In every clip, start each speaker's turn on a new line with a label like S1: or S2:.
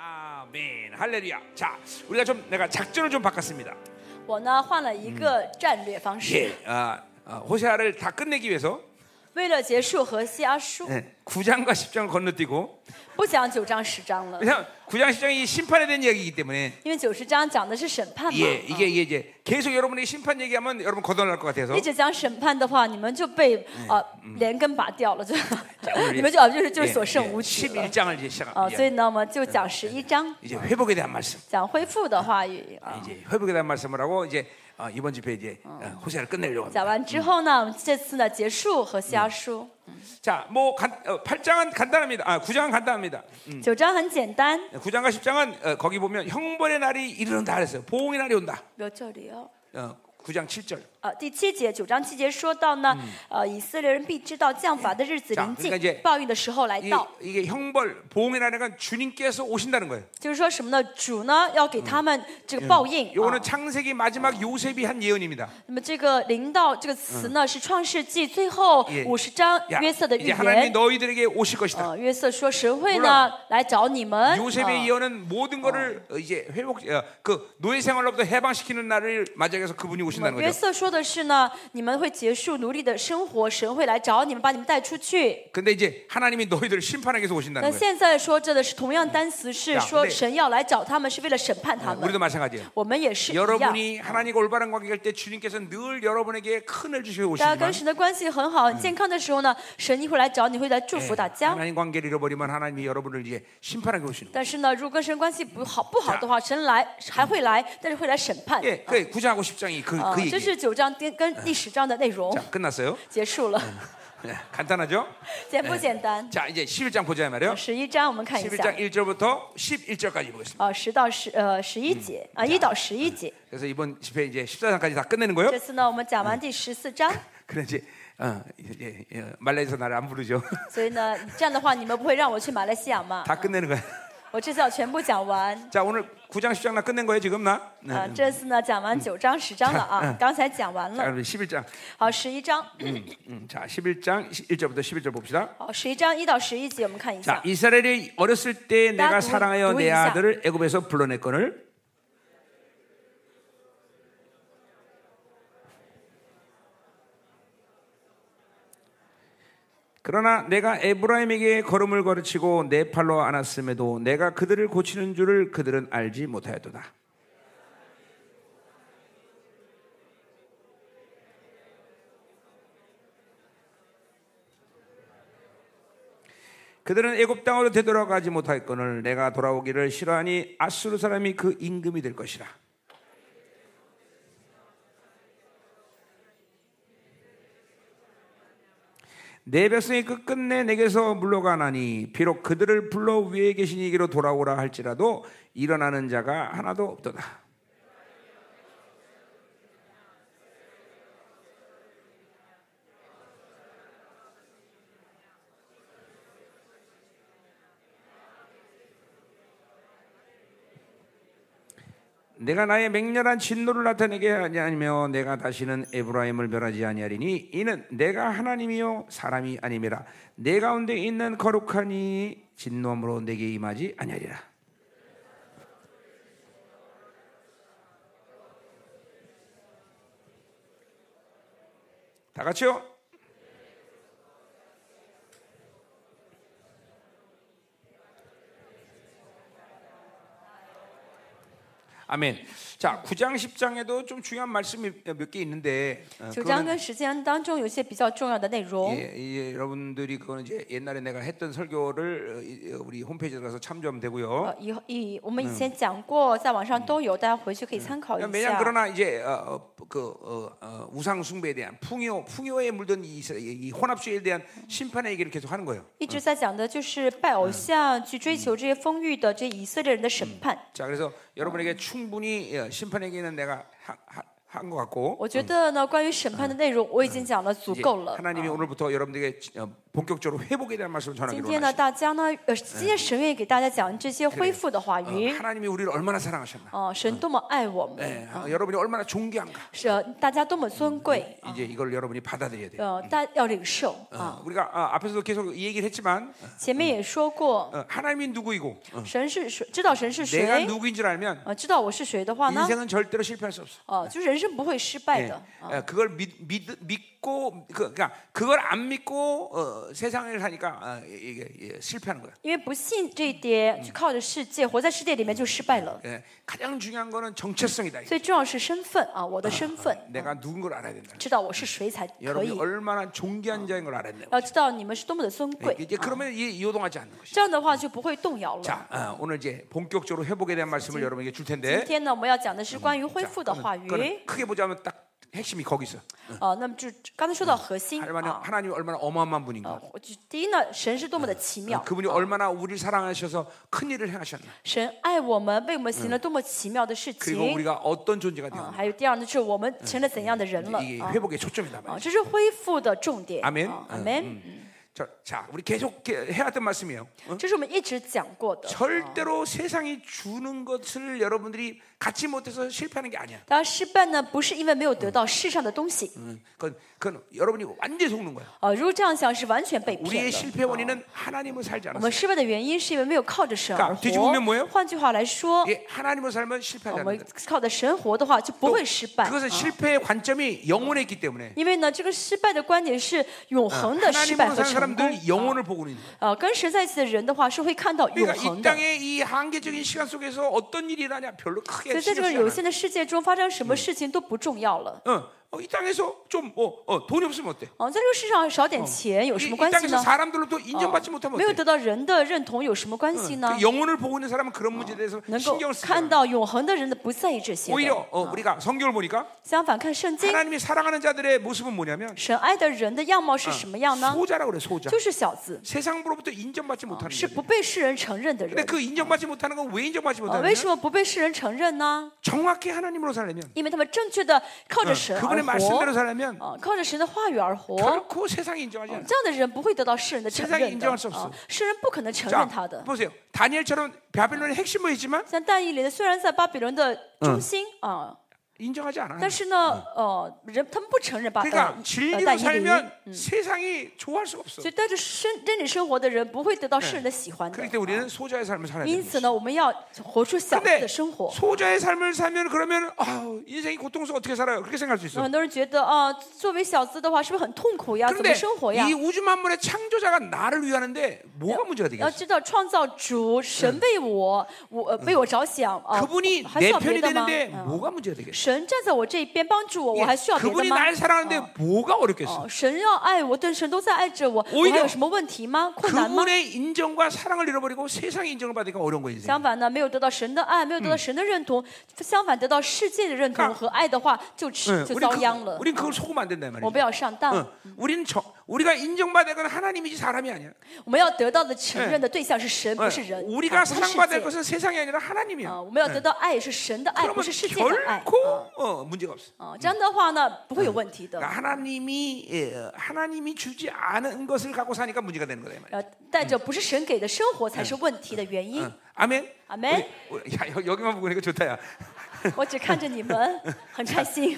S1: 아멘. 할렐루야. 자, 우리가 좀 내가 작전을 좀 바꿨습니다.
S2: 我呢换了一个战略方式，
S1: 예. 아, 아, 호세아를 다 끝내기 위해서
S2: 为了结束和西阿书，
S1: 예. 9장과 10장을 건너뛰고
S2: 不讲九章十章了，
S1: 왜냐하면 9장 10장이 심판에 대한 이야기이기 때문에
S2: 因为九十章讲的是审判嘛。
S1: 예, 이게 이게 이제 계속 여러분이 심판 얘기하면 여러분 거덜날 것 같아서
S2: 一直讲审判的话，你们就被啊、呃连根拔掉了，就
S1: 오늘
S2: 你们就啊就是就是
S1: 예,
S2: 所剩
S1: 예,
S2: 无几了
S1: 11장을 이제 시작.
S2: 啊、所以
S1: 예,
S2: 呢，我们就讲十一章，
S1: 이제 회복에 대한 말씀.
S2: 讲恢复的话语啊。
S1: 이제 회복에 대한 말씀을 하고 이제 어, 이번 집회 이제 아. 어, 호세아를 끝내려고. 합니다.
S2: 讲完之后呢，我们这次呢结束和西阿书，
S1: 자, 뭐 간, 어, 8장은 간단합니다. 아, 9장은 간단합니다.
S2: 九章很简单。
S1: 9장과 10장은 어, 거기 보면 형벌의 날이 이르는다 그랬어요. 보응의 날이 온다.
S2: 有这里哦。
S1: 어, 9장 7절.
S2: 呃，第七节九章七节说到呢，呃，以色列人必知道降法的日子临
S1: 嗯这样你看见
S2: 近，报应的时候来
S1: 이,
S2: 到。
S1: 이게 형벌 보응의 날이건 주님께서 오신다는 거예요.
S2: 就是说什么呢？主呢要给他们这个报应。
S1: 요거는
S2: 啊
S1: 창세기 마지막 요셉이 한 예언입니다.
S2: 那么这个“临到”这个词
S1: 嗯
S2: 呢，是创世纪最后
S1: 예
S2: 五十章
S1: 야,
S2: 约瑟的预
S1: 이제 하나님이
S2: 言。
S1: 너희들에게 오실 것이다.
S2: 呃，约瑟说神会
S1: 몰
S2: 呢来找你们。
S1: 요셉의
S2: 啊
S1: 예언은 모든 거를 어, 이제 회복 어, 그 노예 생활로부터 해방시키는 날을 맞이해서 그분이
S2: 那
S1: 오신다는
S2: 么约
S1: 거죠.
S2: 瑟说的是呢，你们会结束奴隶的生活，神会来找你们，把你们带出去。
S1: 근데 이제 하나님이 너희들을 심판하기 위해서
S2: 那
S1: 오신다는 거예요.
S2: 现在说这的是同样单词，
S1: 야
S2: 是说
S1: 근데
S2: 神要来找他们，是为了审判他
S1: 우리도
S2: 们。
S1: 마찬가지예요.
S2: 我们也是一样。
S1: 여러분이 하나님과 올바른 관계일 때 주님께서 늘 여러분에게 큰을 주시고
S2: 大家
S1: 오시지만
S2: 跟神的关系很好、很健康的时候呢，神一会儿来找你，会来祝
S1: 哎
S2: 福大家。
S1: 예, 하나님 관계를 잃어버리면 하나님이 여러분을 이제 심판하게 오시는 거예요.
S2: 但是呢，如果跟神关系不好不好的话，神来还会来，但是会来审判。
S1: 예, 그 9장하고 10장이 그,
S2: 啊
S1: 그 ，
S2: 这
S1: 얘기.
S2: 是九章跟跟第十章的内容
S1: 자, 끝났어요.
S2: 结束了，
S1: 예, 간단하죠?
S2: 简不简单？
S1: 자, 이제 11장 보자 이 말이에요.
S2: 十一章我们看一下
S1: 11장 ， 1절부터 11절까지 보겠습니다.
S2: 啊，十到十呃十一节啊，一到十一节。
S1: 그래서 이번 집회 이제 14장까지 다 끝내는 거예요.
S2: 这次呢，我们讲完第十四章，
S1: 그래 이제 어, 이제, 예, 말라에서 나를 안 부르죠.
S2: 所以呢，这样的话你们不会让我去马来西亚嘛？
S1: 다 끝내는 거야.
S2: 我这次要全部讲完。
S1: 자, 오늘 9장 10장 나 끝낸 거예요, 지금 나?
S2: 啊，这次呢讲完九章、十章了啊，刚才讲完
S1: 자,
S2: 了。
S1: 그럼 11장.
S2: 好，十一章，
S1: 음, 자, 11장 1절부터 11절 봅시다.
S2: 好，十一章一到十一节，我们看一
S1: 자,
S2: 下。
S1: 이스라엘이 어렸을 때 내가
S2: 나 누구-
S1: 사랑하여 내
S2: 누구이사?
S1: 아들을 애굽에서 불러냈거늘 그러나 내가 에브라임에게 걸음을 걸치고 내 팔로 안았음에도 내가 그들을 고치는 줄을 그들은 알지 못하였도다. 그들은 애굽 땅으로 되돌아가지 못하였거늘 내가 돌아오기를 싫어하니 아수르 사람이 그 임금이 될 것이라. 내 백성이 그 끝끝내 내게서 물러가나니 비록 그들을 불러 위에 계신 이기로 돌아오라 할지라도 일어나는 자가 하나도 없도다. 내가 나의 맹렬한 진노를 나타내게 하냐며 내가 다시는 에브라임을 멸하지 아니하리니 이는 내가 하나님이요 사람이 아님이라 내 가운데 있는 거룩하니 진노함으로 내게 임하지 아니하리라 다 같이요 아멘 자 9장 10장에도 좀 중요한 말씀이 몇 개 있는데 어,
S2: 九
S1: 그거는
S2: 章跟十章当中有一些比较重要的内容。
S1: 예, 예, 여러분들이 그건 이제 옛날에 내가 했던 설교를 어, 이- 어, 우리 홈페이지에 들어가서 참조하면 되고요.
S2: 呃，以后以我们以前讲过，在网上都有，大家回去可以参考
S1: 그러니까
S2: 一
S1: 매년
S2: 下。
S1: 그러나 이제 어, 어, 그 어, 어, 우상 숭배에 대한 풍요 풍요에 물든 이, 이스라엘, 이 혼합주의에 대한 심판의 얘기를 계속 하는 거예요.
S2: 一直在讲的就是拜偶像，去追求这些丰裕的这些以色列人的审判。
S1: 자, 그래서 여러분에게 충분히 예, 심판의 얘기는 내가 한 것 같고
S2: 嗯我觉得呢，关于审判的内容我已经讲的足
S1: 이제
S2: 够了。
S1: 하나님이 오늘부터 여러분들에게 지- 어, 본격적으로 회복에 대한 말씀을
S2: 今
S1: 전하기로
S2: 天呢，
S1: 하십니다.
S2: 大家呢，呃，今天神愿意给大家讲这些恢复的话语。
S1: 어, 하나님이 우리를 얼마나 사랑하셨나.
S2: 哦、神多么爱我们，
S1: 예, 아, 여러분이 얼마나 존귀한가.
S2: 是呃大家多么尊贵，
S1: 이제 이걸 여러분이 받아들여야 돼요.
S2: 呃，大要领受啊。
S1: 어, 우리가 아, 앞에서도 계속 이 얘기를 했지만
S2: 前面也说过，
S1: 어, 하나님이 누구이고
S2: 神是谁？知道神是
S1: 내가
S2: 谁？
S1: 누구인 줄 알면
S2: 呃，知道我是谁的话呢，
S1: 인생은 절대로 실패할 수 없어.
S2: 哦、就人生不会失败
S1: 예,
S2: 的。啊
S1: 예, 그걸 믿, 믿고 그, 그러니까 그걸 안 믿고 어, 세상을 사니까 아, 이게 이게 실패하는 거야.
S2: 因为不信这一点，就靠着世界，活在世界里面就失败了。
S1: 예, 가장 중요한 거는 정체성이다. 이게.
S2: 最重要是身份啊，我的身份，
S1: 내가 누군 걸 알아야 된다.
S2: 知道我是谁才可
S1: 여러분이
S2: 以，
S1: 얼마나 존귀한 자인 걸 어. 알아야 된다.
S2: 哦要知道你们是多么的尊
S1: 예,
S2: 贵。
S1: 이제 그러면 이 요동하지 않는 것이.
S2: 这样的话就不会动摇了。
S1: 자, 어, 오늘 이제 본격적으로 회복에 대한 말씀을 여러분에게 줄
S2: 今
S1: 텐데.
S2: 天呢，我们要讲的是关于恢复的话
S1: 그거는,
S2: 语，
S1: 그거는 크게 보자면 딱 핵심이 거기 있어.
S2: 啊，那么就刚才说到核心
S1: 할머니
S2: 啊，
S1: 하나님이 얼마나 어마어마한 분인가.
S2: 呃我就第一呢，神是多么的奇妙，
S1: 그분이 얼마나 우리를 사랑하셔서 큰 일을 행하셨나.
S2: 神爱我们，为我们行了多么奇妙的事
S1: 그리고
S2: 情。
S1: 우리가 어떤 어. 존재가 되었나.
S2: 啊，还有第二呢，就是我们成了怎样的人了
S1: 이게
S2: 啊
S1: 회복의 초점이다
S2: 啊，
S1: 말이야.
S2: 这是恢复的重点。啊
S1: 아멘
S2: 阿门。嗯
S1: 자, 자, 우리 계속 해- 해야 될 말씀이에요.
S2: 这是我们一直讲过的。
S1: 절대로 세상이 주는 것을 여러분들이 갖지 못해서 실패하는 게 아니야.
S2: 当然，失败呢，不是因为没有得到世上的东西。
S1: 응. 그건, 그건 여러분이 완전히 속는 거야.
S2: 啊，如果这样想，是完全被
S1: 우리의
S2: 骗的。
S1: 실패 원인은 하나님을 살지
S2: 我
S1: 어. 않았어.
S2: 们失败的原因是因为没有靠着神
S1: 그러니까
S2: 而
S1: 뒤집으면뭐예요
S2: 活。换句话来说，
S1: 예, 하나님을 살면
S2: 我
S1: 실패하지
S2: 们
S1: 않는다.
S2: 靠着神活的话，就不会失败。
S1: 그것은 실패의 관점이 영혼에 있기 때문에
S2: 因为呢，这个失败的观点是永恒的失败
S1: 하나님으로 사는
S2: 和
S1: 어.
S2: 成功。
S1: 사람들 영혼을 보고 있는 거예요.
S2: 呃，跟神在一起的人的话，是会看到永
S1: 그러니까 이
S2: 恒的。
S1: 땅의 이 한계적인 시간 속에서 어떤 일이 일어나냐 별로
S2: 所
S1: 크게
S2: 以在这个
S1: 신경
S2: 有
S1: 쓰지
S2: 限的嗯世界中，发生什么事情都不重要了。
S1: 않아. 어, 어, 이 땅에서 좀 어, 어, 돈이 없으면 어때?
S2: 哦，在这个世上少点钱有
S1: 이,
S2: 什么
S1: 이
S2: 关系
S1: 땅에서
S2: 呢？哦
S1: 사람들로부터 인정받지 못하면
S2: 没有
S1: 어때?
S2: 得到人的认同有什么关系呢
S1: 그 ？ 영혼을 보고 있는 사람은 어, 그런 문제에 대해서
S2: 能够
S1: 신경 쓰지
S2: 看
S1: 않아.
S2: 到永恒的人的不在意这些的。
S1: 오히려 어, 우리가 성경을 보니까
S2: 相反，看圣经，
S1: 하나님이 사랑하는 자들의 모습은 뭐냐면
S2: 神爱的人的样貌是
S1: 뭐,
S2: 什么样呢？
S1: 소자라고 그래 소자.
S2: 就是小子，
S1: 세상으로부터 인정받지 못하는
S2: 是
S1: 거예요.
S2: 不被世人承认的
S1: 근데
S2: 人。
S1: 그 인정받지 못하는 건 어, 왜 인정받지
S2: 啊，
S1: 못하는
S2: 为什
S1: 거야?
S2: 么不被世人承认呢？
S1: 정확히 하나님으로 살려면 어,
S2: 因为他们正确的靠着神
S1: 그분의
S2: 而
S1: 말씀대로
S2: 活，
S1: 살려면
S2: 啊，靠着神的话语而活。哦
S1: 결코 세상이 인정하지 않아.
S2: 这样的人不会得到世人的承
S1: 세상이인
S2: 认的
S1: 정할수없어
S2: 啊，世人不可啊能承认他
S1: 자,
S2: 的。
S1: 보세요. 다니엘처럼 바빌론의 핵심은 있지만
S2: 像但以理的，虽然在巴比伦的中心啊，
S1: 인정하지 않아.
S2: 但是呢，呃，人他们不承认巴呃
S1: 그러니까
S2: 呃
S1: 진리로
S2: 但以理，
S1: 살면 세상이 좋아할 수가 없어.
S2: 所以带着生真理生活的人不会得到世人的喜欢的
S1: 그렇기 。 때문에 우리는 소자의 삶을 살아야 돼.
S2: 因此呢，我们要活出小子
S1: 근데
S2: 的生活。
S1: 소자의 삶을 살면 그러면 아우, 인생이 고통스러워 어떻게 살아요? 그렇게 생각할 수
S2: 有
S1: 있어.
S2: 很多人觉得啊，作为小资的话，是不是很痛苦呀？怎
S1: 그런데
S2: 么生活呀
S1: 이 ？ 우주 만물의 창조자가 나를 위하는데 뭐가 문제가 되겠어?
S2: 要知道，创造主神为我，我呃为我着想啊，
S1: 그분이
S2: 还需
S1: 내
S2: 要别
S1: 편이
S2: 的吗？
S1: 되는데
S2: 嗯
S1: 뭐가 문제가 되겠어? 어,
S2: 神站在我这一边帮助我，我还需要别的
S1: 그분이
S2: 吗？
S1: 날 사랑하는데 뭐가 어렵겠어?
S2: 哦，神要爱我，对神都在爱着我，我
S1: 오히려
S2: 还有什么问题吗？困难吗？
S1: 그분의 인정과 사랑을 잃어버리고 세상의 인정을 받으니까 어려운 거야 인생.
S2: 相反呢，没有得到神的爱，没有得到神的认同，相反得到世界的认
S1: 그
S2: 同
S1: 러니까
S2: 和爱的话，就吃
S1: 응,
S2: 就
S1: 우린
S2: 遭殃
S1: 그,
S2: 了。
S1: 우린 그걸 속으면 안 된다
S2: 我
S1: 말이야.
S2: 们要上当，
S1: 응, 우리는 저, 우리가 인정받을 건 하나님이지 사람이 아니야.
S2: 我们要得到的承认的对象是神，
S1: 응,
S2: 不是人，啊
S1: 우리가
S2: 不是世
S1: 사랑받을
S2: 界。
S1: 것은 세상이 아니라 하나님이야.
S2: 啊，我们要得到爱是神的爱，
S1: 어, 아, 그러면
S2: 不是世界的爱。
S1: 결코 어, 문제가 없어.
S2: 啊，这样的话呢，不会有问题的。
S1: 그러니까 하나님이 예, 하나님이 주지 않은 것을 갖고 사니까 문제가 되는 거다 이 말이야.
S2: 呃，带着不是神给的生活才是问题的原因。
S1: 응, 어, 아멘.
S2: 아멘.
S1: 우리- 우리- 야 여- 여기만 보니까 좋다야.
S2: 我只看着你 们，很开心，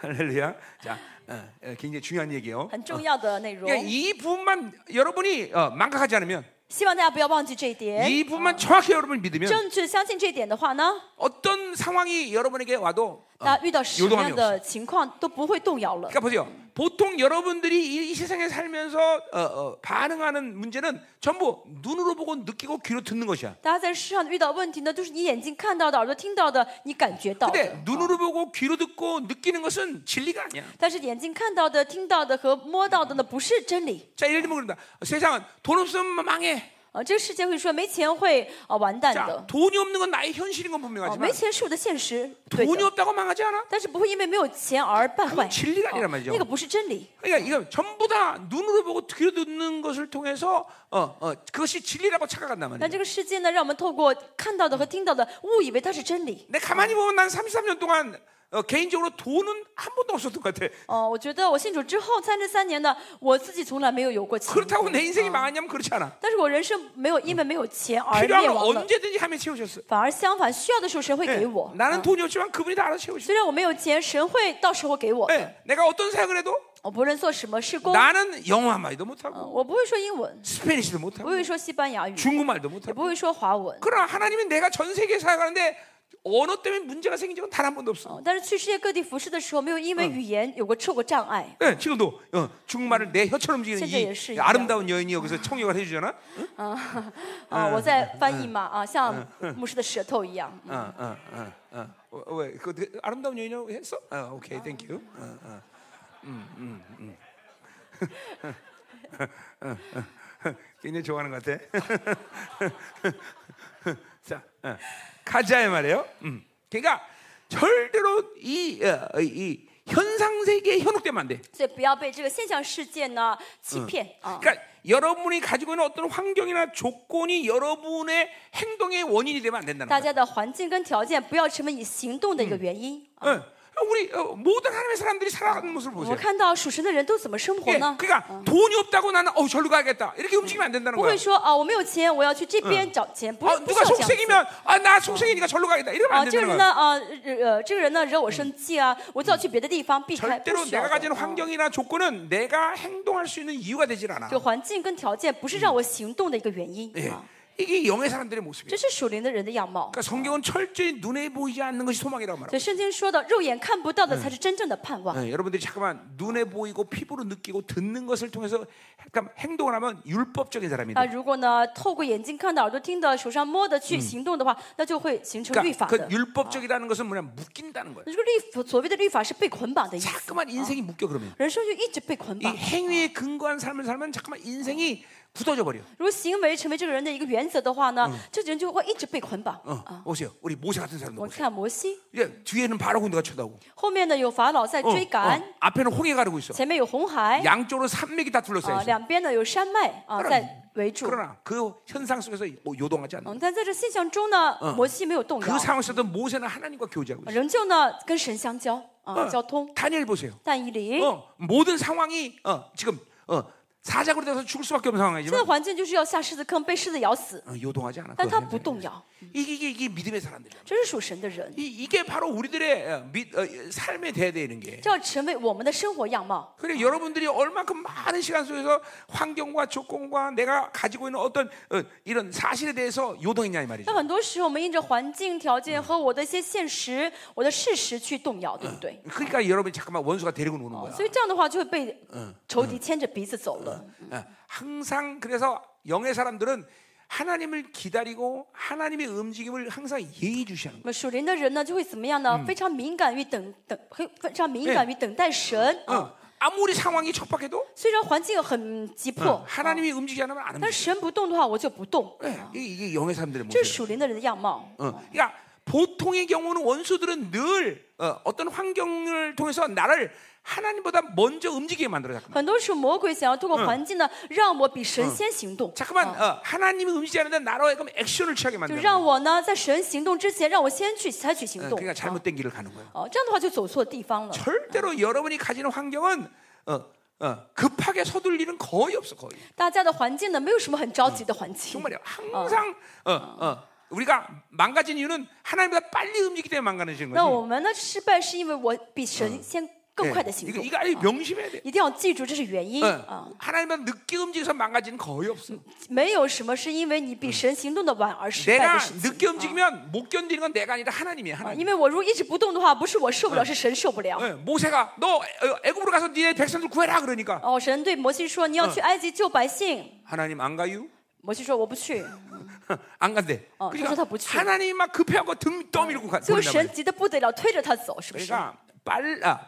S1: 할렐루야. 자, 어, 어, 굉장히 중요한 얘기예요.
S2: 很重要的内容。
S1: 아, 그러니까 이 부분만 여러분이 어, 망각하지 않으면
S2: 希望大家不要忘记这一嗯点。
S1: 이 부분만 정확히 여러분이 믿으면
S2: 正确相信这一点的话呢，
S1: 어떤 상황이 여러분에게 와도
S2: 大家遇到什么样
S1: 有动还没
S2: 的情况都不会动摇了。
S1: 그러니까 보세요. 보통 여러분들이 이, 이 세상에 살면서 어, 어, 반응하는 문제는 전부 눈으로 보고 느끼고 귀로 듣는 것이야.
S2: 大家在世上遇到问题呢，就是你眼睛看到的、耳朵听到的，你感觉到
S1: 근데
S2: 的。
S1: 눈으로 보고 귀로 듣고 느끼는 것은 진리가 아니야.
S2: 但是眼睛看到的、听到的和摸到的呢，不是真理。
S1: 자, 예를 들면 그런다. 세상은 돈 없으면 망해.
S2: 啊，这个世界会说没钱会啊完蛋
S1: 자,
S2: 的。
S1: 돈이 없는 건 나의 현실인 건
S2: 哦，没
S1: 분명하지만
S2: 钱是我的现实，对
S1: 돈이
S2: 的。
S1: 없다고 망하지 않아.
S2: 但是不会因为没有钱而败坏，呃
S1: 그건진리가아니란말이죠 어.
S2: 那个不是真理。
S1: 그러니까 이거 전부 다 눈으로 보고 귀로 듣는 것을 통해서 어, 어, 그것이 진리라고 착각한단
S2: 但
S1: 말이야.
S2: 这个世界呢，让我们透过看到的和听到的，误以为它是真理。
S1: 내 가만히 보면 난 33년 동안 어, 개인적으로 돈은 한 번도 없었던 것 같아.
S2: 哦，我觉得我信主之后，在这三年呢，我自己从来没有有过钱，
S1: 그렇다고 내 인생이 망하냐면 그렇지 않아. 아,
S2: 但是我人生没有因为没有钱而灭
S1: 필요하면
S2: 亡了，
S1: 언제든지 하면 채우셨어.
S2: 反而相反，需要的时候神会
S1: 예,
S2: 给我。
S1: 나는
S2: 嗯
S1: 돈이 없지만 그분이 다 알아서 채우셨어.
S2: 虽然我没有钱，神会到时候给我
S1: 예,
S2: 的。
S1: 내가 어떤 사역을 해도
S2: 我不论做什么事工，
S1: 나는 영어 어. 한마디도 못하고
S2: 嗯我不会说英文，
S1: 스페니시도
S2: 不
S1: 못하고
S2: 会说西班牙语，
S1: 중국말도
S2: 也
S1: 못하고
S2: 不会说华文。
S1: 그러나 하나님은 내가 전 세계에 사역하는데 언어 때문에 문제가 생긴 적은 단 한 번도 없어.
S2: 嗯但是去世界各地服侍的时候，没有因为语言有过受过障碍。
S1: 예, 지금도 어, 중국말을 내 혀처럼 움직이는
S2: 진짜
S1: 이
S2: 열심히
S1: 아름다운 여인이 여기서 청력을 해주잖아.
S2: 啊，我在翻译嘛，啊，像牧师的舌头一样。
S1: 어, 어, 어, 어. 어, 왜? 그 되게 아름다운 여인이라고 했어? 어, 오케이, 땡큐. 어, 어. 음, 음, 음. 어, 어, 어. 굉장히 좋아하는 것 같아. 자, 어. 가자의 말이에요. 음. 그러니까 절대로 이, 어, 이 현상 세계에 현혹되면 안 돼.
S2: 所以不要被这个现象世界呢欺骗啊！
S1: 그러니까 여러분이 가지고 있는 어떤 환경이나 조건이 여러분의 행동의 원인이 되면 안 된다는
S2: 大
S1: 거야.
S2: 家的环境跟条件不要成为你行动的一个原因。
S1: 어, 우리 어, 모든 하나님의 사람들이 살아가는 모습을
S2: 我
S1: 보세요.
S2: 们看到属神的人都怎么生
S1: 예,
S2: 活呢？
S1: 어, 그러니까 돈이 없다고 나는 어 절로 가야겠다 이렇게 움직이면 안 된다는
S2: 不
S1: 거야.
S2: 会说啊，我没有钱，我要去这边找钱，不
S1: 어,
S2: 是不需
S1: 누가
S2: 要这样子。
S1: 속색이면 아나 속색이니까 절로 가야겠다 이러면
S2: 啊，
S1: 안
S2: 这个人
S1: 되는 거야.
S2: 呢，啊，呃，这个人呢惹我生气啊，我就要去别的地方避开，不
S1: 嗯 절대로
S2: 需要
S1: 내가
S2: 的。
S1: 가지는
S2: 啊
S1: 환경이나 조건은 내가 행동할 수 있는 이유가 되질 않아.
S2: 就环境跟条件不是让
S1: 嗯
S2: 我行动的一个原因
S1: 예,
S2: 啊，
S1: 이게 영의 사람들의 모습이야.
S2: 这是属灵的人的样貌。
S1: 그러니까 성경은 철저히 눈에 보이지 않는 것이 소망이라고 말하고.
S2: 所以圣经说的，肉眼看不到
S1: 嗯
S2: 的才是真正的盼望。
S1: 예, 여러분들이 잠깐만 눈에 보이고 피부로 느끼고 듣는 것을 통해서 약간 행동을 하면 율법적인 사람이
S2: 那
S1: 돼.
S2: 啊如果呢，透过眼睛看到、耳朵听的、手上摸的
S1: 嗯
S2: 去行动的话，那就会形成律
S1: 그러니까
S2: 法
S1: 그
S2: 的。
S1: 율법적이라는 것은 뭐냐 묶인다는 거야.
S2: 这个律所谓的律法是被捆绑的意思，
S1: 자꾸만 인생이 묶여 그러면.
S2: 人生就一直被捆
S1: 이
S2: 绑。
S1: 행위에 근거한 삶을 살면 잠깐만 인생이 굳어져 버려.
S2: 如果行为成为这个人的一个原则的话
S1: 嗯
S2: 呢，这个人就会一直被捆绑。
S1: 어, 뭐, 보세요. 우리 모세 같은 사람도
S2: 我
S1: 보세요.
S2: 看摩西，
S1: 예, 뒤에는 바로 군대가 쳐다오고.
S2: 后面呢有法老在
S1: 어,
S2: 追赶，
S1: 어, 앞에는 홍해가 가르고 있어.
S2: 前面有红海，
S1: 양쪽으로 산맥이 다
S2: 啊、
S1: 둘러싸여 있어. 네,
S2: 两边呢有山脉啊、
S1: 그럼
S2: 在围住。
S1: 그러나 그 현상 속에서 요동하지 않는.
S2: 嗯，但在这现象中呢，摩西没有动摇
S1: 그 ， 상황에서도 모세는 하나님과 교제하고 있어. 네.
S2: 仍旧呢跟神相交啊、交通。
S1: 다니엘 보세요.
S2: 但以理，
S1: 어, 모든 상황이 어, 지금 어, 사자굴에 대해서 죽을 수밖에 없는
S2: 现在
S1: 상황이지만
S2: 环境就是要下狮子坑，被狮子咬死，
S1: 어, 요동하지 않아.
S2: 但
S1: 그
S2: 他不
S1: 현상에.
S2: 动摇，
S1: 이게, 이게, 이게 믿음의 사람들이야.
S2: 这是属神的人，
S1: 이, 이게 바로 우리들의 어, 믿, 어, 삶에 대야 되는 게.
S2: 这要成为我们的生活样貌。
S1: 그리고 여러분들이 얼마큼 많은 시간 속에서 환경과 조건과 내가 가지고 있는 어떤 어, 이런 사실에 대해서 요동했냐 이
S2: 那
S1: 말이죠.
S2: 很多时候，我们因着环境条件和我的一些现实、我的事实去动摇，对不对？
S1: 그러니까 여러분이 잠깐만 원수가 데리고 노는 거야.
S2: 所以这样的话，就会被仇敌牵着鼻子走了。
S1: 어, 항상 그래서 영의 사람들은 하나님을 기다리고 하나님의 움직임을 항상 예의주시하는
S2: 那么属灵的人呢，就会怎么样呢？非常敏感于等等，非非常敏感于等待神。啊
S1: 거야. 어, 아무리 상황이 척박해도
S2: 虽然环境很急迫，
S1: 하나님이 움직이지 않으면 안 움직여.
S2: 但神不动的话，我就不动。
S1: 예, 이게, 이게 영의 사람들의
S2: 这
S1: 모습.
S2: 是属灵的人的样貌。
S1: 어, 그러니까 보통의 경우는 원수들은 늘 어, 어떤 환경을 통해서 나를 하나님보다 먼저 움직이게 만들어 자꾸만.
S2: 很多时候，魔鬼想要通过环境呢，让我比神先行动，
S1: 잠깐만 어, 하나님이 움직이지 않는데 나로 하여금 액션을 취하게
S2: 就
S1: 만드는 거예요.
S2: 让我呢在神行动之前，让我先去采取行
S1: 어,
S2: 动。
S1: 그러니까
S2: 啊
S1: 잘못된 길을 가는 거예요.
S2: 哦，这样的话就走错地方
S1: 어.
S2: 了。
S1: 절대로 여러분이 가지는 환경은 어, 어, 급하게 서둘 일은 거의 없어 거의.
S2: 大家的环境呢，没有什么很着急的环境。
S1: 정말요. 항상 어, 어, 우리가 망가진 이유는 하나님보다 빨리 움직이기 때문에 망가지는
S2: 那
S1: 거지.
S2: 我们呢嗯失败是因为我比神先更快的
S1: 예,
S2: 行
S1: 이거
S2: 动，
S1: 이거 아예 명심해야 돼.
S2: 一定要记住这是原因
S1: 어,
S2: 啊，
S1: 하나님보다 늦게 움직여서 망가지는 거의 없어.
S2: 没有什么是因为你比神行动的晚而失败
S1: 내가
S2: 的事情。
S1: 늦게 움직이면 못 견디는 건 내가 아니라 하나님이야
S2: 啊
S1: 하나님.
S2: 因为我如果一直不动的话，不是我受不了，是神受不了。
S1: 예, 모세가 너 애- 애굽으로 가서 니네 백성들 구해라 그러니까
S2: 哦，神对摩西说：“你要去埃及救百姓。
S1: 하나님 안 가유? ”
S2: 摩西说：“我不去。”
S1: 안 간대. 그러니까
S2: 어, 그래서 다 붙이고.
S1: 하나님 막 급해하고 등 떠밀고 가.
S2: 最后
S1: 보낸단
S2: 神
S1: 말이야.
S2: 急得不得了，推着他走，是不是？
S1: 그러니까 빨라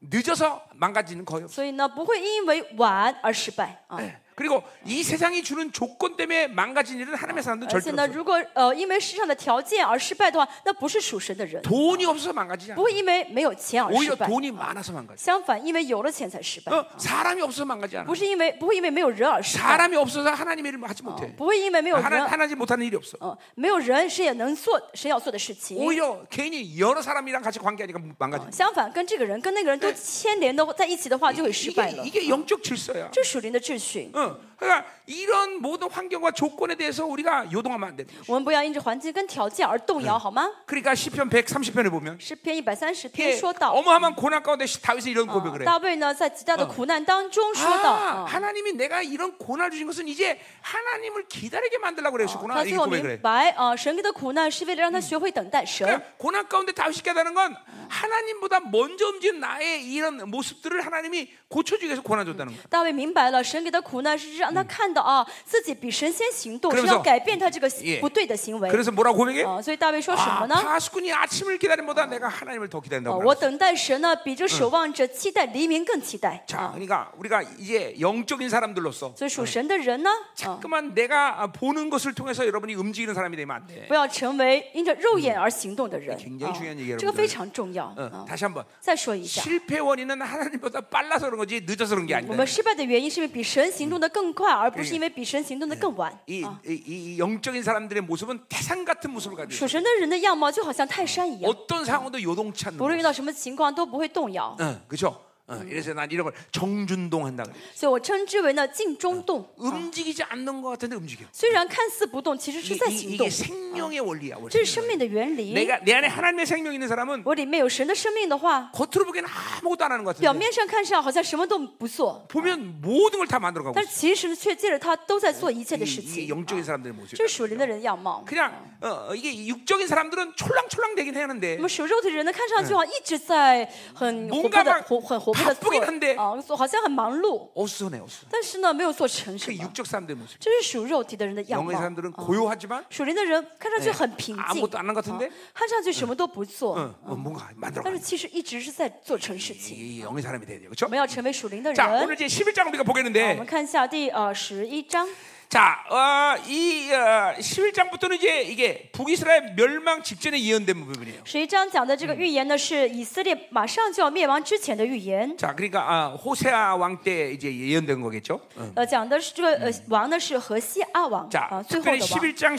S1: 늦어서 망가지는 거예요.
S2: 所以呢，不会因为晚而失败啊。
S1: 예. 그리고 이 세상이 주는 조건 때문에 망가진 일은 하나님의 사람도
S2: 而且
S1: 절대
S2: 呢，
S1: 없어.
S2: 如果呃因为世上的条件而失败的话，那不是属神的人，
S1: 돈이 없어서 망가지지
S2: 不
S1: 않아.
S2: 会因为没有嗯钱而失
S1: 오히려
S2: 败，
S1: 돈이 많아서 망가져.
S2: 相反，因为有了钱才失败，
S1: 어, 사람이 없어서 망가지 않아.
S2: 不是因为不会因为没有人而失败，
S1: 사람이 없어서 하나님의 일을 하지 못해.
S2: 不会因为没有
S1: 하나
S2: 人，
S1: 하나지 못하는 일이 없어.
S2: 呃，没有人谁也能做谁要做的事情。
S1: 오히려 개인이 여러 사람이랑 같이 관계하니까 망가져.
S2: 相反，跟这个人跟那个人都牵连的在一起的话，就会失败
S1: 이게
S2: 了。
S1: 이게 영적 질서야.
S2: 这属灵的秩序，
S1: 어, 그러니까 이런 모든 환경과 조건에 대해서 우리가 요동하면 안 돼.
S2: 我们不要因着环境跟条件而动摇，好吗？
S1: 그러니까 시편 130편을 보면
S2: 诗篇一百三十篇哦
S1: 이게
S2: 说到，
S1: 어마어마한 고난 가운데 어, 다윗이 이런 고백을 해.
S2: 大卫呢在极大的苦难当中说到，
S1: 아,
S2: 嗯啊
S1: 하나님이 내가 이런 고난을 주신 것은 이제 하나님을 어, 기다리게 만들라고 그러셨구나.
S2: 他
S1: 이렇게
S2: 最后
S1: 고백을
S2: 明
S1: 해.
S2: 白啊，神给的苦难是为了让他学会等待神。
S1: 그러니까 고난 가운데 다윗이 깨달은 건 하나님보다 먼저 움직인 나의 이런 모습들을 하나님이 고쳐주기 위해서 고난 줬다는 거야.
S2: 大卫明白了，神给的苦难是让他看到啊，自己比神先行动，
S1: 그러면서
S2: 是要嗯改变他这个
S1: 예
S2: 不对的行为
S1: 그래서 뭐라고 고백해?
S2: 啊。所以大卫说什么
S1: 아,
S2: 呢？
S1: 파수꾼이 아침을 기다림보다 내가 하나님을 더
S2: 啊，
S1: 기다린다고.
S2: 我
S1: 말하고
S2: 等待神呢，比这守望者期待黎明更期待
S1: 있어. 자,
S2: 啊。
S1: 그러니까 우리가 이제 영적인 사람들로서
S2: 所以属神的人呢，啊，
S1: 자꾸만 내가 아, 보는 것을 통해서 여러분이 움직이는 사람이 되면 안 돼.
S2: 不要成为因着肉眼而行动的人
S1: 굉장히
S2: 啊
S1: 중요한얘기예요，
S2: 这个
S1: 여러분들
S2: 非常重要
S1: 어,
S2: 啊。
S1: 다시 한번
S2: 再说一下，
S1: 실패 원인은 하나님보다 빨라서 그런 거지 늦어서 그런 게
S2: 我
S1: 아니다.
S2: 们失败的原因是因为比神行动的更快，而不是因为比神行动的更晚。
S1: 이, 이, 이 영적인 사람들의 모습은 태산 같은 모습을 가지고 있어.
S2: 属神的人的样貌就好像泰山一样，
S1: 어떤 상황도 요동치 않는
S2: 不论遇
S1: 음. 모습.
S2: 到什么情况都不会动摇，
S1: 어, 그렇죠? 어, 이래서 난 이런 걸 정준동 한다 그래.
S2: 所以我称之为呢静中动。
S1: 어. 움직이지 않는 것 같은데 움직여.
S2: 虽然看似不动，其实
S1: 이,
S2: 是在
S1: 이-
S2: 行动
S1: 이게 ， 생명의 원리야. 원리.
S2: 这是生命的原理。
S1: 내가 내 안에 하나님의 생명 이 있는 사람은
S2: 我里面有神的生命的话，
S1: 겉으로 보기에는 아무것도 안 하는 것
S2: 表
S1: 같은데
S2: 面上看上好像什么都不做，
S1: 보면 모든 걸 다 만들어가고
S2: 但
S1: 있어.
S2: 是其实却借着他都在做一切的
S1: 이-
S2: 事
S1: 이게
S2: 情。
S1: 영적인 사람들의 모습.
S2: 这是属灵的人样貌。
S1: 그냥 어, 어, 이게 육적인 사람들은 촐랑촐랑 되긴
S2: 那
S1: 하는데
S2: 么属肉体的人呢，看上去好像一直在很活
S1: 뭔가
S2: 泼的
S1: 막
S2: 活很活泼的
S1: 바쁘긴한데
S2: 做啊，做好像很忙碌，
S1: 어수선해 어수선.
S2: 但是呢没有做成什
S1: 그
S2: 么。
S1: 육적 사람들의 모습.
S2: 这是属肉体的人的样
S1: 영의
S2: 貌。哦
S1: 사람들은 고요하지만
S2: 属灵的人看上去很平
S1: 哎
S2: 静，
S1: 아무것도안한것같은데
S2: 啊看上去什么都不做，
S1: 어, 어, 뭔가
S2: 但
S1: 만들어가는
S2: 是其实一直是在做成事情。
S1: 이 영의 사람이 돼야 돼요. 그렇죠?
S2: 我们要成为属灵的人。
S1: 嗯
S2: 哦
S1: 자, 오늘 이제 11장 우리가
S2: 我
S1: 보겠는데
S2: 们看一下第呃十一章，
S1: 자, 어, 이 어, 11장부터는 이제 이게 북이스라엘 멸망 직전에 예언된 부분이에요.
S2: 十一章讲的这个预言呢，是以色列马上就要灭亡之前的预言。
S1: 자, 그러니까 아, 호세아 왕 때 이제 예언된 거겠죠. 어.
S2: 呃，讲的是这个呃王呢是何西阿王
S1: 嗯 자,
S2: 啊，最后
S1: 특별히
S2: 的 王。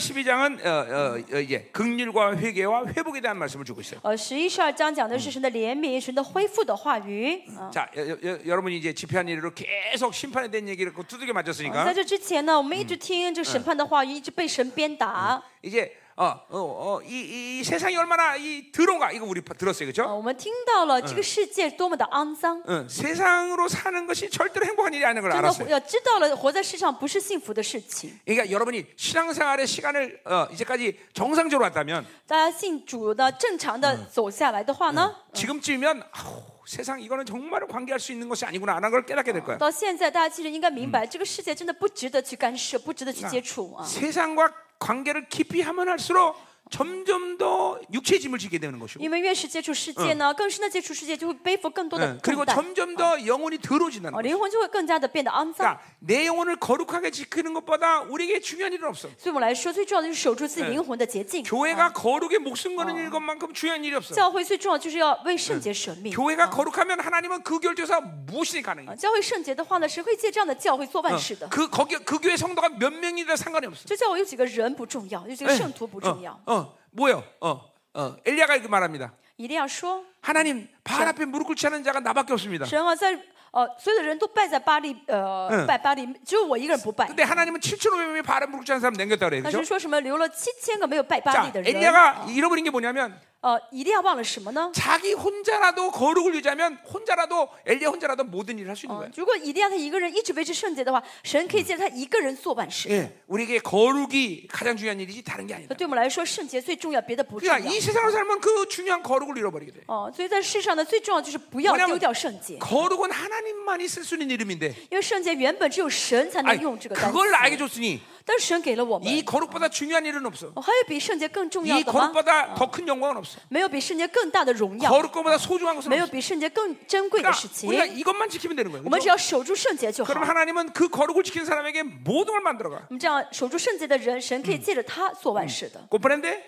S1: 11장, 12장은 어, 어, 어, 이제 극률과 회개와 회복에 대한 말씀을 주고 있어요.
S2: 呃，十一、十二章讲的是神的怜悯、神的恢复的话语啊。
S1: 자, 여, 러분이 이제 집회한 일로 계속 심판에 대한 얘기를 그 두들겨
S2: 啊在
S1: 맞았으니까
S2: 这之前呢，我们一直听这个审判的话语，一直被神鞭打。
S1: 이제 어, 어, 어, 이, 이 세상이 얼마나 이 더러운가 이거 우리 파- 들었어요, 그렇죠?
S2: 啊，我们听到了这个世界多么的肮脏。
S1: 응, 세상으로 사는 것이 절대로 행복한 일이 아닌 걸
S2: 真的活
S1: 알았어요.
S2: 要知道了，活在世上不是幸福的事情。
S1: 그러니까 여러분이 신앙생활의 시간을 어, 이제까지 정상적으로 왔다면
S2: 大家信主的正常的走下来的话呢，
S1: 嗯 지금쯤이면 아우, 세상 이거는 정말 관계할 수 있는 것이 아니구나라는 걸 깨닫게 될 거야.
S2: 到现在大家其实应该明白，这个世界真的不值得去干涉，不值得去
S1: 嗯
S2: 接触啊。
S1: 아, 세상과 관계를 깊이 하면 할수록 점점 더 육체 짐을 지게 되는 것이고
S2: 因为越是接触世界呢，更深的接触世界，就会背负更多的
S1: 응,
S2: 重
S1: 예, 그리고
S2: 担，
S1: 점점 더
S2: 어.
S1: 영혼이 더러워진다는
S2: 哦，
S1: 거예요.
S2: 灵魂就会更加的变得肮脏。
S1: 그러니까 내 영혼을 거룩하게 지키는 것보다 우리에게 중요한 일은 없어.
S2: 对我们来说，最重要的就是守住自己灵魂的洁净。啊
S1: 교회가 거룩에 목숨
S2: 어.
S1: 거는 일 것만큼 중요한 일이 없어.
S2: 教会最重要就是要嗯为圣洁舍命。
S1: 교회가 거룩하면 하나님은 그 결정에서 무엇이 가능해?
S2: 啊，教会圣洁的话呢，神会借这样的教会做万事的。
S1: 그 거기 그 교회 성도가 몇 명이든 상관이 없어.
S2: 这教会有几个人不重要，有几个圣徒不重要。
S1: 어, 어 뭐요? 어, 어 엘리야가 이렇게 말합니다.
S2: 一定要说。
S1: 하나님 발 앞에 무릎 꿇지 않은 자가 나밖에 없습니다.
S2: 神啊，在呃，所有的人都拜在巴黎，呃，拜巴黎，只有我一个人不拜。
S1: 근데 하나님은 7,500명의 발에 무릎 꿇지 않은 사람 남겼다 그래요.
S2: 但
S1: 그죠?
S2: 是说什么留了七千个没有拜巴黎
S1: 자,
S2: 的人，
S1: 엘리야가 그러니까 잃어버린 게 뭐냐면
S2: 呃，一定要忘了什么呢？
S1: 자기 혼자라도 거룩을 유지하면 혼자라도 엘리야 혼자라도 모든 일을 할 수 있는 거예요.
S2: 啊如果一定要他一个人一直维持圣洁的话，神可以借着他一个人做万事。
S1: 예, 우리에게 거룩이 가장 중요한 일이지 다른 게 아니다.
S2: 对我们来说，圣洁最重要，别的不重
S1: 그러니까
S2: 要
S1: 이 。 세상으로 살면 그 중요한 거룩을 잃어버리게 돼.
S2: 哦，所以在世上呢，最重要就是不要
S1: 뭐냐면
S2: 丢掉圣
S1: 예.
S2: 洁，
S1: 거룩은 하나님만이 쓸 수 있는 이름인데
S2: 因为圣洁原本只有神才能
S1: 아니,
S2: 用这个单词。
S1: 그걸 나에게 줬으니
S2: 但是神给了我们，
S1: 이 거룩보다 중요한 일은 없어.
S2: 哦还有比圣洁更重要
S1: 이
S2: 的吗？
S1: 거룩보다 더 큰 영광은 없어.
S2: 没有比圣洁更大的荣耀，
S1: 거룩보다 소중한 것은
S2: 没有
S1: 없어.
S2: 比圣洁更珍贵的事
S1: 그러니까
S2: 情。
S1: 우리가 이것만 지키면 되는 거예요.
S2: 我们只
S1: 그렇죠?
S2: 要守住圣洁就好。
S1: 그럼 하나님은 그 거룩을 지킨 사람에게 모든 걸 만들어가.
S2: 我们这样守住圣洁的人，神可以借着他做万事的。
S1: 고프랜데?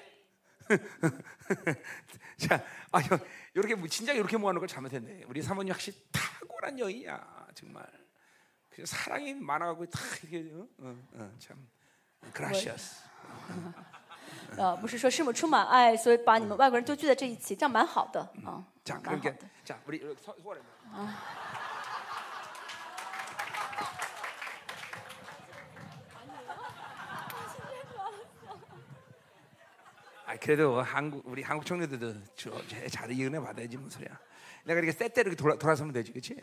S1: 자, 아, 형, 이렇게 뭐- 진작 이렇게 모아놓은 걸 잘못했네. 우리 사모님 확실히 탁월한 여인이야, 정말. 그 사랑이 많아가고 다 이게 어? 어, 어, 참. 그라시아스.
S2: 呃，不是说师母充满爱，所以把你们外国人都聚在这一起，这样蛮好的啊，
S1: 자,
S2: 蛮好
S1: 그러니까
S2: 的。
S1: 자, 우리 이렇게 서- 소원해. 아, 그래도 한국 우리 한국 청년들도 저- 저- 잘 이은혜 받아야지 무슨 소리야. 내가 이렇게 셋대 이렇게 돌아, 돌아서면 되지, 그렇지?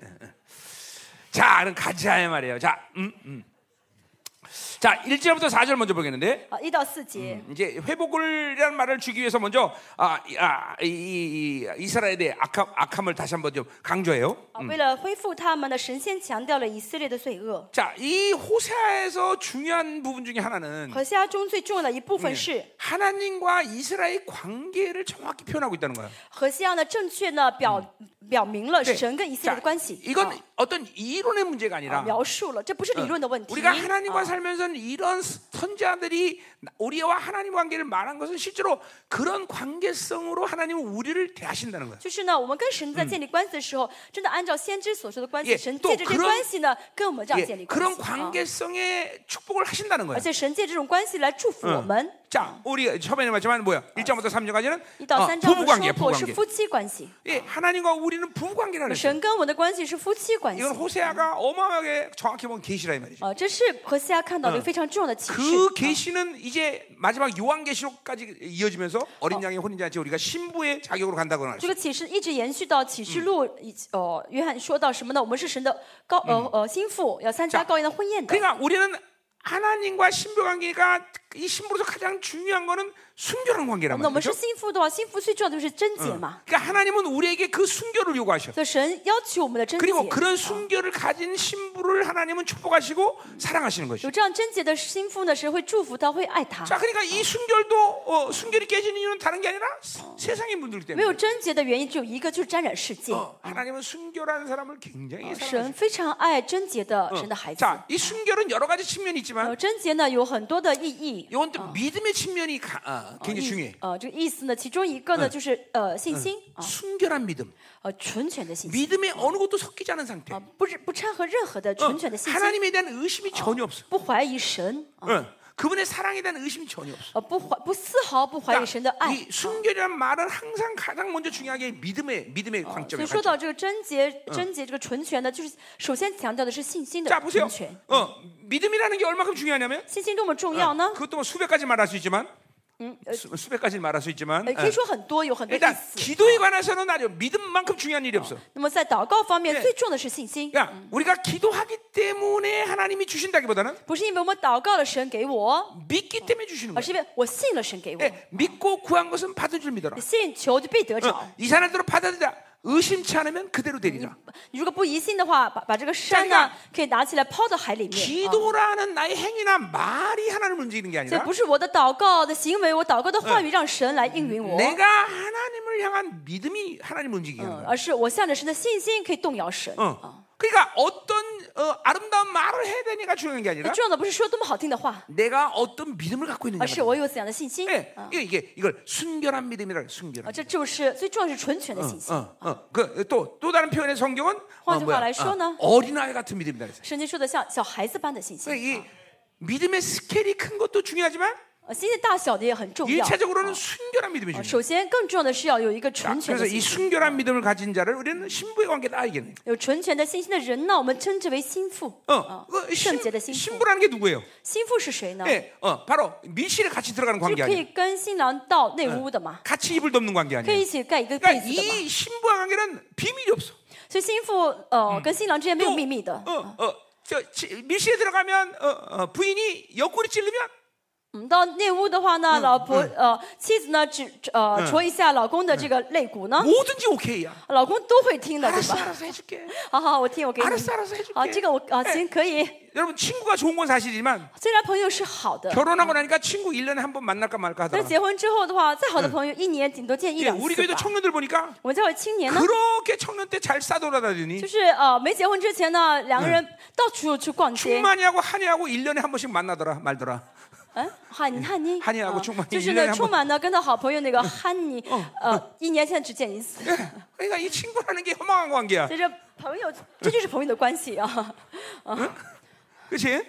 S1: 자, 그럼 가자 이 말이에요. 자, 음, 음. 자, 1절부터 4절 먼저 보겠는데.
S2: 好，啊一到四节，
S1: 이제 회복을이라는 말을 주기 위해서 먼저 아, 이- 아, 이, 이, 이 이스라엘의 악함, 악함을 다시 한번 좀 강조해요.
S2: 啊，为了恢复他们的神仙强调了以色列的罪恶。
S1: 자, 이 호세아에서 중요한 부분 중에 하나는
S2: 和西阿中最重要的一部分
S1: 嗯
S2: 是
S1: 하나님과 이스라엘 관계를 정확히 표현하고 있다는 거예요.
S2: 和西阿呢正确呢表表明了
S1: 네.
S2: 神跟以色列
S1: 자,
S2: 的关系。
S1: 이건
S2: 啊
S1: 어떤 이론의 문제가
S2: 啊
S1: 아니라 어,
S2: 描述了，这不是理论的问题。
S1: 우리가 하나님과
S2: 啊
S1: 살면서 이런 선자들이 우리와 하나님 관계를 말한 것은 실제로 그런 관계성으로 하나님은 우리를 대하신다는 거예요.
S2: 就是呢，我们跟神在建立关系的时候，真的按照先知所说的关系，
S1: 예
S2: 神
S1: 또
S2: 借着这
S1: 그런
S2: 关系呢，跟我们这
S1: 예,
S2: 样建立关
S1: 그런
S2: 系。啊
S1: 관계성의 축복을 하신다는
S2: 而
S1: 거예요.
S2: 且神借这种关系来祝福我们。
S1: 자, 우리 처음에는 맞지만 뭐야? 1장부터 아, 3장까지는 어,
S2: 一到三章我
S1: 부부
S2: 们
S1: 관계,
S2: 说
S1: 부부
S2: 啊过是
S1: 관계.
S2: 夫妻关系，
S1: 예, 하나님과 우리는 부부 관계라는
S2: 神
S1: 거예요.
S2: 跟我们的关系是夫妻关系。
S1: 이건 호세아가 어마어마하게 정확히 보면 계시라 이 말이죠.
S2: 啊，这是和西亚看到的一个非常重要的启
S1: 아,
S2: 示。
S1: 그 계시는 이제 마지막 요한 계시록까지 이어지면서 어린 양의 혼인 잔치 우리가 신부의 자격으로 간다고
S2: 这
S1: 말했어요.
S2: 个启示一直延续到启示录，以及呃，约翰说到什么呢？我们是神的高呃呃心腹，要参加
S1: 자
S2: 高原的婚宴的。
S1: 그러니까 우리는 하나님과 신부 관계가 이 신부로서 가장 중요한 거는 순결한 관계란
S2: 那我们是
S1: 말이죠.
S2: 心腹的话，心腹最重要的就是贞洁嘛。
S1: 그러니까 하나님은 우리에게 그 순결을 요구하셔.
S2: 所以神要求嗯我们的贞洁。
S1: 그리고 그런 순결을 가진 신부를 하나님은 축복하시고 사랑하시는 것이죠.
S2: 有这样贞洁的心腹呢，神会祝福他，会爱他。
S1: 자, 그러니까 이 순결도 어, 순결이 깨지는 이유는 다른 게 아니라 세- 세상의 분들
S2: 没
S1: 때문에.
S2: 有贞洁的原因只有一个，就是沾染世界。
S1: 어, 하나님은 순결한 사람을 굉장히
S2: 神
S1: 사랑하시죠.
S2: 非常爱贞洁的神的孩子。
S1: 자, 이 순결은 여러 가지 측면이
S2: 呃，
S1: 있지만
S2: 贞洁呢有很多的意义。
S1: 이건 또 믿음의 어. 측면이 가, 아,
S2: 意
S1: 굉장히 중요해.
S2: 呃，这个意思呢，其中一个呢就是呃信心啊，
S1: 순결한 믿음.
S2: 呃纯全的信心
S1: 믿음에 어. 어느 것도 섞이지 않은 상태.
S2: 啊
S1: 어, ，
S2: 不是不掺和任何的纯全的信心，
S1: 하나님에 대한 의심이 전혀 없어.
S2: 不怀疑神啊，
S1: 어, 그분의 사랑에 대한 의심이 전혀 없어.
S2: 呃不怀不丝毫不怀疑神的
S1: 그러니까
S2: 爱。
S1: 이 순결이란 말은 항상 가장 먼저 중요한 게 믿음의 믿음의
S2: 所
S1: 관점이에요.
S2: 以说到这个嗯贞洁，贞洁这个纯全呢，就是首先强调的是信心的
S1: 자 보세요.
S2: 纯全。
S1: 어, 믿음이라는 게 얼마큼 중요하냐면
S2: 信心多么重要呢？
S1: 그것도 뭐 수백 가지 말할 수 있지만 수, 수백 가지 말할 수 있지만
S2: 呃，可以
S1: 어,
S2: 说很多，有很多意
S1: 일단
S2: 思。
S1: 기도에 관해서는 아니요 믿음만큼 중요한 일이 어. 없어.
S2: 那么在祷告方面，
S1: 예
S2: 最重要的是信心，
S1: 그러니까 우리가 기도하기 때문에 하나님이 주신다기보다는
S2: 不是因为我们祷告了神给我，
S1: 믿기 때문에 주시는
S2: 而
S1: 거예요.
S2: 是因为我信了神给我。
S1: 예, 믿고 구한 것은 받은 줄 믿어라.
S2: 信求就必得着
S1: 어, 。 음. 이 사람대로 받아들이라. 의심치 않으면 그대로 되리라.
S2: 你如果不疑心的话，把把这个山
S1: 这样
S2: 呢
S1: 一个
S2: 可以拿起来抛到海里
S1: 예.
S2: 面。啊
S1: 기도라는 나의 행위나 말이 하나님을 움직이는 게
S2: 所以
S1: 아니라
S2: 不是我的祷告的行为，我祷告的话语让神来应允我，
S1: 내가 하나님을 향한 믿음이 하나님을 움직이는 거야.
S2: 嗯而是我向着神的信心可以动摇神。
S1: 어. 그러니까 어떤 어, 아름다운 말을 해야 되니까 중요한 게
S2: 那
S1: 아니라
S2: 重要的不是说多么好听的话，
S1: 내가 어떤 믿음을 갖고
S2: 而
S1: 있느냐.
S2: 是我有怎样的信心。
S1: 예,
S2: 啊，
S1: 이게, 이게 이걸 순결한 믿음이라 그래, 순결한.
S2: 啊这就是最重要的是纯全的信心。
S1: 어, 어. 그또또 다른 표현의 성경은 어,
S2: 황제가
S1: 뭐야?
S2: 알쏘나?
S1: 어, 린아이 같은 믿음이다 그랬어요.
S2: 圣经说的像小孩子般的信心，
S1: 그러니까 이 믿음의 스케일이 큰 것도 중요하지만
S2: 呃，信心大小的也很重要。
S1: 일차적으로는 순결한 믿음이
S2: 呃
S1: 중요해요.
S2: 首先，更重要的啊是要有一个
S1: 자,
S2: 纯全
S1: 그래서
S2: 的
S1: 이
S2: 信心。
S1: 순결한 믿음을 가진 자를 우리는 신부의 관계다 알겠네.
S2: 有纯全的信心的人呢，我们称之为心腹。
S1: 어,
S2: 啊，
S1: 그
S2: 圣洁的
S1: 신,
S2: 心腹。哎
S1: 신부라는 게 누구예요?
S2: 心腹是谁呢？
S1: 예, 어, 바로 밀실에 같이 들어가는
S2: 就
S1: 관계
S2: 是可
S1: 아니에요.
S2: 以跟新郎到内屋的嘛，
S1: 같이 이불 덮는 관계
S2: 可
S1: 아니에요.
S2: 以一起盖一个被
S1: 그러니까
S2: 子的嘛。
S1: 이 신부와 관계는 비밀이 없어.
S2: 所以心腹呃跟新郎之间没有秘密的，
S1: 어, 어, 저 지- 밀실에 들어가면 어, 어, 부인이 옆구리 찔르면
S2: 嗯，到内屋的话
S1: 嗯
S2: 呢，老婆呃妻子呢只只呃戳一下老公的这个肋骨
S1: 어?
S2: 呢，
S1: 뭐든지 오케이야.
S2: 老公都会听的，对
S1: 알았어
S2: 吧？
S1: 알아서 해줄게.
S2: 好好，我听，我给你
S1: 알았어알았어해줄게 。
S2: 好，这个我啊
S1: 哎
S2: 行可以。
S1: 여러분 친구가 좋은 건 사실이지만
S2: 虽然朋友是好的，
S1: 결혼하고 나니까 친구 1년에 한 번 만날까 말까
S2: 但是
S1: 하더라.
S2: 结婚之后的话，再好
S1: 嗯
S2: 的朋友一年顶多见一
S1: 예,
S2: 两
S1: 우리
S2: 次
S1: 교회도
S2: 吧。
S1: 청년들 보니까
S2: 我们教会青年呢，
S1: 그렇게 청년 때 잘 싸돌아다니니
S2: 就是呃没结婚之前呢，两个人
S1: 嗯
S2: 到处去逛街。
S1: 충만이하고 한이하고 1년에 한 번씩 만나더라 말더라.
S2: 嗯，汉汉尼，
S1: 汉尼啊
S2: 啊
S1: 我充满
S2: 就是
S1: 一年
S2: 呢，
S1: 两嗯哦
S2: 充满呢跟他好朋友那个汉尼，呃，一年现在只见一次。
S1: 예, 그러니까 이 친구라는 게 허망한 관계야.
S2: 这是朋友，这就是朋友的关系啊。
S1: 그렇지?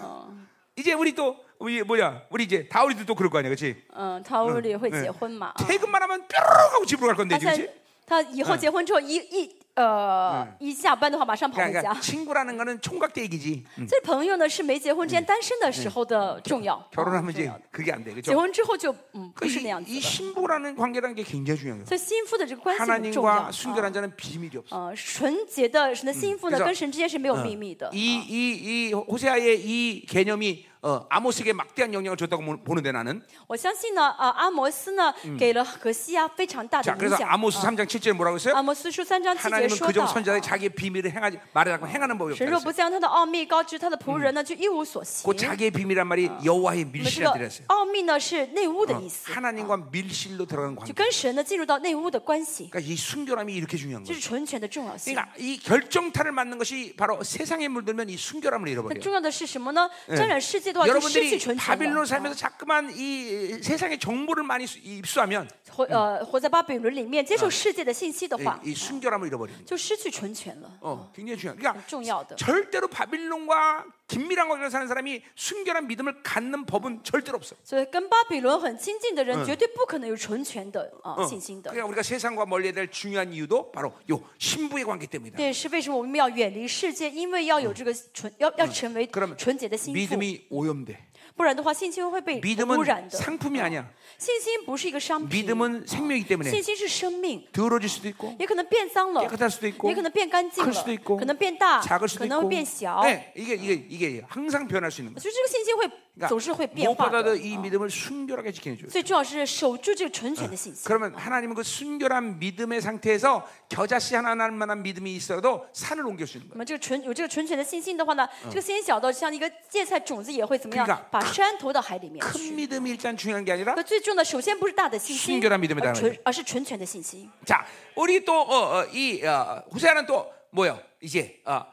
S1: 어. 이제 우리 또 우리 뭐야? 우리 이제 다우리도 또 그럴 거 아니야, 그렇지?
S2: 嗯，他屋里会
S1: 嗯
S2: 结婚嘛？啊
S1: 퇴근만 하면 뾰로롱 하고 집으로 갈 건데, 그러니까,
S2: 他
S1: 그렇지?
S2: 现在他以后结婚之后，一一呃一下班的话，马上跑回
S1: 그러니까
S2: 家。
S1: 친구라는 거는 총각 때 얘기지.
S2: 这朋友呢是没结婚之前单身的时候的重要。
S1: 결혼하면
S2: 嗯重
S1: 이제
S2: 要的
S1: 아, 그게 안 돼,
S2: 结
S1: 그렇죠?
S2: 婚之后就嗯不是那样子
S1: 이, 이
S2: 的。
S1: 신부라는 관계라는 게 굉장히 중요해요.
S2: 所以心腹的这个关系很重要。
S1: 하나님과
S2: 啊
S1: 순결한 자는 비밀이 없어.
S2: 呃，纯洁的神的心腹呢，
S1: 그래서
S2: 跟神之间是没有秘密的。
S1: 이이이 호세아의 이 개념이 어, 아모스에게 막대한 영향을 줬다고 보- 보는데 나는.
S2: 我相信呢，呃，阿摩斯呢给了荷西亚非常大的
S1: 자,
S2: 影
S1: 그래서
S2: 响。
S1: 아모스 3장 7절에 뭐라고 했어요?
S2: 阿摩斯书三章七节
S1: 하나님은
S2: 说到
S1: 그정 ， 선자의 자기의 비밀을 행하지 말하라고 행하는 법이
S2: 神
S1: 없다.
S2: 若不将他的奥秘告知他的仆人呢，就一无所行
S1: 그 。 어. 자기의 비밀이란 말이 여호와의
S2: 我们这
S1: 밀실이라
S2: 个
S1: 들었어요.
S2: 奥秘呢啊是嗯内屋的意思，
S1: 하나님과 밀실로 들어가는
S2: 就
S1: 관계.
S2: 跟神呢进入到内屋的关系，
S1: 그러니까 이 순결함이 이렇게 중요한
S2: 这是
S1: 거예요.
S2: 纯全的重要性。
S1: 그러니까 이 결정타를 맞는 것이 바로 세상에 물들면 이 순결함을
S2: 那
S1: 잃어버려요.
S2: 重要的嗯是什么呢？沾染世界的话，就失去
S1: 여러분들이
S2: 纯全
S1: 바빌론
S2: 了。
S1: 살면서 자꾸만 이 세상의 정보를 많이 수- 입수하면
S2: 活呃活在巴比伦里面，接受世界的信息的话，
S1: 이, 이 순결함을 잃어버립니다.
S2: 就失去纯全了。
S1: 어, 굉장히 중요해요.
S2: 很
S1: 그러니까
S2: 重要的，
S1: 절대로 바빌론과 긴밀한 관계를 사는 사람이 순결한 믿음을 갖는 법은 절대로 없어.
S2: 所以跟巴比伦很亲近的人，绝对不可能有纯全的嗯啊、
S1: 어,
S2: 信心的。
S1: 그러니까 우리가 세상과 멀리해야 될 중요한 이유도 바로 요 신부의 관계 때문이다.
S2: 这也是为什么我们要远离世界，因为要有这个纯，要要成为
S1: 그러면
S2: 纯洁的心腹，
S1: 믿음이 오염돼.
S2: 不然的话，信心会被污
S1: 믿음은
S2: 染的。
S1: 상품이 아니야.
S2: 信心不是一个商品，
S1: 믿음은 생명이기
S2: 信
S1: 때문에
S2: 心是生命，
S1: 더러질 수도 있고
S2: 也可能变脏了，
S1: 깨끗할수도있고
S2: 也可能变干净
S1: 클수도
S2: 了
S1: 있고 ，
S2: 可能变大，
S1: 작을 수도
S2: 可能
S1: 있고.
S2: 会变小。
S1: 네, 이게 이게 이게 항상 변할 수 있는
S2: 我
S1: 거야.
S2: 觉得这个信心会总是会
S1: 그러니까
S2: 变化的。 어.
S1: 무엇보다도 이 믿음을 순결하게 지켜줘.
S2: 最重要是守住这个纯全的信心。
S1: 그러면 하나님은 그 순결한 믿음의 상태에서 겨자씨 하나 날 만한 믿음이 있어도 산을 옮길 수 있는 거야.
S2: 那么这个纯有这个纯全的信心的话呢，这个信心小到像一个芥菜种子也会怎么
S1: 그러니까
S2: 样，把山投到海里面
S1: 큰
S2: 去。
S1: 믿음이 일단 중요한 게 아니라
S2: 那最重要的首先不是大的信
S1: 순
S2: 心
S1: 결한믿음이라는，
S2: 而
S1: 거죠
S2: 纯而是纯全的信心。
S1: 자, 우리 또이 어, 후세아는 또 뭐요? 이제 어,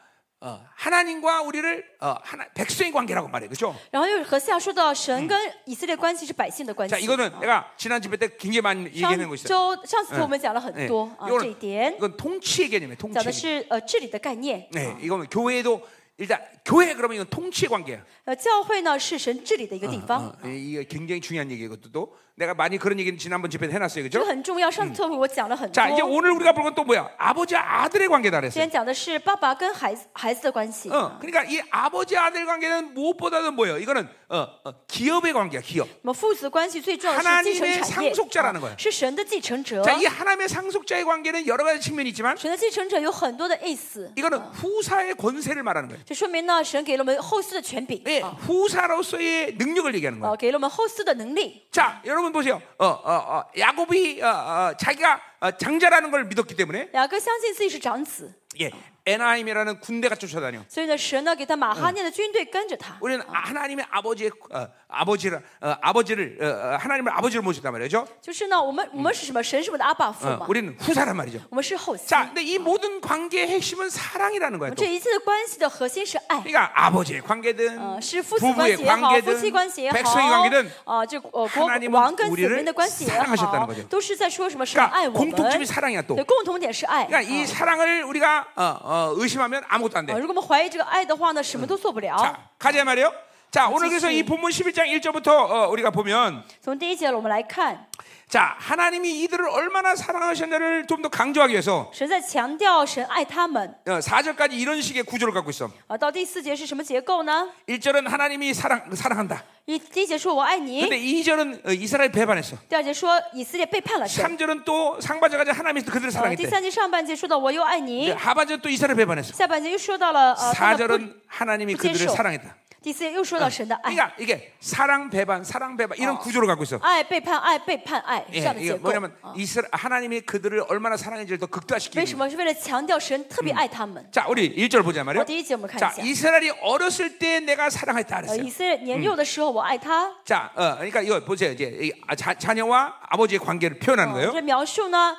S1: 어, 하나님과 우리를 어, 하나, 백성의 관계라고 말해, 그렇죠?
S2: 然后又和下说到神跟以色列关系是百姓的关系。
S1: 자, 이거는
S2: 啊
S1: 내가 지난 집회 때 굉장히 많이 얘기하는 거
S2: 上
S1: 있어요.
S2: 周上次我们嗯讲了
S1: 예.
S2: 很多啊，这一
S1: 이거는
S2: 点
S1: 이건 통치의 개념이에요.
S2: 讲
S1: 통치.
S2: 的
S1: 개념.
S2: 是呃治理的概念。
S1: 네, 이거는 교회도 일단 교회 그러면 이건 통치의 관계야.
S2: 呃，教会呢是神治理的一个地方
S1: 어, ， 이- 이게 굉장히 중요한 얘기거든 또. 내가 많이 그런 얘기는 지난번 집회 때 해놨어요, 그렇죠?
S2: 这个很重要。上次我讲了很
S1: 자, 이제
S2: 多，
S1: 오늘 우리가 볼 건 또 뭐야? 아버지와 아들의 관계다
S2: 今
S1: 그랬어요.
S2: 天讲的是爸爸跟孩子孩子的关系。
S1: 어, 그러니까 이 아버지 아들 관계는 무엇보다도 뭐예요? 이거는 어, 어, 기업의 관계야, 기업.
S2: 那么父子关系最重要的是继承产
S1: 하나님의상속자라는거야
S2: 业，啊是神的继承者。
S1: 자, 이 하나님의 상속자의 관계는 여러 가지 측면이 있지만
S2: 神的继承者有很多的意思，
S1: 이거는 후사의 권세를 말하는 거예요.
S2: 这说明呢，神给了我们后世的权柄，
S1: 예,
S2: 啊
S1: 후사로서의 능력을 얘기하는 거예요.
S2: 呃，给了我们后世的能力。
S1: 자, 여러분 보세요. 어, 어, 어, 야곱이 어, 어, 자기가 어, 장자라는 걸 믿었기 때문에
S2: 雅各相信自己是长子，
S1: 예, 에나임이라는 군대가 쫓아다녀.
S2: 所以呢，神呢给他马哈念的军队跟着他。
S1: 우리는 아- 하나님의 아버지의 어, 아버지를 어, 아버지를 어, 어, 하나님을 아버지로 모셨단 말이죠.
S2: 就是呢，我们我们是什么？嗯神是我们的阿爸父
S1: 어,
S2: 嘛，
S1: 우리는 후사란 말이죠.
S2: 我们是后嗣。
S1: 자, 근데 이 모든 관계의 핵심은 사랑이라는 거야. 또.
S2: 这一切的关系的核心是爱。
S1: 그러니까 아버지의 어, 관계든
S2: 呃，是父子关
S1: 부부의
S2: 系也好，夫
S1: 관계든 어.
S2: 妻关系也
S1: 백성의
S2: 好
S1: 관계든 ，
S2: 啊，这 呃国
S1: 하나님은
S2: 王跟子
S1: 우리를
S2: 民的关系也
S1: 사랑하셨다는
S2: 好
S1: 거죠 ，
S2: 都是在说什么神
S1: 그러니까
S2: 爱我们。
S1: 공통점이 사랑이야 또.
S2: 对，共同点是爱。
S1: 그러니까 이
S2: 啊
S1: 사랑을 우리가 어, 어, 의심하면 아무것도 안
S2: 啊
S1: 돼.
S2: 如果我们怀疑这个爱的话呢，什么都做不了。
S1: 嗯 자, 가자 말이요. 자, 오늘 그래서 이 본문 11장 1절부터 어, 우리가 보면
S2: 从第一节我们来看，
S1: 자, 하나님이 이들을 얼마나 사랑하셨냐를 좀 더 강조하기 위해서
S2: 神在强调神爱他们。
S1: 어, 4절까지 이런 식의 구조를 갖고 있어.
S2: 啊，到第四节是什么结构呢？
S1: 1절은 하나님이 사랑 사랑한다.
S2: 一第一节说我爱你，
S1: 근데 2절은 이스라엘 배반했어.
S2: 第二节说以色列背叛
S1: 예.
S2: 了神。
S1: 3절은 또 상반절까지 하나님이 그들을
S2: 呃，第
S1: 사랑했대.
S2: 三节上半节说到我又爱
S1: 근데
S2: 你，
S1: 하반절은 또 이스라엘 배반했어.
S2: 下半节又说到了呃他们不
S1: 4절은 하나님이
S2: 부채쇼.
S1: 그들을 사랑했다.
S2: 第第四又
S1: 嗯
S2: 说到神的爱，
S1: 그러니까 이게 사랑 배반, 사랑 배반 이런 구조를 갖고 있어. 아,
S2: 爱背叛爱背叛爱这
S1: 예,
S2: 样的
S1: 이게
S2: 结构。
S1: 뭐냐면
S2: 啊
S1: 이스라 하나님이 그들을 얼마나 사랑했는지를 더
S2: 为
S1: 극대화시키는.
S2: 什么是为了强调神特别爱他们？
S1: 자, 우리 1절 보자 말이요.
S2: 어,第一节我们看一
S1: 자
S2: 下
S1: 이스라엘이 어렸을 때 내가 사랑했다
S2: 呃，
S1: 그랬어요.
S2: 以色列年幼的时候我爱他，
S1: 자, 어, 그러니까 이거 보세요. 이제 이 아, 자, 자녀와 아버지의 관계를 표현하는
S2: 哦
S1: 거예요.
S2: 这描述呢，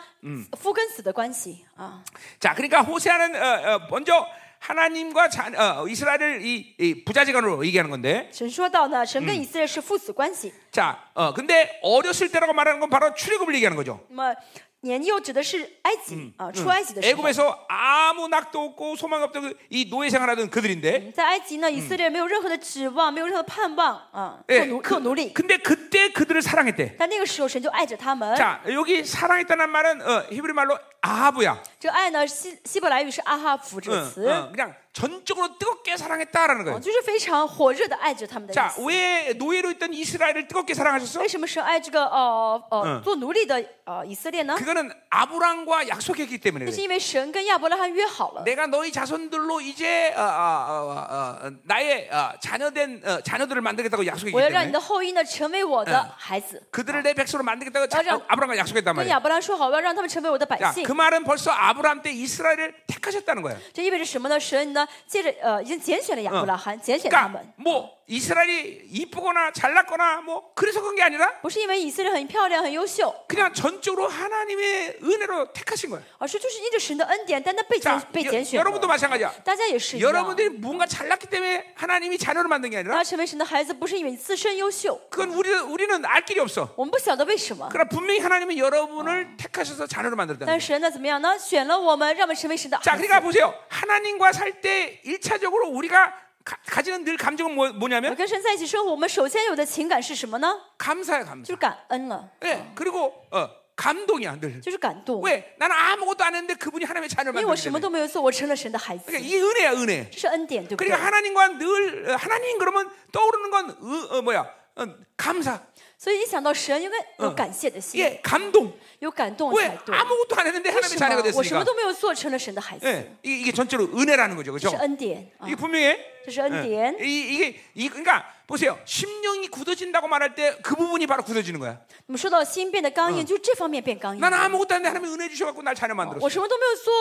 S2: 夫跟子的关系啊。
S1: 자, 그러니까 호세아는 어, 어, 먼저 하나님과 자, 어, 이스라엘을 이, 이 부자지간으로 얘기하는 건데,
S2: 神说到呢，神跟以色列是父子关系。
S1: 자, 어, 근데 어렸을 때라고 말하는 건 바로 출애굽을 얘기하는 거죠.
S2: 那么年幼指的是埃及啊，出埃及
S1: 네, 哎
S2: 的时候。
S1: 애굽에서 아무 낙도 없고 소망 없던 그이 노예 생활하던 그들인데,
S2: 在埃及呢，以色列没有任何的指望，没有任何的盼望啊，
S1: 예,
S2: 做奴做奴隶。
S1: 근데 그때 그들을 사랑했대.
S2: 但那个时候，神就爱着他们。
S1: 자, 여기 사랑했다는 말은 어, 히브리 말로 아부야.
S2: 这个爱呢，希希伯来语是阿哈夫这
S1: 응,
S2: 个
S1: 응,
S2: 词，啊
S1: 그냥 전적으로 뜨겁게 사랑했다라는 거예요.
S2: 就是非常火热的爱着他们的意
S1: 자,
S2: 思。
S1: 왜 노예로 있던 이스라엘을 뜨겁게 사랑하셨어?
S2: 为什么神爱这个呃呃做奴隶的呃以色列呢？
S1: 그거는 아브람과 약속했기 때문에
S2: 那是
S1: 그래.
S2: 因为神跟亚伯拉罕约好了，
S1: 내가 너희 자손들로 이제 어, 어, 어, 어, 나의 어, 자녀된 어, 자녀들을 만들겠다고 약속했기
S2: 我要让你
S1: 때문에
S2: 的后裔呢成为我的
S1: 嗯
S2: 孩子。
S1: 그들을 내 백성으로 만들겠다고 자,
S2: 맞아.
S1: 아브람과 약속했단
S2: 跟
S1: 말이야.
S2: 亚伯拉罕说好，我要让他们成为我的百
S1: 자,
S2: 姓
S1: 그 。 말은 벌써 아브람 때 이스라엘을 택하셨다는 거야.
S2: 这意味着什么呢？神呢，接着呃，已经拣选了亚伯拉罕，拣选他
S1: 그러니까
S2: 们，
S1: 뭐 이스라엘이 이쁘거나 잘났거나 뭐 그래서 그런 게 아니라
S2: 不是因为以色列很漂亮、很优秀，
S1: 그냥 전적으로 하나님의 은혜로 택하신 거야.
S2: 而是就是因着神的恩典，单单被拣
S1: 자,
S2: 被拣
S1: 여,
S2: 选了。
S1: 여러분도 마찬가지야.
S2: 大家也是一样。
S1: 여러분들이 뭔가 잘났기 때문에 하나님이 자녀로 만든 게
S2: 大
S1: 아니라
S2: 家成为神的孩子，不是因为你自身优秀，
S1: 그건 우리 우리는 알 길이 없어.
S2: 我们不晓得为什么。
S1: 그러나 분명히 하나님은 여러분을 택하셔서 자녀로 만들다.
S2: 但是神呢，怎么样呢？选了我们，让我们成为神的
S1: 자,
S2: 孩
S1: 그러니까
S2: 子。
S1: 보세요. 하나님과 살 때 일차적으로 우리가 가, 지는늘 감정은 뭐, 뭐냐면
S2: 跟神在一起生活，我们首先有的情感是什么呢？
S1: 감사야
S2: 就
S1: 감사.
S2: 是感恩了，
S1: 예, 그리고 어, 감동이야 늘.
S2: 就是感动。因
S1: 왜 나는 아무것도 안 했는데 그분이 하나님의 자녀로
S2: 为我什么
S1: 만들었기
S2: 都没有做，我成了神的孩子，
S1: 그러니까 이게 은혜야 은혜.
S2: 这是恩典，对不对
S1: 그러니까 ？ 하나님과 늘 어, 하나님 그러면 떠오르는 건 어, 어, 뭐야 어, 감사,
S2: 所以一想到神，应该有感谢的心，
S1: 예, 감동.
S2: 有感动
S1: 왜
S2: 才对。
S1: 아무것도 안 했는데
S2: 为
S1: 하나님의
S2: 什
S1: 자녀가
S2: 么我什
S1: 됐으니까?
S2: 么都没有做，成了神的孩子？
S1: 예, 이게, 이게 전체로 은혜라는 거죠,
S2: 这
S1: 그렇죠?
S2: 是恩典啊
S1: 이게 ， 분명해.
S2: 这是恩
S1: 예.
S2: 典。
S1: 이, 이게 이 그러니까 보세요. 심령이 굳어진다고 말할 때 그 부분이 바로 굳어지는 거야.
S2: 我们说到心变得刚硬，就这方面变刚硬。
S1: 나는 아무것도 안 했는데 하나님이 은혜 주셔갖고 날 자녀 만들었어.
S2: 我什么都没有做，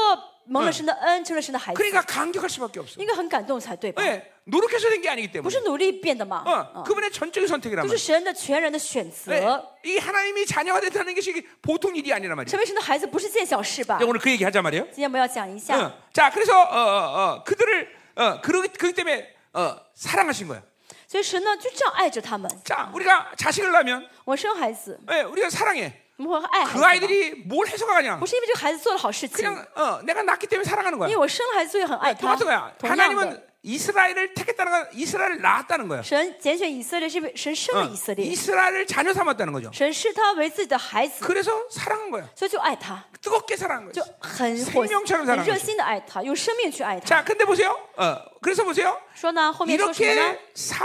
S2: 蒙了神的恩，成了神的孩子，
S1: 그러니까 감격할 수밖에 없어.
S2: 应该很感动才对吧？
S1: 예, 노력해서 된 게 아니기
S2: 不
S1: 때문에.
S2: 是努力变的嘛？
S1: 어,
S2: 啊
S1: 그분의 전적인 선택이란
S2: 就是
S1: 말이야.
S2: 神的全然的选择。
S1: 예, 이 하나님이 자녀가 됐다는 것이 이게 보통 일이 아니란 말이야.
S2: 成为神的孩子不是件小事吧
S1: 자, ？ 오늘 그 얘기 하자 말이에요.
S2: 今天我们要讲一下，
S1: 어, 자, 그래서 어, 어, 어, 그들을 어, 그러기 그렇기 때문에 어, 사랑하신 거야.
S2: 所以神呢就这样爱着他们。
S1: 자, 우리가 자식을 낳으면
S2: 我们生孩子，
S1: 예, 우리가 사랑해.
S2: 我们会
S1: 그
S2: 爱孩子吗，
S1: 아이들이 뭘 해서가냐?
S2: 不是因为这个孩子做了好事情，
S1: 그냥 어, 내가 낳기 때문에 사랑하는 거야.
S2: 因为我生了孩子所以很爱哎他。
S1: 똑같은 거야.
S2: 同样的，
S1: 하나님은 이스라엘을 택했다는 건 이스라엘을 낳았다는 거야.
S2: 神拣选以色列是因为神生
S1: 어,
S2: 了以色列，
S1: 이스라엘을 자녀 삼았다는 거죠.
S2: 神视他为自己的孩子，
S1: 그래서 사랑한 거야.
S2: 所以就爱他，
S1: 뜨겁게 사랑한
S2: 就
S1: 거야.
S2: 很火
S1: 생명처럼사랑하죠
S2: 很热心的爱他，用生命去爱他。
S1: 자, 근데 보세요. 어, 그래서 보세요.
S2: 说呢，后面说什么呢？
S1: 이렇게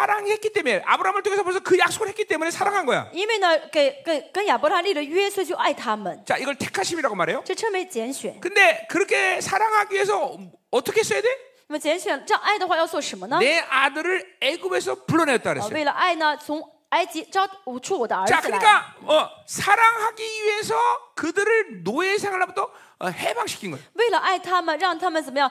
S1: 사랑했기 때문에 아브라함을 통해서 벌써 그 약속을 했기 때문에 사랑한 거야.
S2: 因为呢，给给跟亚伯拉罕立了约，所以就爱他们，
S1: 자, 이걸 택하심이라고 말해요.
S2: 这称为拣选。
S1: 근데 그렇게 사랑하기 위해서 어떻게 써야 돼?
S2: 那么拣选这样爱的话，要做什么呢？
S1: 내 아들을 애굽에서 불러냈다
S2: 啊，
S1: 그랬어요.
S2: 为了爱呢，从埃及招我出我的儿
S1: 자,
S2: 子来。
S1: 그러니까 어, 사랑하기 위해서 그들을 노예 생활로부터 어, 해방시킨 거예요.
S2: 为了爱他们，让他们怎么样，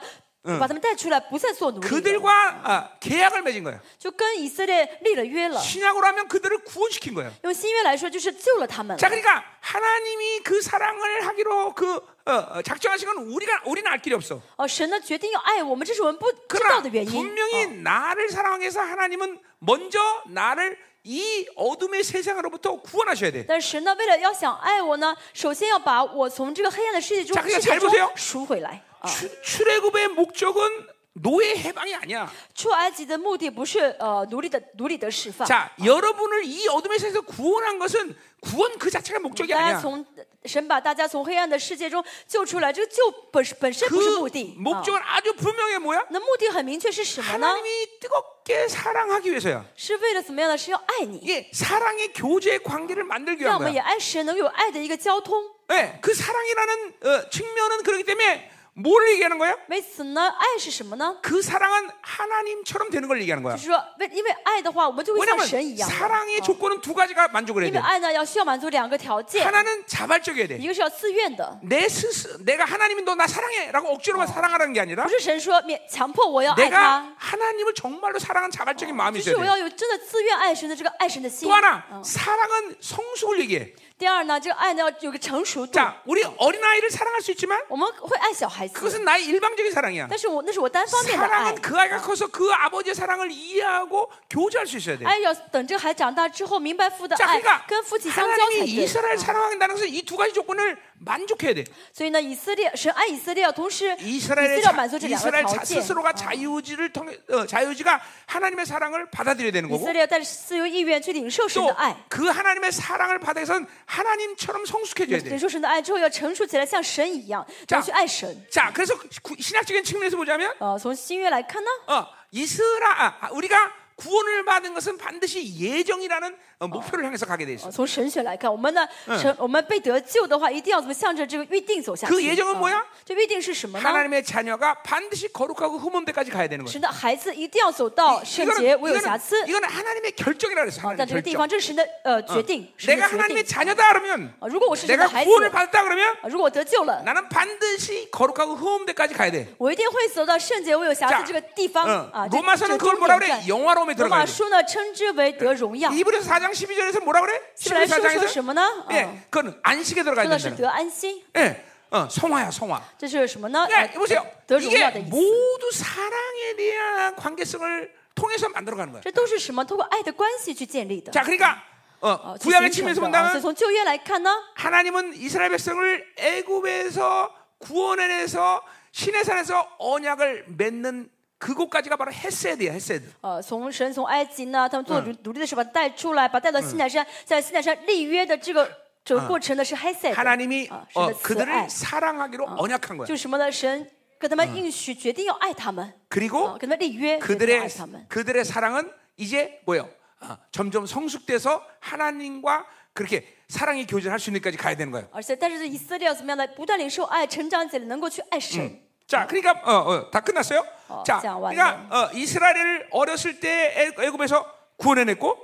S2: 把他们带出来，不再做奴隶了，
S1: 그들과 아, 계약을 맺은 거예요.
S2: 就跟以色列立了约了。
S1: 신약으로 하면 그들을 구원시킨 거예요.
S2: 用新约来说，就是救了他们了
S1: 자, 。 그러니까 하나님이 그 사랑을 하기로 그 어, 어, 작정하신 건 우리가 우리는 알 길이 없어.
S2: 哦，神呢决定要爱我们，这是我们不知道
S1: 그러나
S2: 的原因。
S1: 분명히
S2: 哦
S1: 나를 사랑하기 위해서 하나님은 먼저 나를 이 어둠의 세상으로부터 구원하셔야 돼.
S2: 但神呢，为了要想爱我呢，首先要把我从这个黑暗的世界中
S1: 자그러니까
S2: 世界中
S1: 잘보세요
S2: 赎回来啊！
S1: 추- 출애굽의 목적은 노예 해방이 아니야.
S2: 出埃及的目的不是呃奴隶的奴隶的释放，
S1: 자, 어. 여러분을 이 어둠의 세상에서 구원한 것은 구원 그 자체가 목적이
S2: 大家
S1: 아니야.
S2: 从神把大家从黑暗的世界中救出来，这个救本是本身不是
S1: 그
S2: 目的。啊
S1: 목적은 아주 분명해 뭐야?
S2: 那目的很明确是什么呢？
S1: 하나님이 뜨겁게 사랑하기 위해서야.
S2: 是为了怎么样呢？是要爱你，
S1: 이게 사랑의 교제 관계를 만들기 위한
S2: 让我们也
S1: 뭐 거야. 예,
S2: 爱神，能有爱的一个交通。
S1: 네, 그 사랑이라는 어, 측면은 그렇기 때문에 뭘 얘기하는 거야?
S2: 为此呢，爱是什么呢？
S1: 그 사랑은 하나님처럼 되는 걸 얘기하는 거야.
S2: 就是说，为因为爱的话，我们就会像
S1: 왜냐면
S2: 神一样的。
S1: 사랑의
S2: 啊
S1: 조건은 두 가지가 만족을
S2: 因为
S1: 해야
S2: 爱呢，要需要满足两个条
S1: 돼
S2: 件，
S1: 하나는 자발적이어야 돼.
S2: 一个是要自愿的，
S1: 내 스스 내가 하나님이 너 나 사랑해라고 억지로만 사랑하라는 게 아니라
S2: 不是神说勉强迫我要爱
S1: 내가
S2: 他，
S1: 하나님을 정말로 사랑한 자발적인 마음이
S2: 就是
S1: 있어야
S2: 我
S1: 돼.
S2: 要有真的自愿爱神的这个爱神的心
S1: 또 。 하나
S2: 嗯
S1: 사랑은 성숙을 얘기해.
S2: 第二呢，这个爱呢要有个成熟度，
S1: 자 우리 어린 아이를 사랑할 수 있지만
S2: 我们会爱小孩子，
S1: 그것은 나의 일방적인 사랑이야.
S2: 但是我那是我单方面的爱
S1: 사랑은 。그 네, 아이가 커서 그 아버지의 사랑을 이해하고 교제할 수 있어야 돼.
S2: 爱哎要等这个孩子长大之后明白父的
S1: 자
S2: 爱
S1: 그러니까 ，
S2: 跟父亲相交才
S1: 하나님이
S2: 对。
S1: 이스라엘
S2: 嗯
S1: 사랑한다는 것은 이 두 가지 조건을 만족해야 돼.
S2: 所以呢，以色列神爱以色列，同时以色列
S1: 이스라엘의
S2: 要
S1: 자,
S2: 满足这两个
S1: 이스라엘
S2: 条
S1: 자,
S2: 件。
S1: 스스로가
S2: 嗯
S1: 자유지를 통해 어, 자유지가 하나님의 사랑을 받아들여야 되는
S2: 以色
S1: 거고
S2: 列带着自由意愿去领受神的
S1: 또
S2: 爱，
S1: 그 하나님의 사랑을 받아서 선 하나님처럼 성숙해져야
S2: 领
S1: 돼.
S2: 受神的爱之后要成熟起来，像神一样，
S1: 자
S2: 要去爱神。
S1: 자, 그래서 구- 신학적인 측면에서 보자면
S2: 呃，从新约来看呢，
S1: 어, 이스라 아, 아, 우리가 구원을 받은 것은 반드시 예정이라는 어, 목표를 향해서 가게 돼 있어.
S2: 呃从神学来看，我们呢，
S1: 嗯
S2: 神我们被得救的话，一定要怎么向着这个预定走下去？
S1: 그예정은뭐야
S2: 啊这预定是什么呢？
S1: 하나님의 자녀가 반드시 거룩하고 흠없는 데까지 가야 되는 거예요.
S2: 神的孩子一定要走到圣洁，无有瑕疵。啊
S1: 이거는 하나님의 결정이라 그랬어.
S2: 在
S1: 하나님의
S2: 这个地
S1: 결정. 어,
S2: 方，这是神的
S1: 嗯
S2: 呃决定，神
S1: 내가
S2: 的决
S1: 하나님의
S2: 定。
S1: 자녀다 그러면
S2: 啊，如果我是神
S1: 내가
S2: 的孩子，
S1: 구원을 받았다 그러면
S2: 啊如果我得救了，
S1: 나는 반드시 거룩하고 흠없는 데까지 가야 돼.
S2: 我一定会走到圣洁、无有瑕
S1: 자
S2: 疵这个地方
S1: 嗯
S2: 啊。这
S1: 罗马书
S2: 这
S1: 는그걸
S2: 个终
S1: 뭐라
S2: 点
S1: 그래
S2: 站
S1: 영화로움에들어가야
S2: 罗马
S1: 돼
S2: 书呢称之为得荣耀。
S1: 이브리서 4장 12절에서 뭐라 그래?
S2: 希伯来书说什
S1: 14장에서
S2: 么呢？啊，
S1: 예, 그건 안식에
S2: 说
S1: 들어가야
S2: 的是
S1: 된다.
S2: 得安心，
S1: 예, 어, 성화야 성화.
S2: 这是什么呢？哎
S1: 그러니까 보세요.
S2: 得荣
S1: 이게
S2: 耀的意思。
S1: 모두 사랑에 대한 관계성을 통해서 만들어가는 거야.
S2: 这都是什么？通过爱的关系去建立的。
S1: 자, 그러니까 어,
S2: 啊去
S1: 구약의
S2: 形
S1: 측면에서
S2: 成的啊所
S1: 본다면
S2: 以从旧约来看呢，
S1: 하나님은 이스라엘 백성을 애굽에서 구원해내서 시내산에서 언약을 맺는 그곳까지가 바로 헤세드야, 헤세드.
S2: 呃，从神从埃及呢，他们做奴奴隶的时候把他带出来，把他带到西奈山，在西奈山立约的这个整个过程呢是 h e s e
S1: 하나님이
S2: 啊，神
S1: 어,
S2: 的慈爱
S1: 그들을 ， 사랑하기로 언약한 거야.
S2: 就是什么呢？神跟他们应许，决定要爱他们，
S1: 그리고
S2: 啊，跟他们立
S1: 네,
S2: 约，决定
S1: 그들의
S2: 要爱他们。
S1: 그들의 사랑은 이제 뭐요? 아, 점점 성숙돼서 하나님과 그렇게 사랑의 교제를 할 수 있는 데까지 가야 되는 거예요.
S2: 而且，但是以色列要怎么样呢？不断领受爱，成长起来，能够去爱神。
S1: 자, 그러니까 어, 어, 다 끝났어요.
S2: 어,
S1: 자,
S2: 자, 완료.
S1: 그러니까 어, 이스라엘을 어렸을 때 애- 애굽에서 구원해냈고,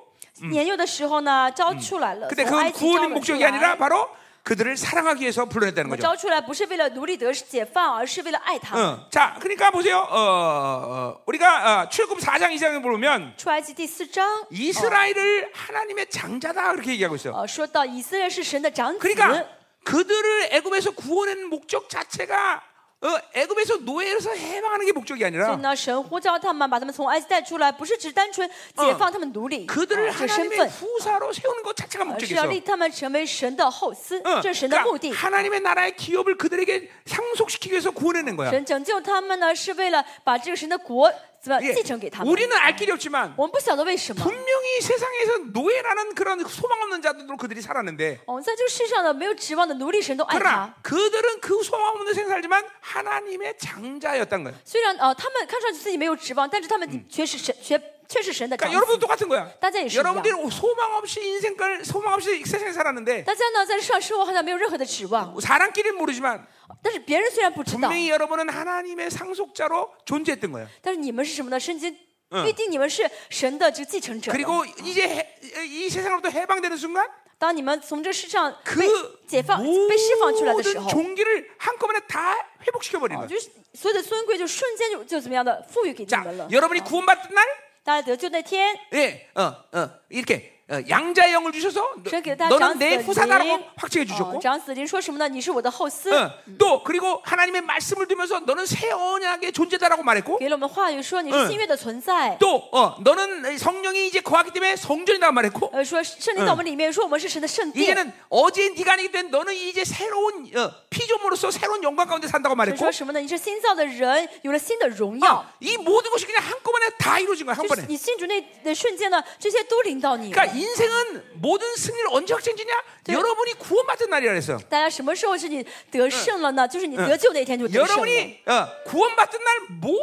S2: 年幼的时候呢，招出来了，
S1: 근데
S2: 从埃
S1: 그
S2: 及招
S1: 구원의
S2: 了出
S1: 목적이 아니라
S2: 来。
S1: 바로 그들을 사랑하기 위해서 불러냈다는
S2: 我
S1: 거죠.
S2: 招出来不嗯是为了奴隶得解放，而是为了爱他们。
S1: 어, 자, 그러니까 보세요. 어, 어, 우리가 어, 출애굽 4장 2장을 보면
S2: 出埃及第四章，
S1: 이스라엘을 하나님의 장자다 그렇게 얘기하고 있어요.
S2: 呃，说到以色列是神的长子，
S1: 그러니까 그들을 애굽에서 구원한 목적 자체가 어, 애굽에서 노예로서 해방하는 게 목적이
S2: 所以
S1: 아니라
S2: 呢，神呼召他们，把他们从埃及带出来，不是只单纯解放他们奴隶，啊
S1: 그들을
S2: 这身
S1: 어, 하나님의
S2: 份，
S1: 후사로 세우는 것 자체가
S2: 而是要
S1: 목적이었어.
S2: 立他们成为神的后嗣
S1: 어, ，
S2: 这是神的目
S1: 그러니까
S2: 的。
S1: 하나님의 나라의 기업을 그들에게 상속시키기 위해서 구원해낸 거야.
S2: 神拯救他们呢，是为了把这个神的国怎么
S1: 예,
S2: 样继承给他们。
S1: 우리는 알 길이 없지만
S2: 我们不晓得为什么，
S1: 분명히 세상에서 노예라는 그런 소망 없는 자들로 그들이 살았는데
S2: 我们在这个世上呢，没有指望的奴隶神都爱他
S1: 그러나 。 그들은 그 소망 없는 생살지만 하나님의 장자였단 거야.
S2: 虽然呃，他们看上去自己没有指望，但是他们的确是神，确确是神的长
S1: 그러니까 여러분도
S2: 子。
S1: 똑같은 거야.
S2: 따져 있습니다.
S1: 여러분들이 소망 없이 인생을 소망 없이 세상에 살았는데
S2: 大家呢，在这上生活好像没有任何的指望，
S1: 사람끼리는 모르지만
S2: 但是别人虽然不知道，
S1: 분명히 여러분은 하나님의 상속자로 존재했던 거예요.
S2: 但是你们是什么呢？圣经
S1: 嗯
S2: 预定你们是神的这个继承者。
S1: 그리고 이제 해- 이 세상으로부터 해방되는 순간
S2: 当你们从这世上被
S1: 그
S2: 解放、被释放出来的时
S1: 모든
S2: 候，
S1: 종기를 한꺼번에 다 회복시켜 버리는
S2: 啊
S1: 거예요.
S2: 就是所有的尊贵就瞬间就就怎么样的赋予给你
S1: 자,
S2: 们了。
S1: 여러분이 구원받던 날,
S2: 大家得救那天，
S1: 예, 어, 어, 이렇게 어, 양자의 영을 주셔서 너-
S2: 神给大家长
S1: 너는
S2: 子的
S1: 내
S2: 灵，
S1: 후사다라고 확증해
S2: 哦
S1: 주셨고, 嗯
S2: 长子的灵说什么呢？你是我的后嗣。
S1: 어, 또 그리고 하나님의 말씀을 들면서 너는 새 언약의 존재다라고 말했고,
S2: 给了我们话语说你是
S1: 嗯
S2: 新约的存在，
S1: 또 어, 너는 성령이 이제 거하기 때문에 성전이라고 말했고,
S2: 呃，说圣灵在我们里面，说我们是神的圣殿，
S1: 이제는 어제 네가 아니기 때문에 너는 이제 새로운 어, 피조물로서 새로운 영광 가운데 산다고
S2: 神
S1: 말했고
S2: 说什么呢？你是新造的人，有了新的荣耀
S1: 아, 。이 모든 것이 그냥 한꺼번에 다 이루어진 거야
S2: 就是
S1: 한꺼번에
S2: 你信主那那瞬间呢，这些都临到你了。
S1: 그러니까 인생은 모든 승리를 언제 확정지냐
S2: 네.
S1: 여러분이 구원받은 날이라 그랬어
S2: 大家什么时候是你得胜了呢？就是你得救那天就
S1: 嗯
S2: 得胜了。
S1: 여러분이 어, 구원받은 날 모든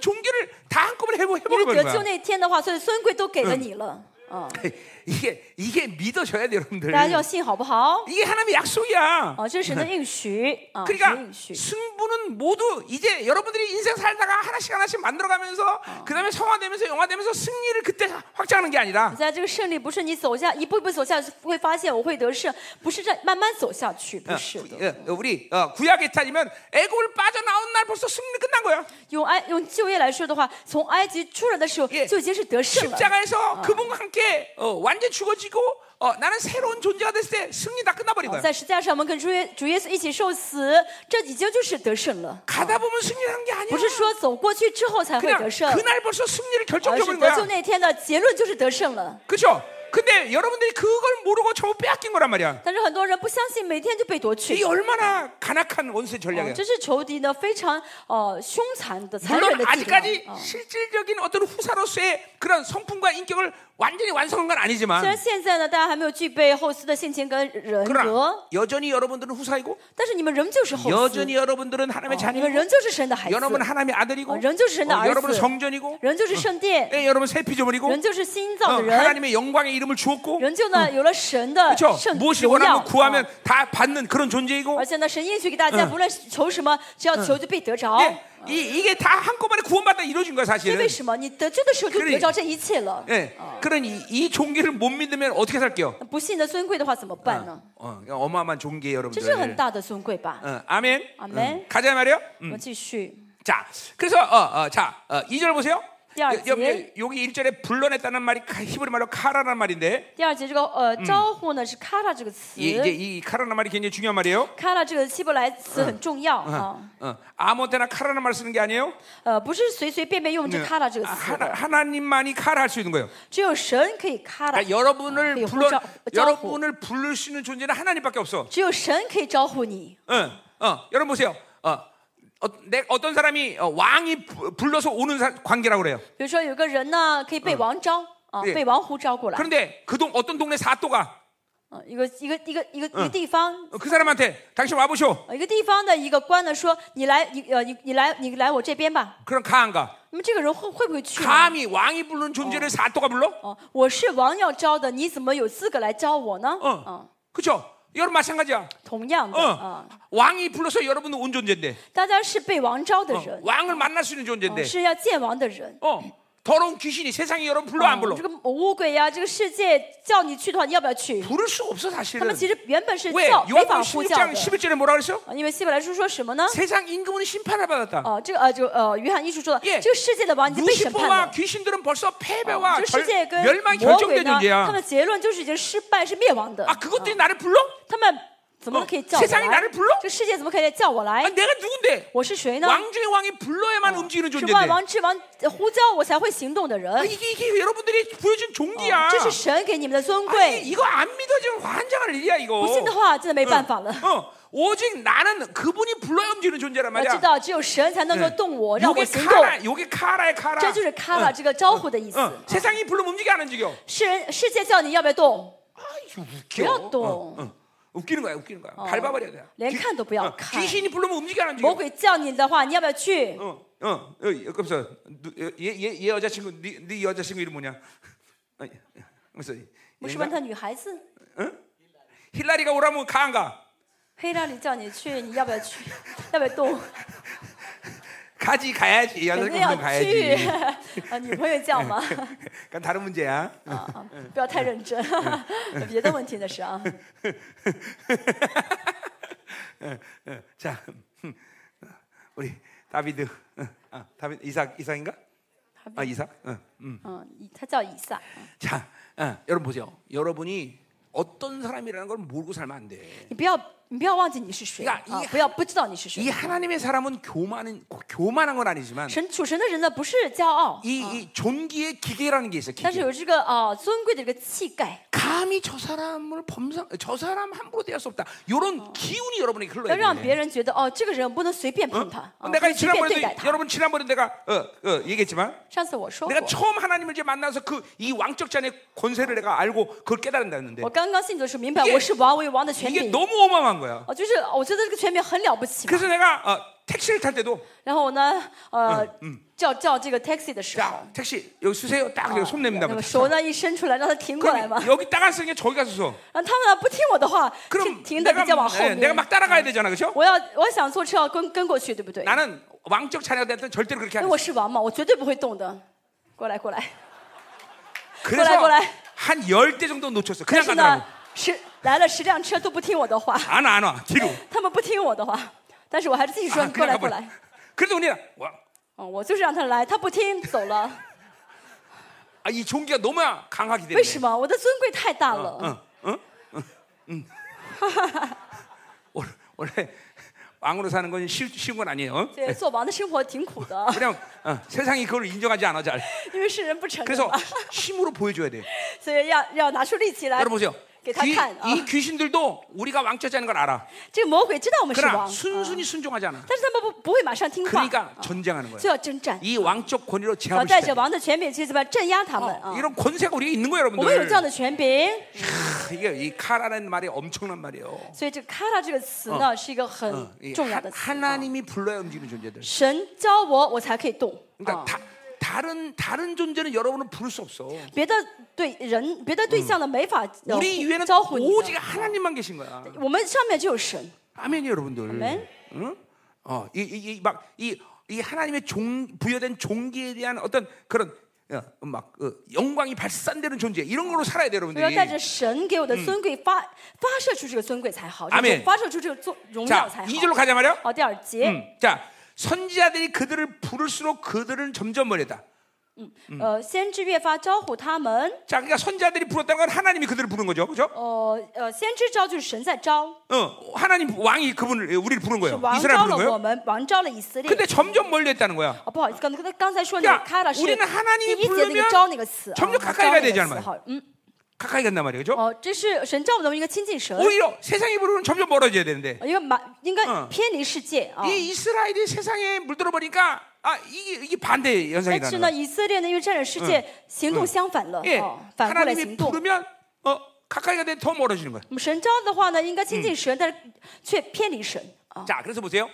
S1: 종교를 다 한꺼번에 해보, 해보는
S2: 因为得救
S1: 거야
S2: 那天的话，所有的尊贵都给了你了。啊，
S1: 이게, 이게 믿어져야 돼
S2: 大
S1: 여러분들
S2: 家要信好不好？
S1: 이게 하나님의 약속이야
S2: 啊，这是神的应许啊，神的
S1: 그러니까
S2: 应许。
S1: 승부는 여러분 모두 이제 여러분들이 인생 살다가 하나씩 하나씩 만들어가면서 그다음에 성화되면서 영화되면서 승리를 그때 확장하는 게 아니라
S2: 现在这个胜利不是你走下一步一步走下去，会发现我会得胜，不是这样慢慢走下去，
S1: 嗯
S2: 不是的。
S1: 어, 어, 우리 어, 구약에 따지면 애굽을 빠져나온 날 벌써 승리 끝난 거예요.
S2: 用埃用就业来说的话，从埃及出来的时候
S1: 예
S2: 就已经是得胜了。
S1: 십자가에서 그분과 함께 어, 완전 죽어지고 어, 나는 새로운 존재가 됐을 때 승리 다 끝나버린 거예요.
S2: 啊在十字架上，我们跟主耶主耶稣一起受死，这已经就是得胜了，
S1: 가다 보면 승리라는 게
S2: 不
S1: 아니야.
S2: 是说走过去之后才会
S1: 그냥
S2: 得胜，
S1: 그날 벌써 승리를
S2: 而是
S1: 결정해버린
S2: 得
S1: 거야.
S2: 救那天的结论就是得胜了。
S1: 그렇죠? 근데 여러분들이 그걸 모르고 저거 빼앗긴 거란 말이야.
S2: 但是很多人不相信，每天就被夺去
S1: 이 。 얼마나 간악한 원수의
S2: 哦
S1: 전략이야.
S2: 这是仇敌呢非常呃凶残的残忍
S1: 물론
S2: 的伎俩。
S1: 아직까지
S2: 哦
S1: 실질적인 어떤 후사로서의 그런 성품과 인격을 완전히 완성한 건
S2: 虽然
S1: 아니지만
S2: 现在呢，大家还没有具备后嗣的性情跟人
S1: 그러나
S2: 格，
S1: 여전히 여러분들은 후사이고
S2: 但是你们仍旧是后嗣，
S1: 여전히 여러분들은 하나님의
S2: 哦你们
S1: 어, 자녀이고
S2: 仍旧是神的孩子，哦
S1: 여러분은 하나님의 아들이고
S2: 어, 연주신의
S1: 어, 여러분은
S2: 아이스.
S1: 성전이고
S2: 仍旧是圣殿，
S1: 예, 여러분 새 피조물이고
S2: 仍旧是新
S1: 어,
S2: 造的人，
S1: 하나님의 영광의 이름을 주었고
S2: 仍旧呢有了神的
S1: 그렇죠
S2: 圣
S1: 무엇이
S2: 荣耀。
S1: 원하면
S2: 哦
S1: 구하면 다 받는 그런 존재이고
S2: 而且呢，神应许给大家，无论求什么，只要求就必得着。
S1: 예, 이, 이게 다 한꺼번에 구원받다 이루어진 거야
S2: 这
S1: 사실은
S2: 为什么？你得救的时候就
S1: 그러니
S2: 得着这一切了。
S1: 예, 그런 이, 이 종교를 못 믿으면 어떻게 살게요
S2: 不信的尊贵的话怎么办呢？
S1: 어, 마어마한 종교예요
S2: 这是很
S1: 여러분들
S2: 大的尊贵吧？
S1: 어, 아멘
S2: 아멘.
S1: 음, 가자 말이요
S2: 我们继续，
S1: 자 그래서 어, 어, 자 어, 2절 보세요
S2: 야,
S1: 여- 여-
S2: 예.
S1: 여기 1절에 불러냈다는 말이 카- 히브리 말로 카라라는 말인데
S2: 第二节这个呃招呼呢是卡拉这个词
S1: 이, 이제 이 카라라는 말이 굉장히 중요한 말이에요
S2: 卡拉这个希伯来词很重要啊，
S1: 어, 아무 때나 카라는 말 쓰는 게 아니에요.
S2: 呃，不是随随便便用
S1: 嗯
S2: 这卡拉这个
S1: 아,
S2: 词
S1: 하나,
S2: 的，
S1: 하나님만이 카라 할 수 있는 거예요.
S2: 只有神可以卡拉
S1: 그러니까 ， 여러분을
S2: 네,
S1: 불러
S2: 혼자-
S1: 여러분을 부를 수 있는 존재는 하나님밖에 없어.
S2: 只有神可以招呼你。
S1: 응, 어, 여러분 보세요. 어, 어, 내, 어떤 사람이 어, 왕이 부- 불러서 오는 사- 관계라고 그래요.
S2: 比如说有个人呢可以被王招啊，
S1: 对
S2: 被王胡招过来，
S1: 그런데 그동 어떤 동네 사또가
S2: 嗯，一个一个一个一个一个地方
S1: 그 사람한테 당신 와보쇼.
S2: 呃，一个地方的一个官呢说：“你来，你呃，你你来，你来我这边吧。
S1: 그럼 가 안 가? ”
S2: 那么这个人会会不会去呢？
S1: 감히 왕이 부르는 존재를 사또가 불러? 어.
S2: 哦，我是王要招的，你怎么有资格来招我呢？
S1: 어,
S2: 嗯，
S1: 그렇죠. 여러분 마찬가지야.
S2: 同样的
S1: 어,
S2: 啊、
S1: 왕이 불러서 여러분은 온 존재인데
S2: 大家是被嗯王招的
S1: 어,
S2: 人，
S1: 왕을 만날 수 있는
S2: 哦
S1: 존재인데
S2: 是要见王的人。
S1: 어 더러운 귀신이 세상에 여러분 불러 안
S2: 哦
S1: 불러
S2: 这个魔鬼呀、这个世界叫你去的话，你要不要去？
S1: 부를 수가 없어
S2: 他
S1: 사실은
S2: 们其实原本是
S1: 왜
S2: 叫没法
S1: 요한복음
S2: 呼叫
S1: 16장
S2: 的。
S1: 11절에 뭐라 그랬어?
S2: 啊因为希伯来书说什么呢？
S1: 세상 임금은 심판을 받았다
S2: 哦、这个呃，就呃，约翰一书说的，
S1: 예
S2: 这个世界的王已经被审判
S1: 루시퍼와
S2: 了。
S1: 귀신들은 벌써 패배와
S2: 这个世界
S1: 절-
S2: 跟
S1: 멸망이
S2: 魔鬼
S1: 결정된
S2: 呢，他
S1: 존재야
S2: 们结论就是已经失败，是灭亡的。
S1: 아 그것들이 나를 불러?
S2: 他们怎么可以叫
S1: 어
S2: 我
S1: 세상이나를
S2: 来？
S1: 불러
S2: 这世界怎么可以叫我
S1: 아,
S2: 来？
S1: 내가 누군데
S2: 我是谁呢？
S1: 왕 중의 왕이 불러야만 움직이는
S2: 是
S1: 존재인데
S2: 万王之王呼叫我才会行动的人
S1: 아, 。 이게, 이게 여러분들이 보여준 종기야
S2: 这是神给你们的尊
S1: 아니,
S2: 贵，
S1: 이거 안 믿어지면 환장할 일이야
S2: 不信的
S1: 이거
S2: 话真的没办法了。啊
S1: 어, 오직 나는 그분이 불러야 움직이는 존재란
S2: 我
S1: 말이야
S2: 知道只有神才能够动我，让
S1: 요게
S2: 我行动。
S1: 카라, 요게 카라야 카라.
S2: 这就是卡拉这个招呼的意
S1: 어,
S2: 思。
S1: 세상이 불러 움직여 안 움직여.
S2: 世人世界叫你要不要动？
S1: 아이고
S2: 不
S1: 웃겨.
S2: 要
S1: 어,
S2: 动，
S1: 웃기는 거야, 웃기는 거야. 밟아버려야 돼.
S2: 连看都不要
S1: 어,
S2: 看。
S1: 귀신이 불러면 움직여 안
S2: 魔
S1: 움직여.
S2: 鬼叫你的话，你要不要去？
S1: 어, 어, 어, 그래서 얘얘 여자친구, 네, 네 여자친구 이름 뭐냐? 아니, 그래서
S2: 我是问他女孩子，
S1: 힐라리가 오라면 가 안 가?
S2: 黑让你叫你去，你要不要去？要不要动？
S1: 가지 가야지.
S2: 肯
S1: 여자친구
S2: 定要
S1: 운동
S2: 去
S1: 가야지.
S2: 啊！女朋友叫吗？
S1: 그건 다른 문제야.
S2: 啊 啊，不要太认真，别的问题那是啊。
S1: 자, 음, 우리 다비드, 어, 아, 다비드 이삭 이삭인가? 아 이삭. 어.
S2: 嗯，以他叫以撒。
S1: 자, 어, 여러분 보세요. 여러분이 어떤 사람이라는 걸 모르고 살면 안 돼.
S2: 你不要，你不要忘记你是谁啊
S1: 그러니까이 ！
S2: 不要不知道你是
S1: 이
S2: 谁。
S1: 하나님의 사람은 교만은 교만한 건 아니지만
S2: 神属神的人呢，不是骄傲，
S1: 이, 이 존귀의 기계라는 게 있어.
S2: 但是
S1: 기계.
S2: 有这个啊尊贵的这个气概，
S1: 감히 저 사람을 범상 저 사람 함부로 대할 수 없다. 이런 기운이 여러분에게
S2: 要让
S1: 흘러야 돼.
S2: 别人觉得哦，这个人不能随便碰他，啊
S1: 어, 내가
S2: 不能随便
S1: 지난번에도
S2: 对待他。
S1: 여러분 지난번에 내가 어, 어, 얘기했지만
S2: 上次我说过
S1: 내가 ， 처음 하나님을 이제 만나서 그 이 왕적 잔의 권세를 내가 알고 그걸 깨달은다는데
S2: 我刚刚信主时明白
S1: 이게
S2: 我是王，我有王的权
S1: 이게
S2: 柄。
S1: 너무 어마어마한 거야.
S2: 哦哦，就是我觉得这个权柄很了不起嘛。
S1: 그래서 내가 어, 택시를 탈 때도
S2: 然后我呢，呃，叫叫这个 taxi 的时候，啊
S1: 자 택시 여기 쓰세요. 딱 어, 내가 손 냅니다.
S2: 那么手呢一伸出来，让他停过来嘛。
S1: 그럼 여기 따가 쓰는 게 저기 가서 써.
S2: 然后他们呢不听我的话，
S1: 그럼
S2: 停停的比较
S1: 내가,
S2: 往后
S1: 예,
S2: 面。
S1: 내가 막 따라가야 되잖아, 그렇죠?
S2: 我要我想坐车要跟跟过去，对不对？
S1: 나는 왕적 자녀가 됐던 절대로 그렇게
S2: 因为
S1: 안
S2: 我
S1: 했어.
S2: 是王嘛，我绝对不会动的。过来过来，
S1: 그래서
S2: 꼬라.
S1: 한 열 대 정도 놓쳤어. 그냥
S2: 但是呢
S1: 가더라고. ，
S2: 十来了十辆车都不听我的话，
S1: 안 와, 안 와. 뒤로.
S2: 他们不听我的话，但是我还是继续说
S1: 아,
S2: 过
S1: 啊 그냥
S2: 来过来
S1: 가버려. 。 그래도 언니야, 와,
S2: 嗯，我就是让他来，他不听走了。
S1: 아, 이 종기가 너무 강하기
S2: 为
S1: 때문에.
S2: 什么？我的尊贵太大
S1: 嗯
S2: 了。
S1: 원- 원래 왕으로 사는 건 쉬, 쉬운 건 아니에요. 어?
S2: 对，做王的生活挺苦的，
S1: 그냥 어, 세상이 그걸 인정하지 않아 잘.
S2: 因为世人不承认
S1: 그래서
S2: 嘛，
S1: 힘으로 보여줘야 돼요.
S2: 所以要要拿出力气来
S1: 여러분 。 보세요.
S2: 아, 이렇게 다
S1: 귀-
S2: 칸, 어.
S1: 이 귀신들도 우리가 왕자자는 걸 알아.
S2: 这个魔鬼知道我们是
S1: 그러나
S2: 王，嗯
S1: 순순히 순종하지 않아.
S2: 但是他们不不会马上听话，啊
S1: 그러니까 전쟁하는 거예요.
S2: 就要征战，
S1: 이 왕적 권위로
S2: 要
S1: 제압을
S2: 带着
S1: 시켜.
S2: 王的权柄去怎么样镇压他们啊？
S1: 이런 권세가 우리가 있는 거예요,
S2: 我们有这样
S1: 여러분들.
S2: 的权柄，
S1: 크, 이게 이 카라는 말이 엄청난 말이에요.
S2: 所以这个 “kara” 这个词呢是一个很
S1: 어, 이
S2: 重要
S1: 하,
S2: 的词。啊
S1: 하나님이 불러야 움직이는 존재들.
S2: 神教我，我才可以动。
S1: 그러니까
S2: 啊，
S1: 다, 다른 다른 존재는 여러분은 부를 수 없어.
S2: 别的对人、别的对象呢没法呃
S1: 우리 위에는
S2: 招呼你的。
S1: 오직 하나님만 계신 거야.
S2: 我们上面就有神，
S1: 아멘이 여러분들.
S2: 아멘.
S1: 응? 어, 이이막이이 하나님의 종 부여된 종기에 대한 어떤 그런 어, 막 어, 영광이 발산되는 존재 이런 걸로 살아야 돼요,
S2: 我要带着
S1: 여러분들이.
S2: 神给我的尊贵发发射出这个尊贵才好，
S1: 阿门
S2: 这种发射出这个尊荣耀才
S1: 자 2절로
S2: 好。
S1: 가자 말이야.
S2: 好，第二节，
S1: 음, 자, 선지자들이 그들을 부를수록 그들은 점점 멀다.
S2: 呃，先知越发招呼他们，
S1: 자, 그러니까 선지자들이 불렀다는 건 하나님이 그들을 부른 거죠. 그죠?
S2: 呃呃，先知招就是神在招，
S1: 어, 하나님 왕이 그분을 우리를 부른
S2: 是
S1: 거예요.
S2: 王
S1: 이스라엘
S2: 招
S1: 부른
S2: 了
S1: 거예요.
S2: 我们，王招了以色列
S1: 근데 。 점점 멀리 했다는 거야.
S2: 啊，不好意思，刚才刚才说
S1: 야
S2: 那个开了是
S1: 우리는
S2: 第
S1: 하나님이
S2: 一节那
S1: 부르면
S2: 个招那个词啊，
S1: 점점
S2: 招
S1: 가까이가야
S2: 那
S1: 되지않
S2: 个
S1: 아요
S2: 词好，嗯，
S1: 가까이 간단 말이에요. 그죠?
S2: 哦，这是神召我们的一个亲近神，
S1: 오히려 세상이 부르면 점점 멀어져야 되는데.
S2: 一个满应该
S1: 嗯
S2: 偏离世界啊。
S1: 이 이스라엘이 세상에 물들어 버리니까 아 이게 이게 반대
S2: 但是呢，
S1: 현상이라는
S2: 以色列呢又占领世界，行动相反了
S1: 예,
S2: 哦，反过来行
S1: 하나님이
S2: 动。
S1: 부르면 어 가까이가 돼 더 멀어지는 거야.
S2: 我们神召的话呢，应该亲近神，但是却偏离神嗯啊。
S1: 자 그래서 보세요.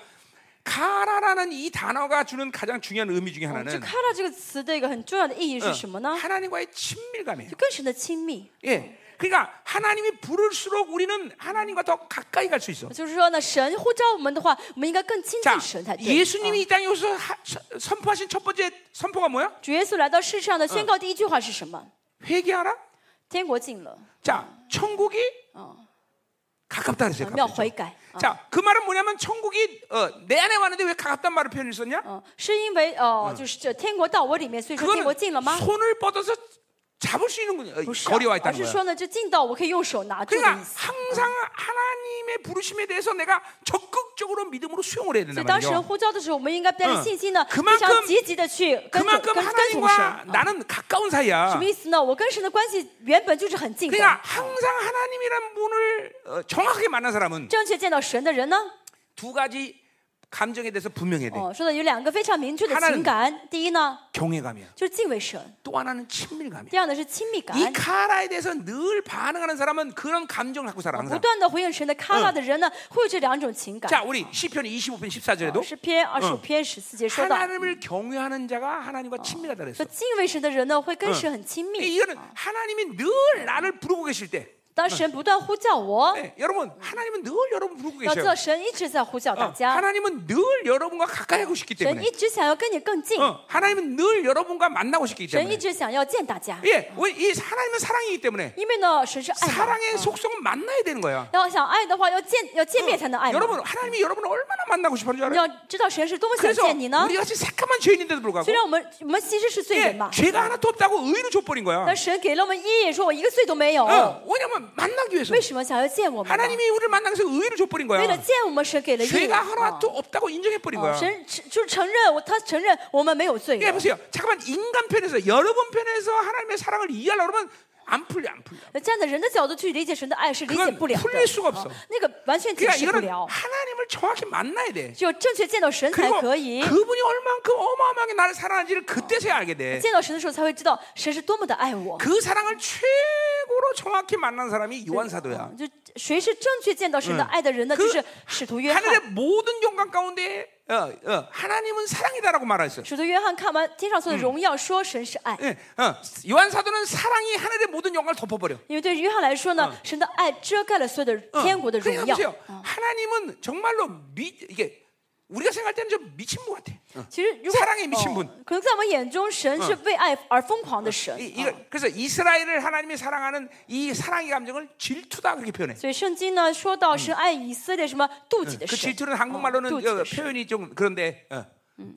S1: 가라라는 이 단어가 주는 가장 중요한 의미 중에
S2: 这
S1: 하나는
S2: 开了这个词的一个很重要的意义
S1: 어,
S2: 是什么呢？
S1: 하나님과의 친밀감이에요.
S2: 就跟神的亲密，
S1: 예, 그러니까 하나님이 부를수록 우리는 하나님과 더 가까이 갈 수 있어.
S2: 就是说呢，神呼召我们的话，我们应该更亲
S1: 자
S2: 近神才对。
S1: 예수님이
S2: 啊
S1: 이 땅에 오셔서 하- 서- 선포하신 첫 번째 선포가 뭐야?
S2: 主耶稣来到世上的宣告第一句话是什么？
S1: 회개하라.
S2: 天国近了，
S1: 자 천국이 가깝다
S2: 我
S1: 그랬어요.
S2: 们要
S1: 가깝죠.
S2: 悔改。啊
S1: 자, 그 말은 뭐냐면 천국이 어, 내 안에 왔는데 왜 가깝단 말을 표현했었냐?
S2: 嗯，是因为哦、呃就是这天国到我里面，所以说天国
S1: 어. 그거는
S2: 近了吗？
S1: 손을 뻗어서 잡을 수 있는 거냐?
S2: 不是啊
S1: 거리와
S2: 而
S1: 있다는
S2: 是
S1: 거야.
S2: 说呢，这近到我可以用手拿住的
S1: 그러니까
S2: 意思。
S1: 항상 하나님의 부르심에 대해서 내가 적극적으로 믿음으로 수용을 해야
S2: 所
S1: 된단
S2: 以当神
S1: 말이죠.
S2: 呼召的时候，我们应该带着信心呢，
S1: 嗯그만큼
S2: 非常积极的去跟着
S1: 그만큼
S2: 跟跟从
S1: 하나님과
S2: 神。啊
S1: 나는 가까운
S2: 什
S1: 사이야.
S2: 么意思呢？我跟神的关系原本就是很近的。
S1: 그러니까 항상 하나님이란 분을 어, 정확하게 만난 사람은
S2: 正确见到神的人呢，
S1: 두 가지 감정에 대해서 분명해야 돼.
S2: 哦，说的有两个非常明确的
S1: 하나는
S2: 情感，第一呢
S1: 경외감이야.
S2: 就是敬畏神，
S1: 또 하나는 친밀감이야.
S2: 第二呢是亲密感。
S1: 이 카라에 대해서 늘 반응하는 사람은 그런 감정을 갖고 살아
S2: 不
S1: 항상.
S2: 断的回应神的卡拉的人呢，会有这两种情感。
S1: 자, 우리 시편 25편 14절에도
S2: 诗篇二十五篇十四节说到，
S1: 하나님을 경외하는 자가 하나님과 친밀하다 그랬어.
S2: 说敬畏神的人呢，会
S1: 嗯
S2: 跟神很亲
S1: 이-
S2: 密。
S1: 이거는 하나님이 늘 나를 부르고 계실 때,
S2: 当神不断呼叫我，
S1: 네, 여러분 하나님은 늘 여러분 부르고
S2: 要知道
S1: 계셔요.
S2: 神一直在呼叫
S1: 어,
S2: 大家，
S1: 하나님은 늘 여러분과 가까이 하고 싶기
S2: 神
S1: 때문에,
S2: 一直想要跟你更近
S1: 어, ， 하나님은 늘 여러분과 만나고 싶기
S2: 神一
S1: 때문에,
S2: 直想要见大家。
S1: 예, 왜- 이 하나님은 사랑이기 어. 때문에
S2: 因为呢，神是爱嘛，
S1: 哎 사랑의 嗯 속성은 만나야 되는 거야.
S2: 要想爱的话，要见要见面才能爱嘛。
S1: 여러분 하나님이 여러분을 얼마나 만나고 싶어하는지
S2: 你
S1: 알아요?
S2: 要知道神是多么想
S1: 그래서
S2: 见你呢
S1: 우리 ？ 같이 새까만 죄인인데도 불구하고
S2: 虽然我们我们其实是罪
S1: 예,
S2: 人嘛，
S1: 죄가 하나도 없다고 의로 줘버린 거야.
S2: 但神给了我们义，说我一个罪都没有，
S1: 어, 왜냐면 만나기 위해서.
S2: 为什么想要见我们
S1: 嗯 음.
S2: 呢？
S1: 하나님이 우리를 만나서 의를 줘버린
S2: 为了
S1: 거야.
S2: 见我们，神给了义。
S1: 죄가
S2: 啊
S1: 하나도 없다고 인정해버린
S2: 啊
S1: 거야.
S2: 神就是承认我，他承认我们没有罪的
S1: 예, 。 보세요. 잠깐만 인간 편에서 여러분 편에서 하나님의 사랑을 이해하려고 그러면 안 풀려, 안 풀려.
S2: 站在人的角度去理解神的爱是理解不了
S1: 그건풀
S2: 的，
S1: 릴수가없어
S2: 啊那个完全解
S1: 그러니까
S2: 释不
S1: 이거는
S2: 了，
S1: 하나님을 정확히 만나야 돼.
S2: 只有正确见到神才
S1: 그리고
S2: 可以。
S1: 그분이 얼만큼 어마어마하게 나를 사랑하는지를 그때서야 알게 돼.
S2: 见到神的时候才会知道神是多么的爱我，
S1: 그 사랑을 최고 최고로 정확히 만난 사람이 요한 사도야.
S2: 就谁是正确见到神的爱的人呢？就是使徒约翰。
S1: 하늘의 모든 영광 가운데 어, 어, 하나님은 사랑이다라고 말했어요.
S2: 使徒约翰看完天上所有的荣耀，说神是爱。
S1: 예, 어, 요한 사도는 사랑이 하늘의 모든 영광을 덮어버려.
S2: 因为对于约翰来说呢，神的爱遮盖了所有的
S1: 어,
S2: 天国的荣
S1: 그러니까
S2: 耀。
S1: 보세요. 하나님은 정말로 미, 이게 우리가 생각할 때는 좀 미친 것 같아. 어.
S2: 其实，如果
S1: 사랑의미친분
S2: 哦可能在我们眼中，神是为爱而疯狂的神。
S1: 이, 이거, 그래서 이스라엘을 하나님이 사랑하는 이 사랑의 감정을 질투다 그렇게 표현해.
S2: 所以圣经呢说到神爱以色列什么妒忌的
S1: 그
S2: 神，
S1: 질투는
S2: 哦
S1: 한국말로는
S2: 妒忌
S1: 어,
S2: 的神。
S1: 표현이 좀 그런데 어.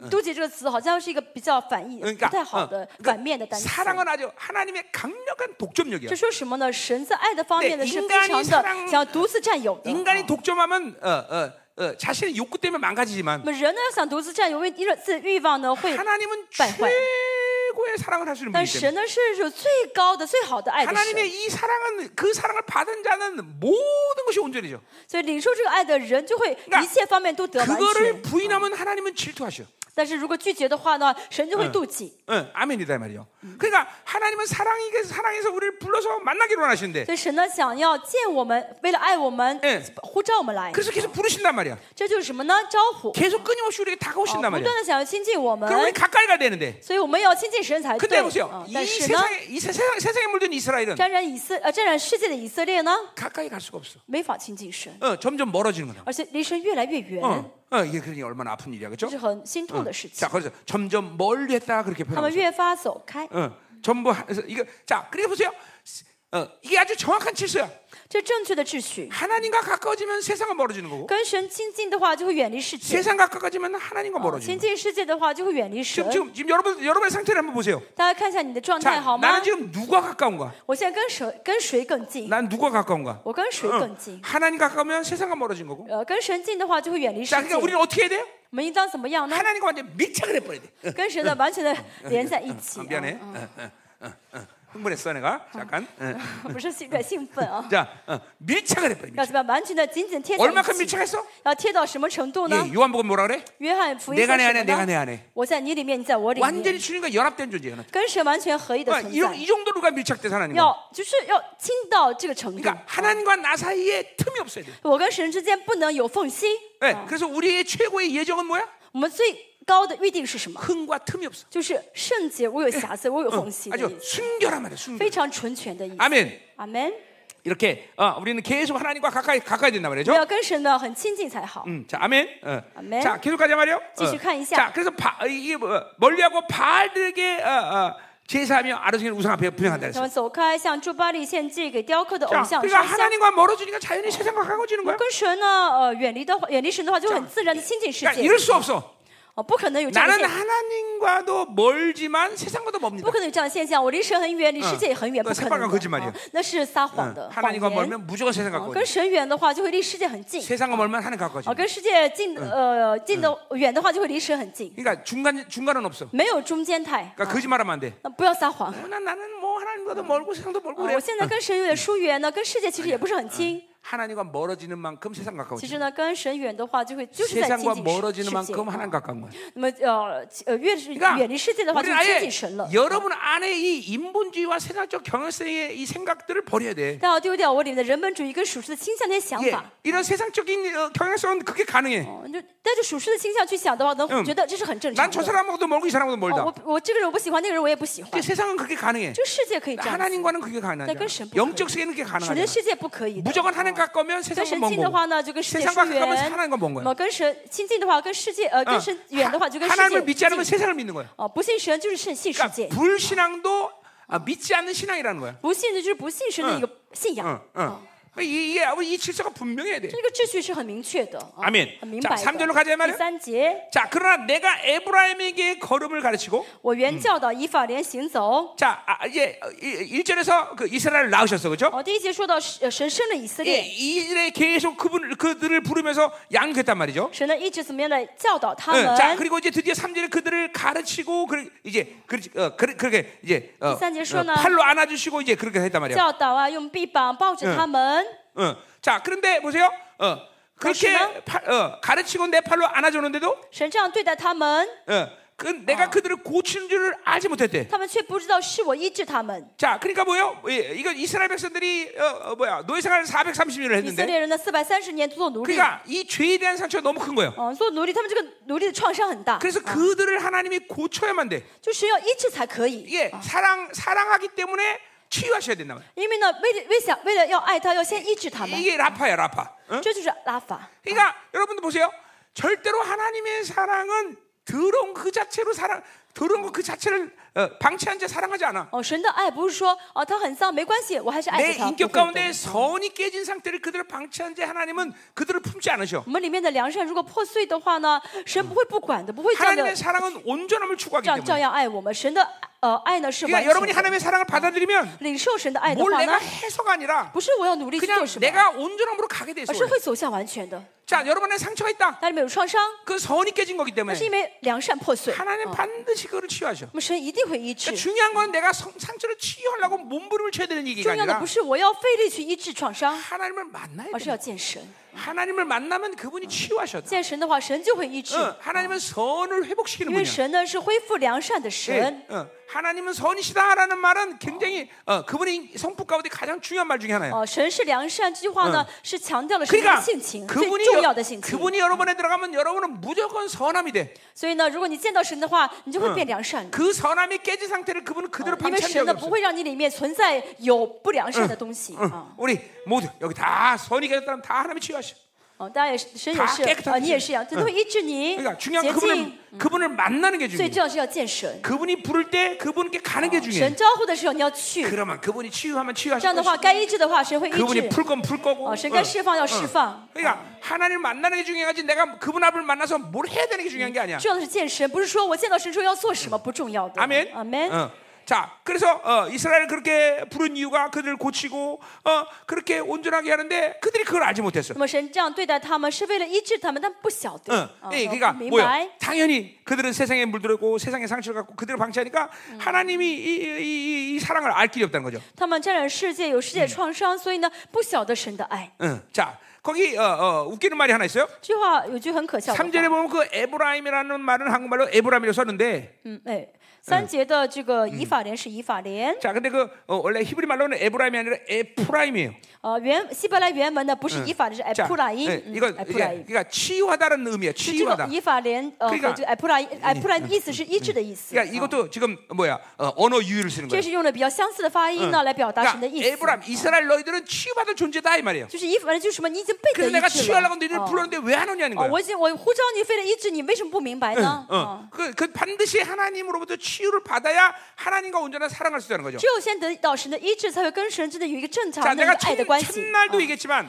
S2: 妒忌这个词好像是一个比较反义、不
S1: 그러니까
S2: 太好
S1: 어,
S2: 的
S1: 그러니까
S2: 反面的单词。
S1: 사랑은 아주 하나님의 강력한 독점력이야.
S2: 啊这说什么呢？神在爱的方面呢
S1: 네
S2: 是
S1: 인간이
S2: 非常的
S1: 사랑
S2: 想要独自占有的。
S1: 인간이
S2: 哦
S1: 독점하면 어, 어, 어, 자신의 욕구 때문에 망가지지만
S2: 那么人呢想独自占有，因为一自欲望呢
S1: 뭐,
S2: 会
S1: 하나님은
S2: 败坏。
S1: 최고의 사랑을 하시는
S2: 但
S1: 분이기
S2: 神
S1: 때문에
S2: 呢是有最高的、最好的爱的神，
S1: 하나님의 이 사랑은 그 사랑을 받은 자는 모든 것이 온전해져.
S2: 所以领受这个爱的人就会
S1: 那
S2: 一切方面都得完
S1: 그거를
S2: 全。
S1: 부인하면 하나님은 질투하셔.
S2: 但是如果拒绝的话呢，神就会妒忌。
S1: 응, 아멘이다 이 말이요. 그러니까 하나님은 사랑이 사랑해서 우리를 불러서 만나기로 하시는데
S2: 所以神呢想要见我们，为了爱我们
S1: 嗯，
S2: 呼召我们来，
S1: 그래서 계속 부르신단 말이야.
S2: 这就是什么呢？招呼，哦
S1: 계속 끊임없이 우리에게
S2: 不
S1: 다가오신단
S2: 断
S1: 말이야.
S2: 的想要亲近我们，
S1: 그럼 우리 가까이 가야 되는데.
S2: 所以我们要亲近神才
S1: 근데
S2: 对。
S1: 보세요.
S2: 哦
S1: 이
S2: 但是呢，
S1: 세상에 이 세상 세상에 물든 이스라엘은
S2: 沾染以色呃沾染世界的以色列呢，
S1: 가까이 갈 수가 없어.
S2: 没法亲近神，
S1: 어, 점점 멀어지는 거다.
S2: 而且离神越来越远，
S1: 어, 어, 이게 그러니 얼마나 아픈 일이야, 그렇죠?
S2: 这是很心痛的事
S1: 자,
S2: 情。
S1: 그래서 점점 멀리 했다 그렇게
S2: 他们
S1: 표현하고 있어요.
S2: 越发走开，
S1: 어, 전부 하- 그래서 이거 자, 그래 보세요. 어, 이게 아주 정확한 질서야.
S2: 这正确的秩序。
S1: 하나님과 가까워지면 세상은 멀어지는 거고
S2: 跟神亲近的话，就会远离世界；
S1: 세상과 가까워지면 하나님과 네. 멀어지는
S2: 亲
S1: 거고
S2: 近世界的话，就会远离神
S1: 지금, 。 지금, 지금 여러분, 여러분의 상태를 한번 보세요
S2: 大家看一下你的状态
S1: 자,
S2: 好吗
S1: 나는 ？ 지금 누가 가까운가?
S2: 我现在跟谁跟谁更近？
S1: 난 누가 가까운가?
S2: 我跟谁更近？
S1: 하나님과 가까우면 세상과 멀어진 거고
S2: 呃，跟神近的话，就会远离世
S1: 자,
S2: 界。
S1: 그러니까 우리는 어떻게 해야 돼요?
S2: 我们应当怎么样呢？
S1: 하나님과 완전 밀착을 해버려야 돼
S2: 跟神的完全的连在一起
S1: 아, 。 미안해 어, 어, 어, 어. 흥분했어 내가 잠깐 어.
S2: 啊不是有点兴奋啊？
S1: 자, 어, 밀착을 해버려
S2: 要
S1: 밀착.
S2: 怎么样？完全的紧紧贴在
S1: 얼마큼
S2: 一起。
S1: 밀착했어?
S2: 要贴到什么程度呢？
S1: 예, 요한복음 뭐라 그래?
S2: 约翰福音
S1: 내가
S2: 说
S1: 내
S2: 什
S1: 안에
S2: 么
S1: 내가
S2: 呢
S1: 내 안에
S2: 我在你里面，你在我里
S1: 완전히
S2: 面，
S1: 주님과 연합된 존재야 연합.
S2: 跟神完全合哎一的
S1: 아,
S2: 存
S1: 이,
S2: 在
S1: 이 。 정도로 우리가 밀착돼서 하나님과
S2: 要就是要亲到这个程度。
S1: 그러니까 하나님과 나 사이에 틈이 없어야 돼.
S2: 我跟神之间不能有缝隙。
S1: 네, 그래서 우리의 최고의 예정은 뭐야?
S2: 我们最高的预定是什么？
S1: 흥과 틈이 없어.
S2: 就是圣洁，我有瑕疵，我有缝隙的意
S1: 아주
S2: 思，
S1: 순결한 말이야. 순결.
S2: 非常纯全的意思。
S1: 아멘.
S2: 阿门。
S1: 이렇게 어, 우리는 계속 하나님과 가까이 가까이 된단
S2: 我
S1: 말이죠.
S2: 要跟神呢很亲近才好。
S1: 음, 자, 아멘. 어.
S2: 네. 아멘.
S1: 자, 계속 가자 말이요. 어.
S2: 지시 칸이시야.
S1: 자, 그래서 바, 이게 뭐, 멀리하고 바르게 어, 어, 제사하며 아르신 우상 앞에 분양한다
S2: 他
S1: 그랬어.
S2: 们走开，向猪巴利献祭，给雕刻的偶
S1: 자,
S2: 像
S1: 그러니까
S2: 烧香。
S1: 하나님과 멀어지니까 자연히 세상과 가까워지는 거야.
S2: 跟神呢，呃，远离的话，远离神的话，就很自然的亲近世
S1: 그러니까
S2: 界。
S1: 이럴 수 없어.
S2: 哦，不可能有这样的
S1: 나는
S2: 现，
S1: 하나님과도 멀지만 세상과도 멉니다.
S2: 不可能有这样的现象。我离神很远，离世界也很远，
S1: 嗯
S2: 不可
S1: 那撒
S2: 能
S1: 谎거짓말이야
S2: 的。啊那是撒谎
S1: 응.
S2: 的谎
S1: 어, 하나님과
S2: 言。
S1: 멀면 무조건 세상
S2: 哦
S1: 가까워.
S2: 跟神远的话，就会离世界很近。
S1: 세상과 멀면 하나님 가까워지.
S2: 哦，跟世界近，呃，近的远的话，就会离神很近，
S1: 그러니까 중간 중간은 없어.
S2: 没有中间态。
S1: 그러니까 거짓말하면 안 돼.
S2: 那不要撒谎。
S1: 어, 난 나는 뭐 하나님과도 멀고 어, 세상도 멀고
S2: 哦
S1: 그래.
S2: 我现在跟神有点疏远呢，跟世界其实也不是很亲。
S1: 하나님과 멀어지는 만큼 세상 가까워지.
S2: 其实呢，跟神远的话，就会就是在亲
S1: 세상과
S2: 近世世
S1: 멀어지는
S2: 界。
S1: 만큼 하나님 가까운 거야.
S2: 那么呃呃，越是
S1: 그러니까
S2: 远离世界的话，就
S1: 우리는
S2: 是亲
S1: 아예
S2: 近神了。
S1: 여러분 안에 이 인본주의와 세상적 경향성의 이 생각들을 버려야 돼.
S2: 但要丢掉我里面的人本主义跟属实的倾向那些想
S1: 예,
S2: 法。
S1: 이런 세상적인 어, 경향성은 그게 가능해.
S2: 哦，就带着属实的倾向去想的话，
S1: 嗯
S2: 能觉得这是很正
S1: 난저
S2: 常的。
S1: 사람하고도 멀고 이 사람하고도
S2: 哦
S1: 멀다. ，
S2: 我我这个人我不喜欢，那个人我也不喜欢
S1: 근데 ， 세상은 그게 가능해.
S2: 这个世界可以这样子。
S1: 하나님과는 그게 가능하지.
S2: 그러니까
S1: 않아.
S2: 그건
S1: 영적 세계는 그게
S2: 属
S1: 가능하지.
S2: 灵
S1: 않아.
S2: 世界不可以的。
S1: 무조건 하나님 가까우면
S2: 跟
S1: 세상은
S2: 神
S1: 먼
S2: 亲的话
S1: 거고.
S2: 呢，就跟世界疏
S1: 세상과 가까우면
S2: 远；
S1: 하나님과 먼
S2: 那
S1: 거야.
S2: 么跟神亲近的话，跟世界呃跟
S1: 어,
S2: 神远的话，就跟世
S1: 하나님을
S2: 界
S1: 믿지
S2: 近
S1: 않으면 。 세상을 믿는 거야.
S2: 哦，不信神就是信信世
S1: 그러니까
S2: 界，
S1: 불신앙도 아, 믿지 않는 신앙이라는 거야.
S2: 不信的就是不信神的一个信仰。
S1: 어, 어. 그러니까 이- 이게 아무- 이 질서가 분명해야 돼.
S2: 这个秩序是很明确的，啊
S1: 아멘
S2: 很明
S1: 자
S2: 白的。
S1: 3절로가자말이야
S2: 第三节，
S1: 자, 그러나 내가 에브라임에게 걸음을 가르치고
S2: 我原教导以法莲行走。
S1: 자, 아, 이제 1절에서 그 이스라엘을 낳으셨어. 그죠?
S2: 哦，第一节说到是呃神生了以色
S1: 예,
S2: 列，
S1: 이 일에 계속 그분을 그들을 부르면서 양육했단 말이죠.
S2: 神呢一直怎么样的教导他
S1: 예, 자,
S2: 们？
S1: 그리고 이제 드디어 3절에 그들을 가르치고 그 이제 그 어, 그, 그렇게 이제 어,
S2: 이 산지에
S1: 어,
S2: 쏘나.
S1: 팔로 안아 주시고 이제 그렇게 했단 말이야.
S2: 教导啊，用臂膀抱着他们。
S1: 어. 자, 그런데 보세요. 어, 그렇게
S2: 그러시나?
S1: 팔- 어, 가르치고 내 팔로 안아주는데도
S2: 神这样对待他们，
S1: 어, 그 내가 그들을 고치는 줄을 알지 못했대.
S2: 他们却不知道是我医治他们。
S1: 자, 그러니까 뭐요? 예, 이거 이스라엘 백성들이 어, 어, 뭐야 노예 생활을 430년을
S2: 以色
S1: 했는데,
S2: 列人呢，四百三十年做奴隶，
S1: 그러니까 이 죄에 대한 상처가 너무 큰 거예요.
S2: 哦，做奴隶，他们这个奴隶的创伤很大，
S1: 그래서 그들을 하나님이 고쳐야만 돼.
S2: 就是要医治才可以。
S1: 이게 사랑 사랑하기 때문에 치유하셔야 된다 말이야.
S2: 因为呢，为了为想为了要爱他，要先医治他们，
S1: 이게 라파야 라파. 응?
S2: 这就是拉法。
S1: 그러니까 여러분들 보세요. 절대로 하나님의 사랑은 더러운 그 자체로 사랑 더러운 거 그 자체를 어, 방치한 채 사랑하지 않아.
S2: 哦，神的爱不是说哦他很脏没关系，我还是爱
S1: 내
S2: 着他。
S1: 인격
S2: 不会
S1: 가운데
S2: 的
S1: 선이 깨진 상태를 그들을 방치한 채 하나님은 그들을 품지 않으셔.
S2: 我们里面的良善如果破碎的话呢，神不会不管的，不会这样的
S1: 하나님의 사랑은 온전함을 추구하기
S2: 这样照
S1: 때문에.
S2: 样爱我们。神的呃爱呢是完
S1: 그러니까
S2: 全
S1: 여러분이
S2: 的，
S1: 하나님의 사랑을 받아들이면
S2: 领受神的爱的
S1: 뭘
S2: 话
S1: 내가
S2: 呢，
S1: 해서가 아니라
S2: 不是我要努力去
S1: 그냥
S2: 做什么，
S1: 내가 온전함으로 가게 돼 있어.
S2: 而是会走向完全的。
S1: 자, 여러분의 상처가 있다.
S2: 那里面有创伤，
S1: 그 선이 깨진 거기
S2: 那
S1: 때문에
S2: 是因为良善破碎。
S1: 하나님 반드시 그를 어. 치유하셔.
S2: 我们神一定会医
S1: 그러니까
S2: 治。
S1: 중요한 건 내가 성- 상처를 치유하려고 몸부림을 쳐야 되는 얘기가
S2: 重要的
S1: 아니라
S2: 不是我要费力去医治创伤，
S1: 하나님을 만나야
S2: 而是要
S1: 돼.
S2: 见神。
S1: 하나님을 만나면 그분이 어, 치유하셔. 어,
S2: 见神的话，神就会医治。
S1: 하나님은 선을
S2: 因嗯为
S1: 회복시키는 분이야.
S2: 神呢哎是恢复良善的
S1: 예,
S2: 神，
S1: 어, 하나님은 선이시다라는 말은 굉장히 어, 그분이 성품 가운데 가장 중요한 말 중에 하나예요.
S2: 哦、神是良善这句话呢、是强调了神的
S1: 그러니까
S2: 性情，最
S1: 그분이
S2: 重要
S1: 여,
S2: 的性情。
S1: 그분이 여러분에 들어가면 여러분은 무조건 선함이 돼.
S2: 所以呢，如果你见到神的话，你就会变良善。
S1: 그 선함이 깨진 상태를 그분은 그대로
S2: 因为神
S1: 방치한 적이
S2: 呢不
S1: 없어.
S2: 会让你里面存在有不良善的东西啊。
S1: 우리 모두 여기 다 선이 깨졌다면 다 하나님이 치유하셔.
S2: 哦，当然也是，神也
S1: 다
S2: 是
S1: 깨끗한，
S2: 啊，你
S1: 지
S2: 也是一样，都会医治你，
S1: 그러니까
S2: 洁
S1: 중요한 건
S2: 净。
S1: 그분을 그분을 만나는 게 중요해.
S2: 最重要是要见神，
S1: 그분이 부를 때 그분께 가는 게 중요해.
S2: 神招呼的时候你要去，
S1: 그러면 그분이 치유하면
S2: 这样
S1: 치유하실
S2: 的
S1: 것이고
S2: 话该医治的话神会医
S1: 그분이
S2: 治。
S1: 풀 건 풀 거고.
S2: 哦，神该释放要释放。
S1: 그러니까 하나님 만나는 게 중요하지 내가 그분 앞을 만나서 뭘 해야 되는 게 중요한 게 아니야.
S2: 重要的是见神，不是说我见到神说要做什么不重要的。
S1: 아멘.
S2: 阿门。嗯
S1: 어. 자, 그래서 어, 이스라엘 그렇게 부른 이유가 그들을 고치고 어, 그렇게 온전하게 하는데 그들이 그걸 알지 못했어.
S2: 那么神这样对待他们，是为了医治他们，但不晓得
S1: 어, ，
S2: 啊
S1: 예,
S2: 不
S1: 그러니까
S2: 明
S1: 뭐야?
S2: 白。
S1: 당연히 그들은 세상에 물들었고 세상의 상처를 갖고 그들을 방치하니까 하나님이 이, 이- 이- 이 사랑을 알 길이 없다는 거죠.
S2: 他们沾染世界，有世界创伤，所以呢，不晓得神的爱。
S1: 응. 어. 자, 거기 어, 어, 웃기는 말이 하나 있어요.
S2: 这句话有句很可笑的
S1: 3절에
S2: 话，
S1: 보면 그 에브라임이라는 말은 한국말로 에브라임이라고 썼는데
S2: 嗯，哎，三节的这个以法莲是以法莲，
S1: 자 근데 그 어, 원래 히브리 말로는 에브라임이 아니라 에프라임이에요.
S2: 呃，原希伯来原文呢不是以法莲，是埃
S1: 자,
S2: 普拉因
S1: 예, ，
S2: 嗯
S1: 이거
S2: 埃
S1: 이게
S2: 普拉因。
S1: 그러니까 치유하다는 의미예요.
S2: 就这
S1: 치유하다.
S2: 个以法莲，呃，和
S1: 그러니까
S2: 这个埃普拉因，埃普拉因的意思是医治的意思。
S1: 그러니까
S2: 啊
S1: 이것도 지금 뭐야 어, 언어 유희를 쓰는
S2: 这
S1: 거예요.
S2: 是用了比较相似的发音呢，来表达神
S1: 그러니까
S2: 的意思。
S1: 에브라임 이스라엘 너희들은 치유받을 존재다 이 말이에요.
S2: 就是以法莲，就是什么？哎你已经被得
S1: 그래서
S2: 医
S1: 내가
S2: 治了
S1: 치유하려고 。 너희들
S2: 哦
S1: 불렀는데 어. 왜 안 오냐는
S2: 哦，
S1: 거예요.
S2: 我已经我呼召你，非得医治你，为什么不明白呢？
S1: 어,
S2: 哦，
S1: 그, 그 반드시 하나님으로부터 치유를 받아야 하나님과 온전한 사랑할 수 있다는 거죠.
S2: 只有先得到神的医治，才会跟神真的有一个正常
S1: 자,
S2: 的一个
S1: 내가
S2: 爱
S1: 첫,
S2: 的关系。
S1: 첫날도 얘기했지만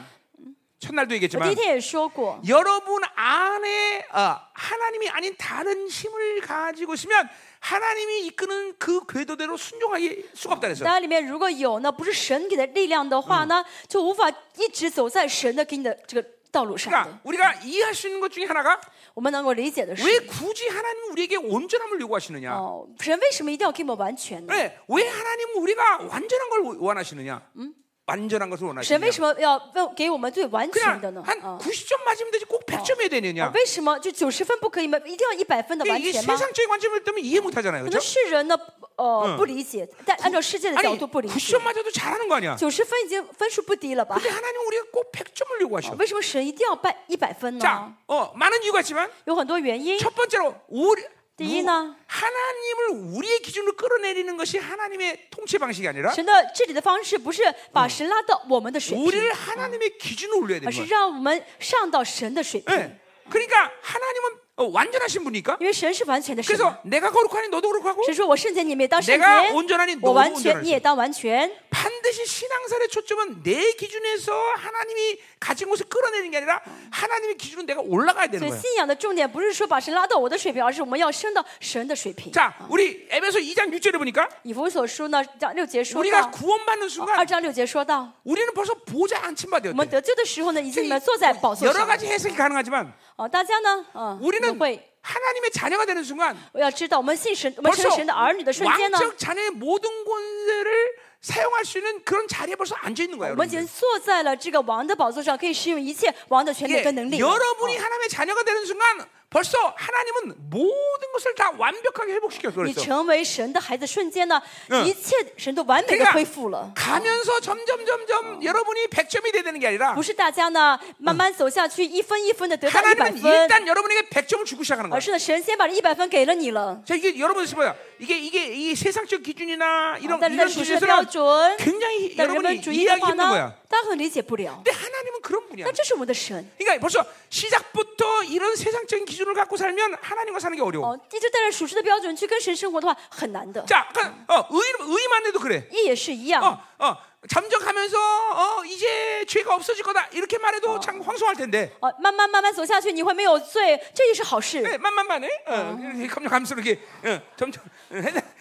S1: 첫날도
S2: 我第
S1: 얘기했지만
S2: 一天也说过，
S1: 여러분 안에 어, 하나님이 아닌 다른 힘을 가지고 있으면 하나님이 이끄는 그 궤도대로 순종하기 수가 없다 그랬어요.
S2: 大家里面如果有呢，不是神给的力量的话呢，就无法一直走在神的给你的这个道路上的
S1: 그러니까 。 우리가 이해할 수 있는 것 중에 하나가
S2: 我们能够理解的是，
S1: 왜 굳이 하나님 우리에게 온전함을 요구하시느냐?
S2: 哦，神为什么一定要给我们完全呢？
S1: 왜, 왜 하나님 우리가 완전한 걸 원하시느냐?
S2: 음?
S1: 완전한 것을
S2: 神为
S1: 원하시느냐?
S2: 什么要要给我们最完全
S1: 그냥
S2: 的呢？
S1: 한
S2: 啊、
S1: 90점 맞으면 되지 꼭 100점 해야
S2: 啊
S1: 되느냐?
S2: 为什么就九十分不可以吗？一定要一百分的
S1: 이게,
S2: 完
S1: 이게
S2: 全吗？
S1: 세상적인 관점을 때문에 이해 못하잖아요.
S2: 可
S1: 그
S2: 能
S1: 죠
S2: 世人呢，
S1: 嗯
S2: 呃，不理解，但按照世界的角
S1: 아니
S2: 度不理解
S1: 90점 。 맞아도 잘하는 거 아니야?
S2: 九十分已经分数不低了吧
S1: 근데 ？ 하나님 우리가 꼭 100점을 요구하셔.
S2: 为什么神一定要办一百分呢
S1: 자, ？ 어, 많은 이유가 있지만
S2: 有很多原因。
S1: 첫 번째로 우리
S2: 띠나.
S1: 뭐, 하나님을 우리의 기준으로 끌어내리는 것이 하나님의 통치 방식이 아니라
S2: 神的治理的方式不是把神拉到我们的水平，
S1: 우리를 하나님의 기준으로 올려야
S2: 而
S1: 되는
S2: 是
S1: 거예요.
S2: 让我们上到神的水平。
S1: 예. 그러니까 하나님은 어, 완전하신 분이니까.
S2: 因为神是完全的神嘛。
S1: 그래서 내가 거룩하니 너도 거룩하고
S2: 神说我圣洁，你们也当圣
S1: 내
S2: 洁
S1: 가온전하니너도；
S2: 我完
S1: 온전하시
S2: 全，你也当完全。
S1: 반드시 신앙사의 초점은 내 기준에서 하나님이 가진 것을 끌어내는 게 아니라 하나님의 기준으로 내가 올라가야
S2: 所
S1: 되는
S2: 以
S1: 거예요.
S2: 信仰的重点不是说把神拉到我的水平，而是我们要升到神的水平。
S1: 자, 우리 에베소 2장 6절에 보니까
S2: 以弗所书呢，章六节说
S1: 우리가
S2: 到，哦
S1: 구원받는
S2: 二
S1: 순간
S2: 章六节说到，
S1: 우리는 벌써 보좌 안침받았대.
S2: 我们得救的时候呢，已经坐在宝座
S1: 여러
S2: 上。
S1: 가지 해석이 가능하지만
S2: 哦，大家呢，嗯，都
S1: 우리는
S2: 会。
S1: 하나님의 자녀가 되는 순간
S2: 我要知道，我们信神，我们成
S1: 벌써
S2: 为神的儿女的瞬间呢，
S1: 왕적 자녀의 모든 권세를 사용할 수 있는 그런 자리에 벌써 앉아 있는 거예요.
S2: 我们已经坐在了这个王的宝座上，可以使用一切王的权
S1: 여러분들.
S2: 柄跟能
S1: 예,
S2: 力。哦
S1: 여러분이 하나님의 자녀가 되는 순간 벌써 하나님은 모든 것을 다 완벽하게 회복시켰어
S2: 你
S1: 그랬어.
S2: 成为神的孩子瞬间呢，
S1: 嗯
S2: 一切神都完美的恢复了
S1: 그러니까 。 가면서 점점 점점 여러분이 100점이 돼야 되는 게 아니라
S2: 不是大家呢慢慢走下去，一分一分的得到一百
S1: 하나님은
S2: 分，
S1: 일단 여러분에게 100점을 주고 시작하는
S2: 而
S1: 거야.
S2: 是呢神先把这一百分给了你了。
S1: 자, 이게 여러분 보세요. 이게 이게 이 세상적 기준이나 이런
S2: 但是在
S1: 이런
S2: 属世的标准
S1: 기준에서는 ， 굉장히
S2: 但人
S1: 여러분이
S2: 们主义的
S1: 이해하기 그렇죠.
S2: 话
S1: 힘든
S2: 呢
S1: 거야. ，
S2: 大家很理解不了。
S1: 근데 하나님은 그런 분이야.
S2: 但这是我们的神
S1: 그러니까 벌써 시작부터 이런 세상적인 기준을 갖고 살면 하나님과 사는 게 어려워.
S2: 哦，一直带着属世的标准去跟神生活的话很难的。
S1: 자, 그러니까 어, 의 의만 해도 그래.
S2: 义也是一样，
S1: 어, 어, 잠적하면서 어, 이제 죄가 없어질 거다 이렇게 말해도 참 황송할 텐데.
S2: 哦，慢慢慢慢走下去，你会没有罪，这也是好事。
S1: 네, 만만만해. 어, 이렇게 감정 감수로 이렇게 어, 점점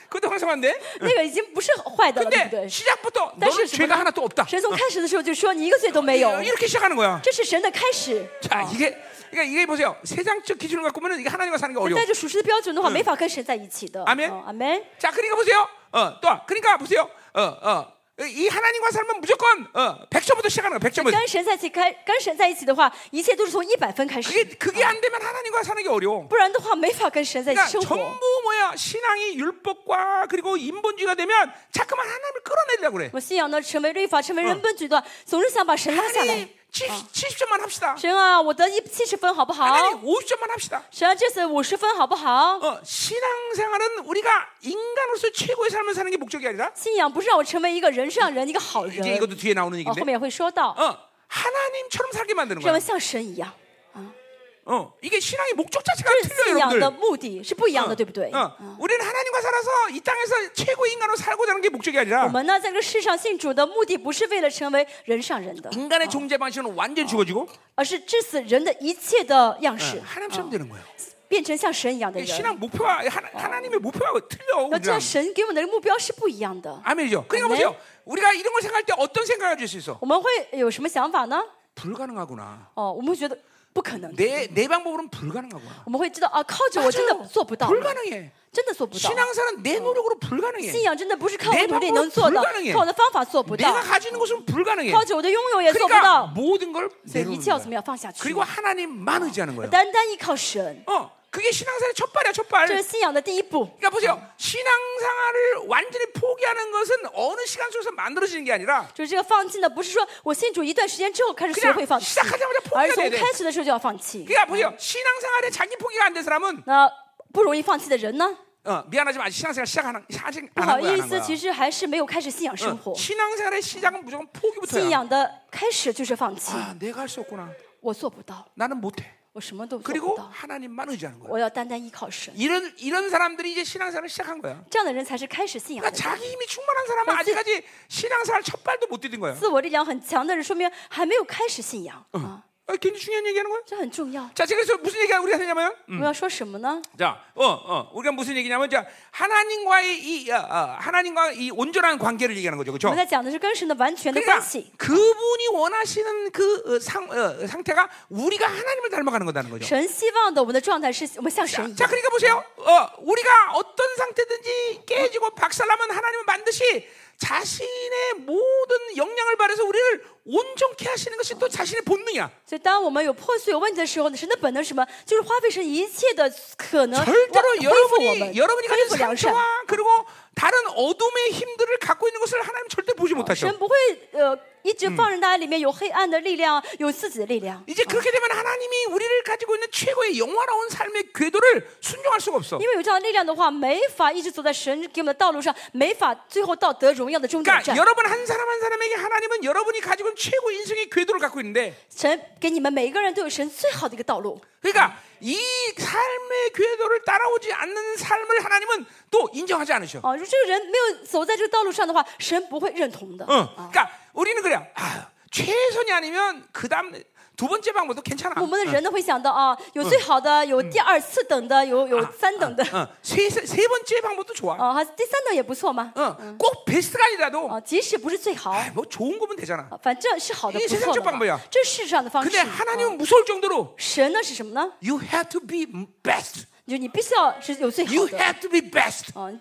S1: 그것도 황송한데.
S2: 那个已经不是坏的了，对不
S1: 아, 근데
S2: 对？
S1: 시작부터 너는
S2: 다시
S1: 죄가 하나 네, 또 없다.
S2: 神从开始的时哎候就说你一个罪都没有，
S1: 이- 이렇게 시작하는 거야.
S2: 这是神的开始。
S1: 자, 이게 그러니까 이게 보세요. 세상적 기준을 갖고 보면 이게 하나님과 사는 게
S2: 带
S1: 어려워.
S2: 着属实的标准的话，没法跟神在一起的。
S1: 阿门
S2: 哦嗯哦阿门。
S1: 자, 그러니까 보세요. 어, 또 그러니까 보세요. 어, 어. 이 하나님과 살면 무조건 어, 100점부터 시작하는 거야. 100점부터.
S2: 跟神在一起开，跟神在一起的话，一切都是从一百分开始，
S1: 그게 그게 안 되면 하나님과 사는 게 어려워.
S2: 不然的话没法跟神在一起
S1: 그러니까
S2: 生活。
S1: 전부 뭐야 신앙이 율법과 그리고 인본주의가 되면 자꾸만 하나님을 끌어내려고 그래.
S2: 我们信仰呢，成为律法，成为人本主义的话，总是想把神拉下来。
S1: 하나님 70, 70점만 합시다.
S2: 神啊，我得一七十分好不好？
S1: 하나님 50점만 합시다.
S2: 神啊，这次五十分好不好？
S1: 어, 신앙생활은 우리가 인간으로서 최고의 삶을 사는 게 목적이 아니라
S2: 信仰不是让我成为一个人上人，一个好
S1: 이제
S2: 人。
S1: 이것도 뒤에 나오는
S2: 哦，后
S1: 얘기인데
S2: 面也会说到，
S1: 어, 하나님처럼 살게 만드는
S2: 让我
S1: 거야.
S2: 们像神一样。
S1: 어, 이게 신앙의 목적 자체가
S2: 信
S1: 틀려요
S2: 仰的
S1: 여러분들.
S2: 目的是不一样的，对不对？
S1: 어, 우리는 하나님과 살아서 이 땅에서 최고의 인간으로 살고자 하는 게 목적이
S2: 我
S1: 아니라
S2: 们呢，在这个世上信主的目的，不是为了成为人上人的，
S1: 인간의 존재 방식은 완전히 어. 죽어지고 어.
S2: 而是致死人的一切的样式，
S1: 하나님처럼 되는 거예요.
S2: 变成像神一样的人。
S1: 그러니까 신앙 목표와 하나, 하나님의 목표하고 틀려.
S2: 那这样
S1: 우리랑.
S2: 神给我们的目标是不一样的。
S1: 아멘이죠. 그러니까
S2: 그렇죠. 네.
S1: 보세요. 우리가 이런 걸 생각할 때 어떤 생각을 줄 수 있어?
S2: 我们会有什么想法呢？
S1: 불가능하구나.
S2: 哦，我们会觉得不可能，
S1: 내, 내 방법으로는 불가능하구나.
S2: 我们会知道啊，靠着我真的
S1: 맞아요.
S2: 做不到，
S1: 불가능해.
S2: 真的做不到。
S1: 신앙사는 내 노력으로
S2: 信
S1: 불가능해.
S2: 仰真的不是靠我
S1: 내
S2: 的努力
S1: 방법은
S2: 能做到
S1: 불가능해 ，
S2: 靠我的方法做不到
S1: 내가 ， 가지는 것은 불가능해.
S2: 靠着我的拥有也做不
S1: 그러니까
S2: 到，
S1: 모든 걸
S2: 所以一
S1: 내놓는
S2: 切要怎么
S1: 거야.
S2: 样放下去
S1: 그리고 ？ 하나님만 의지하는 거야.
S2: 单单依靠神，
S1: 어, 그게 신앙사의 첫 발이야, 첫 발.
S2: 这是信仰的第一步。
S1: 그러니까 보세요. 신앙생활을 완전히 포기하는 것은 어느 시간 속에서 만들어지는 게 아니라
S2: 就是这个放弃呢，不是说我信主一段时间之后开始学会放弃
S1: 그냥시작하자마자포기해야，
S2: 而是从
S1: 돼
S2: 开始的时候就要放弃。
S1: 그러니까 보세요. 신앙생활에 자기 포기가 안 된 사람은
S2: 那不容易放弃的人呢，
S1: 어, 미안하지만 아직 신앙생활 시작하는 아직
S2: 不
S1: 안
S2: 好
S1: 한 거야. 안
S2: 意
S1: 한
S2: 思，
S1: 거야.
S2: 其实还是没有开始信仰生
S1: 응,
S2: 活。
S1: 신앙생활의 시작은 무조건
S2: 信
S1: 포기부터야.
S2: 仰的开始就是放弃，
S1: 아, 내가 할 수 없구나.
S2: 我做不到，
S1: 나는 못해.
S2: 我什么都做
S1: 그리고
S2: 不到，
S1: 하나님만 의지하는 거야.
S2: 我要单单依靠神。
S1: 이런 이런 사람들이 이제 신앙생활을 시작한 거야.
S2: 这样的人才是开始信仰的
S1: 그러니까
S2: 人。
S1: 자기 힘이 충만한 사람은 아직까지 신앙생활 첫 발도 못 디딘 거야.
S2: 自我力量很强的人，说明还没有开始信仰啊，
S1: 어, 굉장히 중요한 얘기하는 거야.
S2: 这很重要。
S1: 자, 그래서 무슨 얘기가 우리가 하냐면,
S2: 我们要说什么呢？
S1: 자, 어, 어, 우리가 무슨 얘기냐면, 자, 하나님과의 이 어, 어, 하나님과 이 온전한 관계를 얘기하는 거죠,
S2: 我
S1: 그렇죠?
S2: 们在讲的是跟神的完全的关
S1: 그러니까
S2: 系。
S1: 그분이 원하시는 그 어, 상, 어, 상태가 우리가 하나님을 닮아가는 거다는 거죠.
S2: 神希望的我们的状态是我们像神一
S1: 자,
S2: 样。
S1: 그러니까 보세요. 어, 우리가 어떤 상태든지 깨지고 박살나면 하나님은 반드시 자신의 모든 역량을 발휘해서 우리를 온전케 하시는 것이 또 자신의 본능이야.
S2: 所以，当我们有破碎、有问题的时候呢，神的本能是什么？就是花费神一切的可
S1: 어?
S2: 能，恢
S1: 절대로
S2: 复我
S1: 여러분이
S2: 们，
S1: 여러분이
S2: 恢
S1: 가진
S2: 复良善。
S1: 상처와 그리고 다른 어둠의 힘들을 갖고 있는 것을 하나님 절대 보지
S2: 神
S1: 못하셔.
S2: 不会呃一直放任大家里面有黑暗的力量，有自己的力量。
S1: 이제 그렇게 되면 하나님이 우리를 가지고 있는 최고의 영화로운 삶의 궤도를 순종할 수가 없어.
S2: 因为有这样的力量的话，没法一直走在神给我们的道路上，没法最后到得荣耀的终点
S1: 그러니까
S2: 站。
S1: 여러분 한 사람 한 사람에게 하나님은 여러분이 가지고 있는 최고 인생의 궤도를 갖고 있는데
S2: 神给你们每一个人都有神最好的一个道路。
S1: 그러니까 이 삶의 궤도를 따라오지 않는 삶을 하나님은 또 인정하지 않으셔.
S2: 啊，如果这个人没有走在这个道路上的话，神不会认同的。
S1: 응. 그러니까 우리는 그래. 아, 최선이 아니면 그다음 두 번째 방법도 괜찮아.
S2: 我们的人呢会想到啊，有最好的，有第二次等的，有有三等的，
S1: 어, 세, 세- 세 번째 방법도 좋아.
S2: 啊，还第三等也不错嘛。
S1: 어, 꼭 베스트가 아니라도
S2: 啊，即使不是最好，
S1: 아, 뭐 좋은 거면 되잖아.
S2: 啊反正是好的
S1: 이게
S2: 不
S1: 세
S2: 错
S1: 상적
S2: 的
S1: 방법이야
S2: 嘛。这是世上的方式
S1: 근데 。
S2: 啊
S1: 하나님은 무서울 정도로
S2: 神呢是什么呢？
S1: you have to be best.
S2: 就你必须要是有最好
S1: You
S2: 的，
S1: have to be best.
S2: 啊，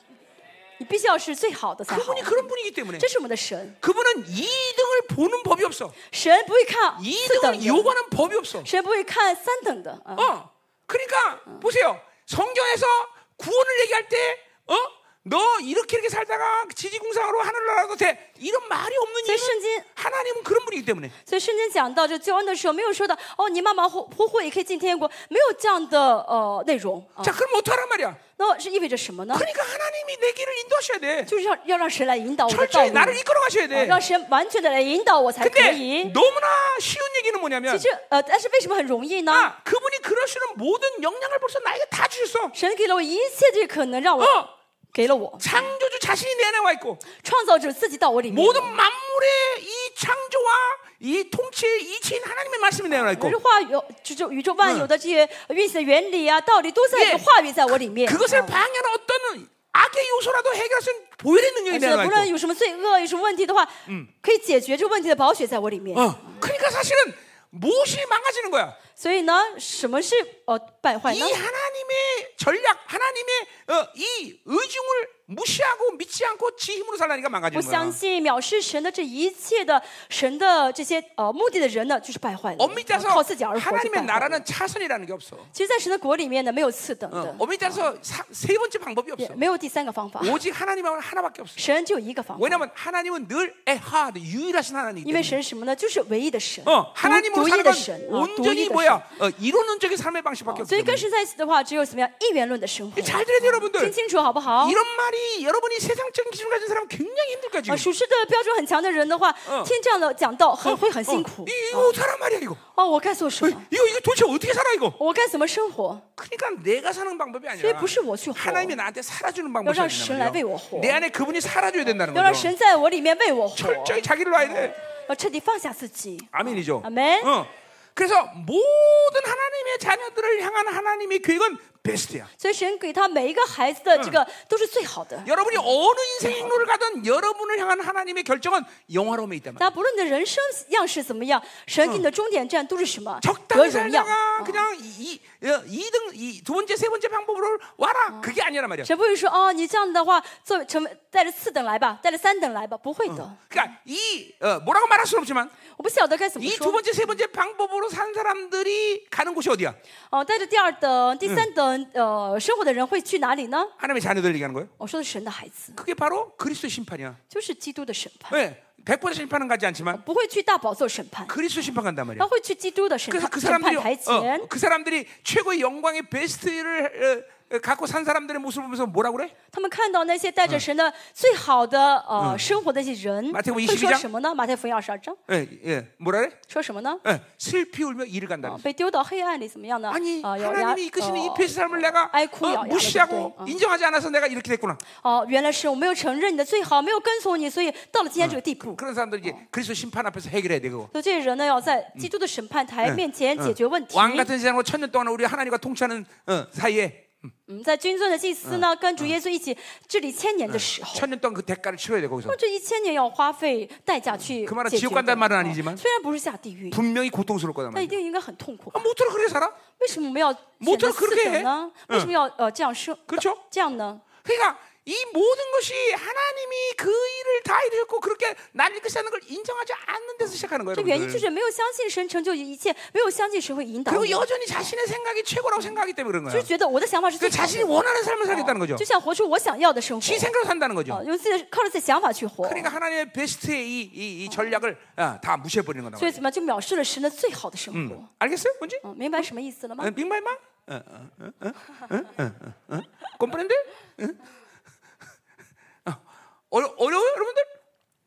S2: 你必须要是最好的才好
S1: 그분이 。 그런 분이기 때문에
S2: 这是我们的神，
S1: 그분은 2등을 보는 법이 없어.
S2: 神不会看次等
S1: 2등을
S2: 的，
S1: 요구하는 법이 없어.
S2: 神不会看三等的啊。
S1: 어. 그러니까 보세요. 성경에서 구원을 얘기할 때 어? 너 이렇게 이렇게 살다가 지지공상으로 하늘 나라도 돼. 이런 말이 없는
S2: 제
S1: 이유는
S2: 순진-
S1: 하나님은 그런 분이기 때문에.
S2: 所以圣经讲到这救恩的时候，没有说的哦，你马马虎虎虎也可以进天国，没有这样的呃内容啊。
S1: 자, 그럼 어떡하란 말이야?
S2: 那是意味着什么呢？
S1: 그러니까 하나님이 내 길을 인도하셔야 돼.
S2: 就是要要让神来引导我的道
S1: 철저히
S2: 路，
S1: 나를 어, 그러니까 이끌어 가셔야
S2: 哦
S1: 돼.
S2: 让神完全的来引导我才可
S1: 근데
S2: 以。
S1: 너무나 쉬운 얘기는
S2: 其
S1: 뭐냐면
S2: 实呃，但是为什么很容易呢？
S1: 아, 그분이 그럴수록 모든 영향을 벌써 나에게 다 주셨어.
S2: 神给了我一切这可能，让我
S1: 어,
S2: 给了我
S1: 창조주 자신이 내 안에 와 있고
S2: 创造者自己到我里面。
S1: 모든 만물의 이 창조와 이 통치의 이치인 하나님의 말씀이 내 안에 와 있고
S2: 可是话有宇宙宇宙万有的这些运行的原理啊、道理都在
S1: 예
S2: 话语在我里面。
S1: 그것을
S2: 啊
S1: 방해하는 어떤 악의 요소라도 해결할 수 있는 보혈의
S2: 而
S1: 능력이 내
S2: 且
S1: 안에 와
S2: 不论
S1: 있고
S2: 有什么罪恶、有什么问题的话，可以解决这个问题的宝血在我里面。
S1: 어, 그러니까 사실은 무엇이 망가지는 거야?
S2: 所以呢，什么是呃败坏
S1: 이
S2: 呢？
S1: 하나님의 전략, 하나님의 어, 이 의중을 무시하고 믿지 않고 지 힘으로 살라니까
S2: 不
S1: 망가지는
S2: 相
S1: 거야.
S2: 信、藐视神的这一切的神的这些呃目的的人呢，就是败坏了，
S1: 엄밀히
S2: 呃
S1: 따서
S2: 靠自己而活就败
S1: 하나님의
S2: 坏了。
S1: 나라는 차선이라는 게 없어.
S2: 其实，在神的国里面呢，没有次等
S1: 어,
S2: 的，
S1: 엄밀히 따서 세 번째 방법이
S2: 也
S1: 없어.
S2: 没有第三个方法，
S1: 오직 하나님하고는 하나밖에 없어.
S2: 神只有一个方
S1: 아,
S2: 法。
S1: 왜냐하면 하나님은 늘 에하 유일하신 하나님이기
S2: 因为
S1: 때문에.
S2: 神是什么呢？就是唯一的神，
S1: 어,
S2: 独
S1: 嗯 하나님으로
S2: 独一
S1: 사는
S2: 的神，
S1: 건
S2: 啊独一
S1: 온전히
S2: 的神
S1: 뭐야? 。 어, 이론론적인 삶의 방식밖에
S2: 所
S1: 없기
S2: 以跟
S1: 때문에.
S2: 神在一起的话，只有怎么样一元论的生活。
S1: 哎 잘 들으세요, 여러분들.
S2: 听清楚好不好？
S1: 이런 말이 여러분이 세상적인 기준 가진 사람은 굉장히 힘들까
S2: 啊，
S1: 지금.
S2: 属实的标准很强的人的话，
S1: 嗯
S2: 听这样的讲道很会很辛
S1: 어,
S2: 苦。
S1: 이- 이거 어떻게 하란 말이야 이거.
S2: 哦，我该做什
S1: 어,
S2: 么？
S1: 이거 이거 도대체 어떻게 살아 이거?
S2: 我该怎么生活？
S1: 그러니까 내가 사는 방법이
S2: 所以
S1: 아니라
S2: 不是我去活，
S1: 하나님이 나한테 살아주는 방법이
S2: 여자
S1: 된다는
S2: 신라의
S1: 거예요.
S2: 워호.
S1: 내 안에 그분이 살아줘야 된다는
S2: 要让
S1: 거죠.
S2: 神在我里面为我活，
S1: 철저히 자기를 놔야 돼.
S2: 要彻底放下自己。
S1: 아멘이죠.
S2: 아멘.
S1: 어. 그래서 모든 하나님의 자녀들을 향한 하나님의 계획은 베스트야.
S2: 所以神给他每一个孩子的这
S1: 嗯
S2: 个都是最好的。
S1: 여러분이 어느 인생 행로를 가든 여러분을 향한 하나님의 결정은 영화로움에 있단 말이야.
S2: 那不论你的人生样式怎么样，神给你的终点站都是什么？得
S1: 嗯 적당히
S2: 荣耀。
S1: 살다가 그냥 이, 이, 어, 이등 이, 두 번째 세 번째 방법으로 와라 그게 아니란 말이야.
S2: 神不会说哦，你这样的话，做成为带着次等来吧，带着三等来吧，不会
S1: 嗯
S2: 的。
S1: 그러니까 이 어, 뭐라고 말할 수는 없지만
S2: 我不晓得该怎么
S1: 이
S2: 说
S1: 두 。 번째 세 번째 방법으로 산 사람들이 가는 곳이 어디야?
S2: 哦，带着第二等、第三等、
S1: 嗯
S2: 呃生活的人会去哪里呢？
S1: 하나님의 자녀들 얘기하는 거예요.
S2: 我说的是神的孩子，
S1: 그게 바로 그리스도 의 심판이야.
S2: 就是基督的审判，
S1: 왜 백보자 심판은 가지 않지만
S2: 不会去大宝座审判，
S1: 그리스도 심판 간단 말이야.
S2: 他会去基督的审
S1: 그래서
S2: 判
S1: 그
S2: 审判
S1: 사람들이
S2: 台前
S1: 어, 。그 사람들이 최고의 영광의 베스트를 어, 어, 갖고 산 사람들의 모습을 보면서 뭐라 그래?
S2: 他们看到那些带着神的最好的呃生活的那些人，
S1: 嗯马太福音
S2: 会说
S1: 21
S2: 什么呢？马太福音二十二章
S1: 예, 예, 뭐라 그래?
S2: 说什么呢？
S1: 예, 슬피 울며 일을 간다.
S2: 啊
S1: 그랬어.
S2: 被丢到黑暗里怎么样呢？
S1: 아니 어.
S2: 啊，咬牙
S1: 아, 하나님이 이끄시는 이
S2: 呃
S1: 베스트 삶을 내가
S2: 아이쿠,
S1: 어,
S2: 야, 야,
S1: 무시하고
S2: 야, 야, 야.
S1: 인정하지 않아서 내가 이렇게 됐구나.
S2: 哦，原来是我没有承认你的最好，没有跟从你，所以到了今天这个地步。
S1: 그런 사람들 이제 그리스도 심판 앞에서 해결해야 돼 그거. 예, 어.
S2: 所以这些人呢，要在基督的审判
S1: 네, 嗯
S2: 台面前解决问题。
S1: 왕 같은 세상으로 천년 동안 우리 하나님과 통치하는 어, 사이에
S2: 嗯，在君尊的祭司
S1: 嗯
S2: 呢，跟主耶稣一起治理千年的时候，
S1: 천년 동안 그 대가를 치러야 돼 거기서.
S2: 那这一千年要花费代价去
S1: 그말은
S2: 解决
S1: 지옥간다는말은아니지만
S2: 的。哦虽然不是下地狱，
S1: 분명히 고통스러울 거다
S2: 但一
S1: 말이야.
S2: 定应该很痛苦
S1: 아, 。 모토로 그렇게 살아?
S2: 为什么我们要
S1: 못
S2: 选择
S1: 들어그렇
S2: 四
S1: 게
S2: 等呢？
S1: 해
S2: 为什么要呃这样生？
S1: 그렇죠
S2: 这样呢？
S1: 그러니까 이 모든 것이 하나님이 그 일을 다 이루셨고 그렇게 날 이끄시는 걸 인정하지 않는 데서 시작하는 거예요.
S2: 这原因就
S1: 여러분들.
S2: 是没有相信神成就一切，没有相信神会引导
S1: 그리고
S2: 你，
S1: 여전히 자신의 생각이 최고라고 생각하기 때문에 그런
S2: 就
S1: 거예요.
S2: 觉得我的想法是
S1: 그
S2: 最好
S1: 자신이
S2: 的，
S1: 원하는 삶을 살겠다는 거죠.
S2: 就想活出我想要的生活，
S1: 지 생각으로 산다는
S2: 啊
S1: 거죠.
S2: 用自己的靠着自己的想法去活，
S1: 그러니까 하나님의 베스트의 이, 이, 이 전략을 아, 다 무시해 버리는 거다.
S2: 所以
S1: 말이에요.
S2: 怎么样就藐视了神的最好的生活。
S1: 알겠어요? 뭔지? 어,
S2: 嗯，明白什么意思了吗？
S1: 빅마이마? 어, 꼼프랜드 어, 어려워요, 여러분들?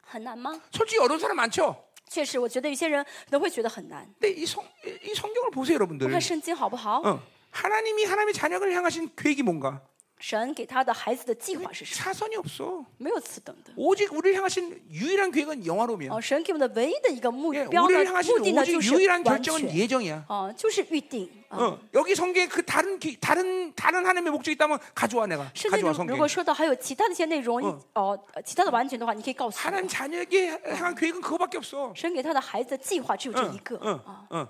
S2: 很难吗？
S1: 솔직히 어려운 사람 많죠?
S2: 确实，我觉得有些人可能会觉得很难。
S1: 근데 이, 성, 이- 이 성경을 보세요,
S2: 看
S1: 여러분들.
S2: 圣经好不好？
S1: 어, 하나님이 하나님의 자녀를 향하신 계획이 뭔가?
S2: 神给他的孩子的计划是什么？
S1: 차선이 없어.
S2: 没有此等的。
S1: 오직 우리를 향하신 유일한 계획은 영화로움이야.
S2: 哦，神给我们的唯一的一个目
S1: 예,
S2: 标
S1: 우리를
S2: 呢，目
S1: 향하신
S2: 的呢就
S1: 오직
S2: 哎是
S1: 유일한
S2: 完
S1: 결정은
S2: 全，
S1: 예정이야.
S2: 哦，就是预定啊。
S1: 어, 여기 성경에 그 다른 기- 다른 다른 하나님의 목적이 있다면 가져와 내가
S2: 甚至
S1: 가져와
S2: 如如
S1: 성경.
S2: 果说到还有其他的一些内容，你哦，呃其他的完全的话，你可以告诉我
S1: 하나님 。 자녀에게 향한 계획은 그거밖에 없어.
S2: 神给他的孩子的计划只有这一个
S1: 어,
S2: 啊，
S1: 어, 어,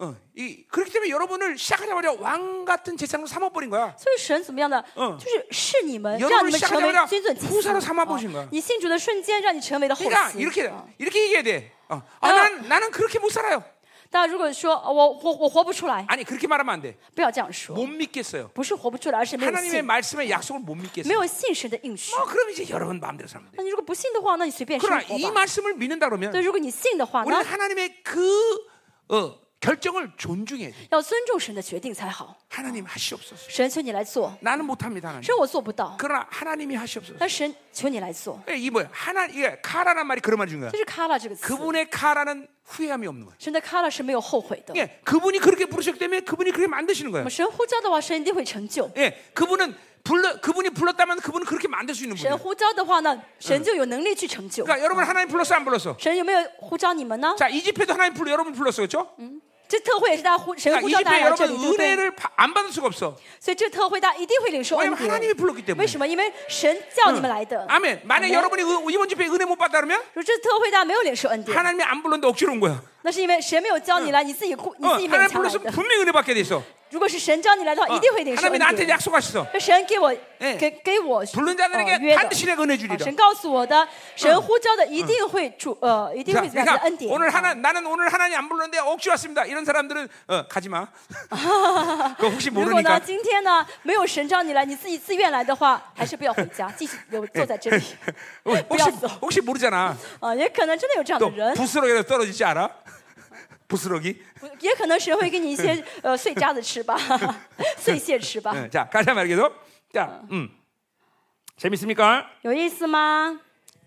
S1: 어. 이 그렇기 때문에 여러분을 시작하자마자 왕 같은 재산으로 삼아버린 거야.
S2: 所以神怎么样呢？
S1: 嗯
S2: 就是试你们，让你
S1: 여러분을
S2: 们成为
S1: 시작하자마자
S2: 君尊祭司
S1: 후사로 。 삼아보신
S2: 啊
S1: 거야.
S2: 你信主的瞬间，让你成为了后
S1: 그러니까
S2: 期。
S1: 이렇게
S2: 啊
S1: 이렇게 얘기해야 돼. 어. 아,
S2: 어.
S1: 난 나는 그렇게 못 살아요.
S2: 大家如果说哦我我我活不出来，
S1: 아니 그렇게 말하면 안 돼.
S2: 不要这样说，
S1: 못 믿겠어요.
S2: 不是活不出来，而是没有
S1: 하나님의
S2: 信，
S1: 말씀의 약속을 못
S2: 没
S1: 믿겠어요.
S2: 有信神的应许。
S1: 뭐 그럼 이제 여러분 마음대로 살면 돼.
S2: 那你如果不信的话，那你随便生
S1: 그러나
S2: 活
S1: 이
S2: 吧。
S1: 말씀을 믿는다
S2: 对，
S1: 그러면
S2: 如果你信的话呢
S1: 우리는 ， 하나님의 그 어, 결정을 존중해. 야
S2: 要尊重神的决定才好。
S1: 하나님 하시옵소서.
S2: 神求你来做，
S1: 나는 못합니다. 하나님.
S2: 神我做不到，
S1: 그러나 하나님이 하시옵소서. 예,
S2: 但神求你来做，
S1: 이 뭐야? 하나 이게 카라란 말이 그런 말인 거야.
S2: 这是卡拉这个词。
S1: 그분의 카라는 후회함이 없는 거야.
S2: 神的卡拉是没有后悔的。
S1: 예, 그분이 그렇게 부르셨기 때문에 그분이 그렇게 만드시는
S2: 我
S1: 거예요.
S2: 们神呼召的话，神一定会成就。
S1: 예, 그분은 불러 그분이 불렀다면 그분은 그렇게 만들 수 있는
S2: 神
S1: 분이에요.
S2: 呼召的话呢，神就有能力去成就。
S1: 그러니까 여러분 하나님 불렀어 안 불렀어?
S2: 神有没有呼召你们呢？
S1: 자, 이 집회도 하나님 불러 여러분 불렀어 그렇죠?
S2: 这特会也是大家呼神
S1: 그러니까
S2: 呼
S1: 이
S2: 召大
S1: 집회
S2: 家来这
S1: 여러분
S2: 里，对不对？
S1: 은혜를 바- 안 받을 수가 없어.
S2: 所以这特会大家一定会领受恩
S1: 왜냐면하나님이
S2: 典
S1: 불렀기때문에 。
S2: 为什么？因为神叫你们来的。
S1: 아멘. 만약 에 여러분이 은- 이번 집회 은혜 못 받다 그러면
S2: 如果这特会大家没有领受恩典，
S1: 하나님이 안 불렀는데 억지로 온 거야.
S2: 那是因为神没有叫你来，你自己哭，你
S1: 어,
S2: 自己勉
S1: 하나님
S2: 强来
S1: 불렀으면
S2: 的。
S1: 분명히 은혜 받게 돼 있어.
S2: 如果是神叫你来的话，
S1: 어,
S2: 一定会领受
S1: 하나님이
S2: 恩
S1: 나한테
S2: 典。
S1: 약속하셨어.
S2: 这神给我
S1: 예
S2: 给给我
S1: 부른
S2: 呃
S1: 자들에게
S2: 约
S1: 반드시
S2: 的。
S1: 내가 은혜
S2: 啊
S1: 주리라.
S2: 神告诉我的，神呼召的一定会主呃一定
S1: 자,
S2: 会带来恩
S1: 그러니까
S2: 典。
S1: 오늘 하나 나는 오늘 하나님 안 불렀는데 억지 왔습니다. 이런 사람들은 어, 가지 마. 그 혹시
S2: 如果呢，
S1: 모르니까.
S2: 今天呢没有神召你来，你自己自愿来的话，还是不要回 家，继续留坐在 这里
S1: 어, ，
S2: 不
S1: 혹시
S2: 要走。
S1: 혹시 모르잖아.
S2: 啊，也可能真的有这样的
S1: 또
S2: 人，
S1: 부스러기라도 떨어지지 않아? 부스러기?
S2: 也可能神会给你一 些呃碎渣子 吃吧，碎屑吃吧，
S1: 예, 자, 가자 말게도. 자, 음. 재밌습니까?
S2: 有意思吗？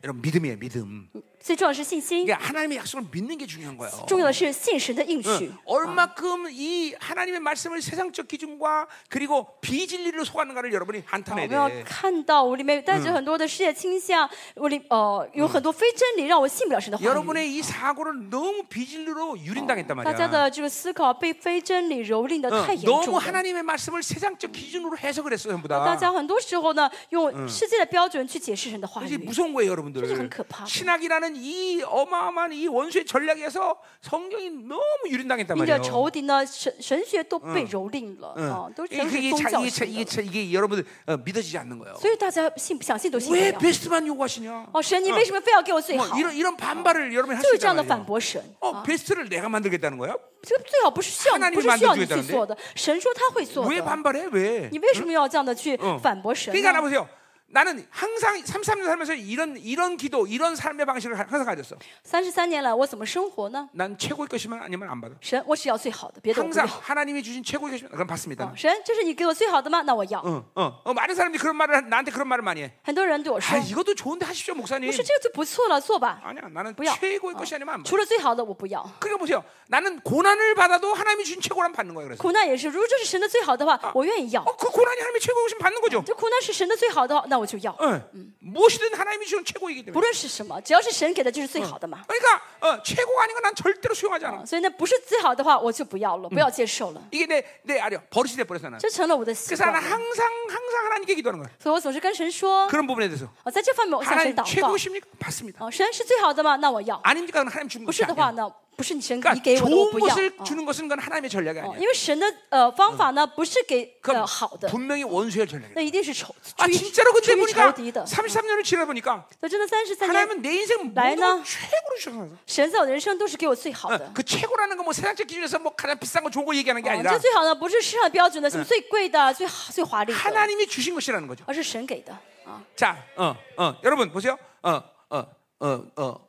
S1: 여러분 믿음이에요, 믿음.
S2: 最重要的是信心
S1: 이게 ， 하나님의 약속을 믿는 게 중요한 거예요.
S2: 重要的是信神的应许
S1: 응, 。 얼마큼 이 하나님의 말씀을 세상적 기준과 그리고 비진리로 속았는가를 여러분이
S2: 哦我
S1: 한탄해야
S2: 们要
S1: 돼.
S2: 看到我里面带着很多的世界倾向，我里呃有很多非真理，让我信不了神的话语。
S1: 여러분의 이 사고를 너무 비진리로 유린당했단
S2: 大家
S1: 말이야.
S2: 的这个思考被非真理蹂躏的
S1: 응,
S2: 太严重
S1: 너무
S2: 了。
S1: 하나님의 말씀을 세상적 기준으로 해석을 했어 전부
S2: 大
S1: 다.
S2: 家很多时候呢，用世界的标准去解释神的话
S1: 이게
S2: 语，
S1: 무서운 거예요, 여러분들.
S2: 진짜 큰可怕.
S1: 신학이라는 이 어마어마한 이 원수의 전략에서 성경이 너무 유린당했단
S2: 因着
S1: 말이에요.
S2: 仇敌呢，神神学都被蹂躏了
S1: 응.
S2: 啊，都
S1: 이게-
S2: 是全是
S1: 이게
S2: 宗
S1: 자,
S2: 教
S1: 이게, 자,
S2: 性
S1: 이게,
S2: 的。
S1: 자, 이게 여러분들 어, 믿어지지 않는 거예요.
S2: 所以大家信不想信都信不
S1: 왜
S2: 了。
S1: 베스트만 요구하시냐?
S2: 哦，神，你为什么非要给我最
S1: 뭐
S2: 好？
S1: 이런 이런 반발을 여러분이
S2: 就是
S1: 할
S2: 这样的
S1: 수있단
S2: 反
S1: 말이에요.
S2: 驳神。
S1: 어, 베스트를 내가 만들겠다는 거야?
S2: 这个最好不是需要
S1: 하나님이
S2: 你，不是需要你
S1: 만들어주겠다는데
S2: 去做的。神说他会做
S1: 왜
S2: 的，
S1: 반발해? 왜?
S2: 你为什么要这样的去
S1: 嗯
S2: 反驳神
S1: 그러니까 나
S2: 呢？
S1: 보세요. 나는 항상 33년 살면서 이런 이런 기도, 이런 삶의 방식을 하- 항상 가졌어.
S2: 三十三年来，我怎么生活呢？
S1: 난 최고의 것이면 아니면 안 받아.
S2: 神，我只要最好的，别的我不
S1: 항상
S2: 要。
S1: 하나님이 주신 최고의 것이면 그럼 받습니다.
S2: 哦神，这是你给我最好的吗？那我要。
S1: 어, 어, 어, 많은 사람들이 그런 말을 하- 나한테 그런 말을 많이 해.
S2: 很多人对我
S1: 아
S2: 说，
S1: 이것도 좋은데 하십시오
S2: 不
S1: 목사님.
S2: 是这个就不错了，做吧。
S1: 아니야 어. 나는
S2: 不要
S1: 최고의
S2: 啊
S1: 것이 아니면 안 받아.
S2: 除了最好的我不要，
S1: 그러니까 보세요. 나는 고난을 받아도 하나님이 주신 최고란 받는 거예요. 그래서
S2: 苦难也是。如果这是神的最好的话，我愿意要。
S1: 어, 그 고난이 하나님의 최고의 것이면 받는 거죠.
S2: 这苦难是神的最好的话，那我就要。
S1: 어, 무엇이든 하나님이 주는 최고이기
S2: 不
S1: 때문에.
S2: 论是什么，只要是神给的，就是最好的嘛。
S1: 그러니까 어, 최고가 아닌 건 난 절대로 수용하지 않아.
S2: 所以那不是最好的话，我就不要了，不要接受了。
S1: 이게 내내 아려 버릇이 돼 버렸어 나는.
S2: 这成了我的习
S1: 그래서
S2: 惯
S1: 나는
S2: 了，
S1: 항상 항상 하나님께 기도하는 거야.
S2: 所以我总是跟神说，
S1: 그런 부분에 대해서
S2: 哦，在这方面我向神
S1: 하나님
S2: 祷告。
S1: 최고십니까? 받습니다.
S2: 哦，神是最好的吗？那我要。
S1: 아닙니까? 그건 하나님 주는
S2: 啊不
S1: 것이
S2: 是的话
S1: 아니야.
S2: 呢，不是你神你
S1: 그러니까
S2: 给我的，我
S1: 좋은
S2: 不要。
S1: 것을
S2: 哦
S1: 주는 것은 그건 하나님의 전략이
S2: 哦
S1: 아니야.
S2: 因为神的呃方法呢，不啊是给呃
S1: 그럼
S2: 好的，
S1: 분명히 원수의 전략이야.
S2: 那一定是仇
S1: 아
S2: 出于
S1: 진짜로 근데
S2: 出于仇
S1: 보니까
S2: 敌的。
S1: 33년을 지나 보니까
S2: 那真的三十三年，
S1: 하나님은 내 인생 모든
S2: 나의 네.
S1: 걸
S2: 나-
S1: 최고로 주셨어.
S2: 神在我的人生都是给我最好的。
S1: 어, 그 최고라는 건 뭐 세상적 기준에서 뭐 가장 비싼 거 좋은 거 얘기하는 게
S2: 哦
S1: 아니라
S2: 这最好呢，不是市场标准的，什么最贵的、最好、最华丽的，
S1: 하나님이 주신 것이라는 거죠.
S2: 而是神给的啊。
S1: 자, 어, 어, 여러분 보세요. 어, 어, 어, 어,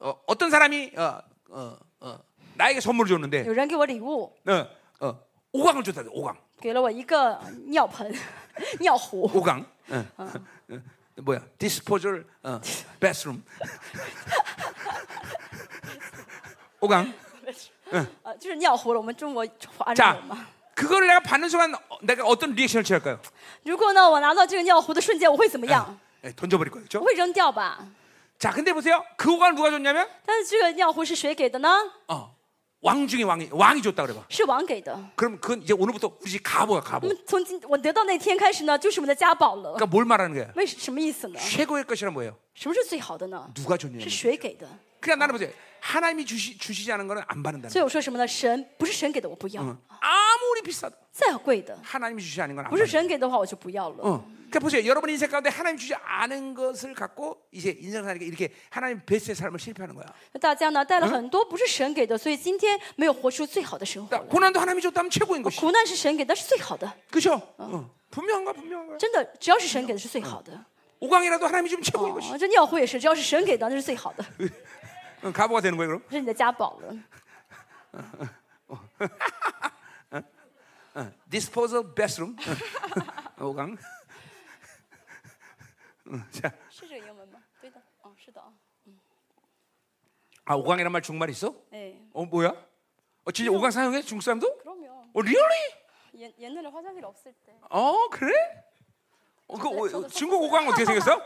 S1: 어, 어떤 사람이 어, 어, 어, 나에게 선물을 줬는데
S2: 有人给我礼物，
S1: 어, 어, 오강을 줬다. 오강,
S2: 给了我一个尿盆、 尿壶，
S1: 오강. 어, 어, 어, 뭐야? 디스포절 어, 베스룸. 오강.
S2: 呃，就是尿壶了。我们中国华人有
S1: 자,
S2: 嘛？
S1: 그거를 내가 받는 순간 어, 내가 어떤 리액션을 취할까요?
S2: 如果呢，我拿到这个尿壶的瞬间，我会怎么样？
S1: 예, 던져버릴 거예요, 그렇죠?
S2: 我会扔掉吧。
S1: 자, 근데 보세요. 그 오강을 누가 줬냐면
S2: 但是这个尿壶是谁给的呢？
S1: 어, 왕 중에 왕이 왕이 줬다 그래봐.
S2: 是王给的。
S1: 그럼 그건 이제 오늘부터 우리 집 가보야 가보.
S2: 那么从今我得到那天开始呢，就是我们的家宝了。
S1: 그러니까 뭘 말하는 거야?
S2: 为什么意思呢？
S1: 최고의 것이란 뭐예요?
S2: 什么是最好的呢？
S1: 누가 줬냐?
S2: 是谁给的？
S1: 그냥 나는 보세요. 하나님이 주시, 주시지 않은 거는 안 받는다는
S2: 所以
S1: 거예요. 嗯
S2: 我说什么呢？神不是神给的，我不要。
S1: 아무리 아무리 비싸도
S2: 再贵的，
S1: 하나님이 주시 않은 건
S2: 不
S1: 아무
S2: 是神给的话，我就不要了。
S1: 어. 그러니까 보세요. 여러분 인생 가운데 하나님 주지 않은 것을 갖고 이제 인생 사니까 이렇게 하나님 베스트의 삶을 실패하는 거야.
S2: 大家呢带了很多不是神给的，所以今天没有活出最好的生活
S1: 그러니까
S2: 来。
S1: 고난도 하나님이 줬다면 최고인 것이.
S2: 苦难是神给，但是最好的，
S1: 그죠? 어. 분명한 거야, 분명한 거야.
S2: 真的，只要是神给的是最好的。
S1: 오강이라도 하나님이 주면 최고인 것이.
S2: 哦，这尿壶也是，只要是神给的那是最好的，
S1: 어, 가보가 되는 거야, 그럼?
S2: 是你的家宝了。
S1: Disposal bathroom. 어, 오강. 어, 자,
S2: 是这个英文吗？对的，哦，是的啊，
S1: 아 오강이란 말 중말 있어?
S2: 哎，
S1: 어 뭐야? 어 진짜 오강 사용해 중국 사람도?
S2: 그럼요.
S1: 어 리얼리?
S2: 옛 옛날에 화장실 없을 때.
S1: 어 그래? 어, 그 어,
S2: 네, 저도
S1: 중국 오강 어떻게 생겼어?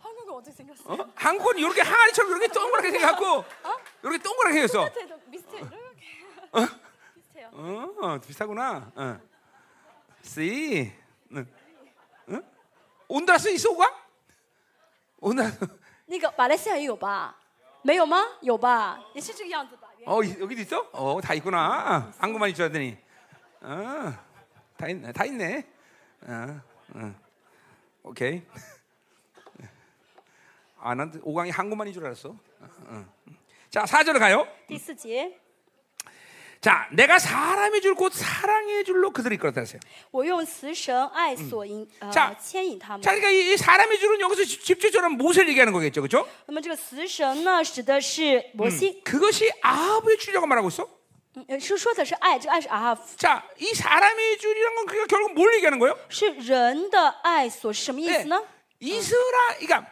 S2: 한국은 어떻게 생겼어?
S1: 어? 한국은 이렇게 항아리처럼 이렇게 동그랗게 생겼고 이렇게 동그랗게 생겼어.
S2: 밑에도 미스테 이렇게. 비슷해요.
S1: 어 비슷하구나. 어. C. 응. 응? 온다스 있어 오강? 온다스.
S2: 那个马来西亚也有吧？没有吗？有吧？也是这个样子吧？
S1: 어 이- 여기도 있어? 어 다 있구나. 한국만 있어야 되니. 어, 어다 있네. 다 있네. 어, 어. 오케이. 아난 오강이 한국만인 줄 알았어. 어, 어. 자 4절 가요.
S2: 第四节，
S1: 자 내가 사람의 줄 곧 사랑의 줄로 그들을 이끌었다 했어요.
S2: 我用慈绳爱索引
S1: 자
S2: 呃牵引他
S1: 자,
S2: 们。
S1: 그러니까 이, 이 사람의 줄은 여기서 집- 집주처럼 모세를 얘기하는 거겠죠, 그렇죠?
S2: 那么这个慈绳呢，指的是摩西，
S1: 그것이 아합의 줄이라고 말하고 있어.
S2: 嗯呃是说的是爱，这个爱是啊，
S1: 자, 이 사람의 줄이란 건 그러니까 결국 뭘 얘기하는 거예요?
S2: 是人的爱所是什么意
S1: 예,
S2: 思呢？
S1: 이스라, 그러니까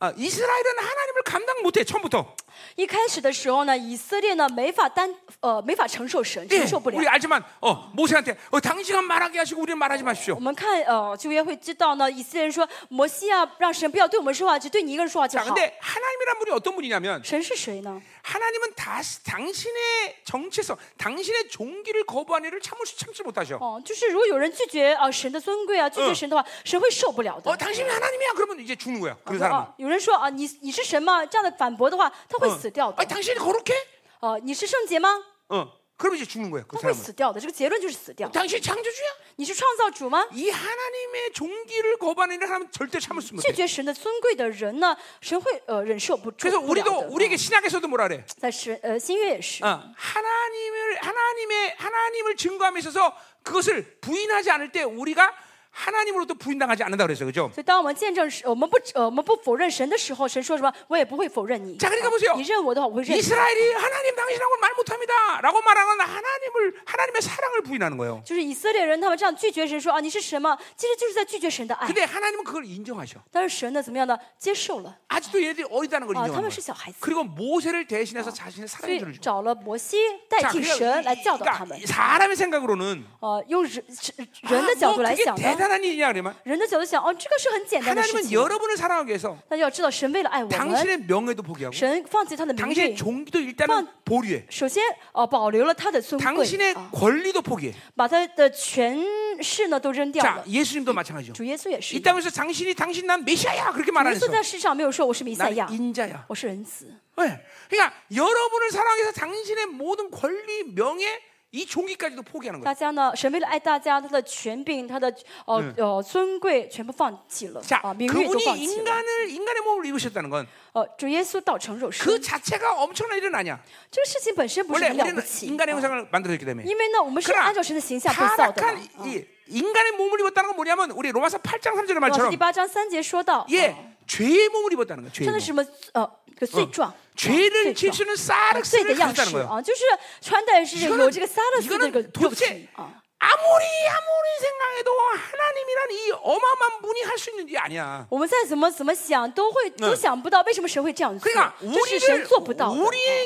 S1: 아, 이스라엘은 하나님을 감당 못해 처음부터.
S2: 一开始的时候呢，以色列呢没法担呃没法承受神，
S1: 예,
S2: 承受不
S1: 우리
S2: 了。
S1: 알지만 어, 모세한테 어, 당신은 말하게 하시고 우리는 말하지
S2: 我
S1: 마십시오.
S2: 们看呃旧约会知道呢，以色列人说摩西啊，让神不要对我们说话，只对你一个人说话就
S1: 자,
S2: 好。
S1: 근데 하나님이란 분이 어떤 분이냐면
S2: 神是谁呢？
S1: 하나님은 다시 당신의 정체성, 당신의 종기를 거부한 일을 참을 수 참지 못하셔.
S2: 哦，就是如果有人拒绝啊、神的尊贵啊，拒绝神的话，神会受不了的。
S1: 어, 당신이 하나님이야. 그러면 이제 죽는 거야. 그
S2: 说
S1: 사람은.
S2: 啊，有人说啊，你你是神吗？这样的反驳的话，他会死掉
S1: 어.
S2: 的
S1: 아, 。 당신이 거룩해?
S2: 哦，你是圣洁吗？
S1: 어. 그러면 이제 죽는 거야. 그
S2: 他会
S1: 사람은.
S2: 死掉的。这个结论就是死掉。
S1: 당신이 창조주야?
S2: 你是创造主吗？
S1: 이 하나님의 종기를 거부하는 일을 하면 절대 참을 수
S2: 拒
S1: 못해.
S2: 绝神的尊贵的人呢，神会呃忍受不住
S1: 그래서
S2: 不了
S1: 우리도
S2: 的。嗯
S1: 우리에게 신약에서도 뭐라 그래?
S2: 在神呃新约也是
S1: 어, ， 하나님을 하나님의 하나님을 증거함에 있어서 그것을 부인하지 않을 때 우리가 하나님으로부터 부인당하지 않는다 그랬어요. 그죠?
S2: 所以当我们见证时，我们不呃我们不否认神的时候，神说什么，我也不会否认你。
S1: 자그러니까보세요
S2: 你认我的话，我会认你。
S1: 이스라엘이 하나님 당신하고는 말 못합니다라고 말하는 하나님을 하나님의 사랑을 부인하는 거예요.
S2: 就是以色列人他们这样拒绝神说啊你是神吗？其实就是在拒绝神的爱。
S1: 근데 하나님은 그걸 인정하셔.
S2: 但是神呢，怎么样呢？接受了
S1: 아직도 얘네들이 어리다는 걸
S2: 啊，他
S1: 인정하는
S2: 们是
S1: 거예요.
S2: 小孩子，
S1: 그리고 모세를 대신해서 자신의
S2: 所
S1: 사랑의
S2: 以
S1: 줄을 줘.
S2: 找了摩西代替
S1: 그러니까
S2: 神
S1: 이-
S2: 来教导
S1: 그러니까
S2: 他们。
S1: 사람의 생각으로는
S2: 呃，用人
S1: 아
S2: 人的角
S1: 뭐,
S2: 度来
S1: 그게 아,
S2: 想呢，
S1: 대단한 일이냐 그러면
S2: 人的角度想，哦，这个是很简单的事
S1: 하나님은
S2: 情。
S1: 여러분을 사랑하기 위해서
S2: 那要知道，神为了爱我们，
S1: 당신의 명예도 포기하고
S2: 神放弃他的名
S1: 당신의
S2: 誉，
S1: 종기도 일단은
S2: 그건-
S1: 보류해
S2: 首先呃保留了他的尊贵，
S1: 당신의
S2: 啊，
S1: 권리도 포기해
S2: 把他的权势呢都扔掉
S1: 자
S2: 了。
S1: 예수님도 마찬가지죠
S2: 主耶稣也是
S1: 이
S2: 一样，
S1: 땅에서 당신이 당신 난 메시아야 그렇게
S2: 主
S1: 말 안
S2: 耶稣
S1: 했어
S2: 在世上没有说我是弥赛亚
S1: 난 ， 인자야
S2: 我是仁慈。
S1: 네. 그러니까 여러분을 사랑해서 기 당신의 모든 권리 명예 이 종기까지도 포기하는 거야
S2: 大家呢，神为了爱大家，他的权柄、他的呃、呃尊贵全部放弃了
S1: 자
S2: 啊，名誉都
S1: 그분이
S2: 放弃了。
S1: 인간을 인간의 몸을 입으셨다는 건 그
S2: 呃，主耶稣道成肉
S1: 음.
S2: 身，
S1: 자체가 엄청난 일은 아니야
S2: 这个事情本身不是
S1: 원래
S2: 很了不
S1: 우리는
S2: 起，
S1: 인간의
S2: 啊
S1: 형상을 만들어졌기 때문에
S2: 因为呢，我们是
S1: 그러나
S2: 按照神的形象被造的嘛。
S1: 타락한
S2: 啊
S1: 이- 인간의 몸을 입었다는 건 뭐냐면 우리 로마서 8장 3절의
S2: 老师第
S1: 말처럼
S2: 八章三节说到，啊
S1: 예 죄의 몸을 입었다는 거예요. 죄의
S2: 穿的
S1: 몸. 어.
S2: 是什么呃个
S1: 嗯
S2: 罪状，啊
S1: 죄를
S2: 罪
S1: 질
S2: 状，
S1: 수는
S2: 啊罪的
S1: 사르스를
S2: 样
S1: 가졌다는
S2: 式
S1: 거예요.
S2: 啊，就是穿戴是有这个撒勒斯的这个
S1: 이거는
S2: 肉体
S1: 도대체 어.
S2: 啊。
S1: 아무리 아무리 생각해도 하나님이란 이 어마어마한 분이 할 수 있는 일이 아니야.
S2: 我们再怎么怎么想，都会都想不到为什么神会这样做
S1: 그러니까 ，
S2: 这是神
S1: 우리를
S2: 做不到的。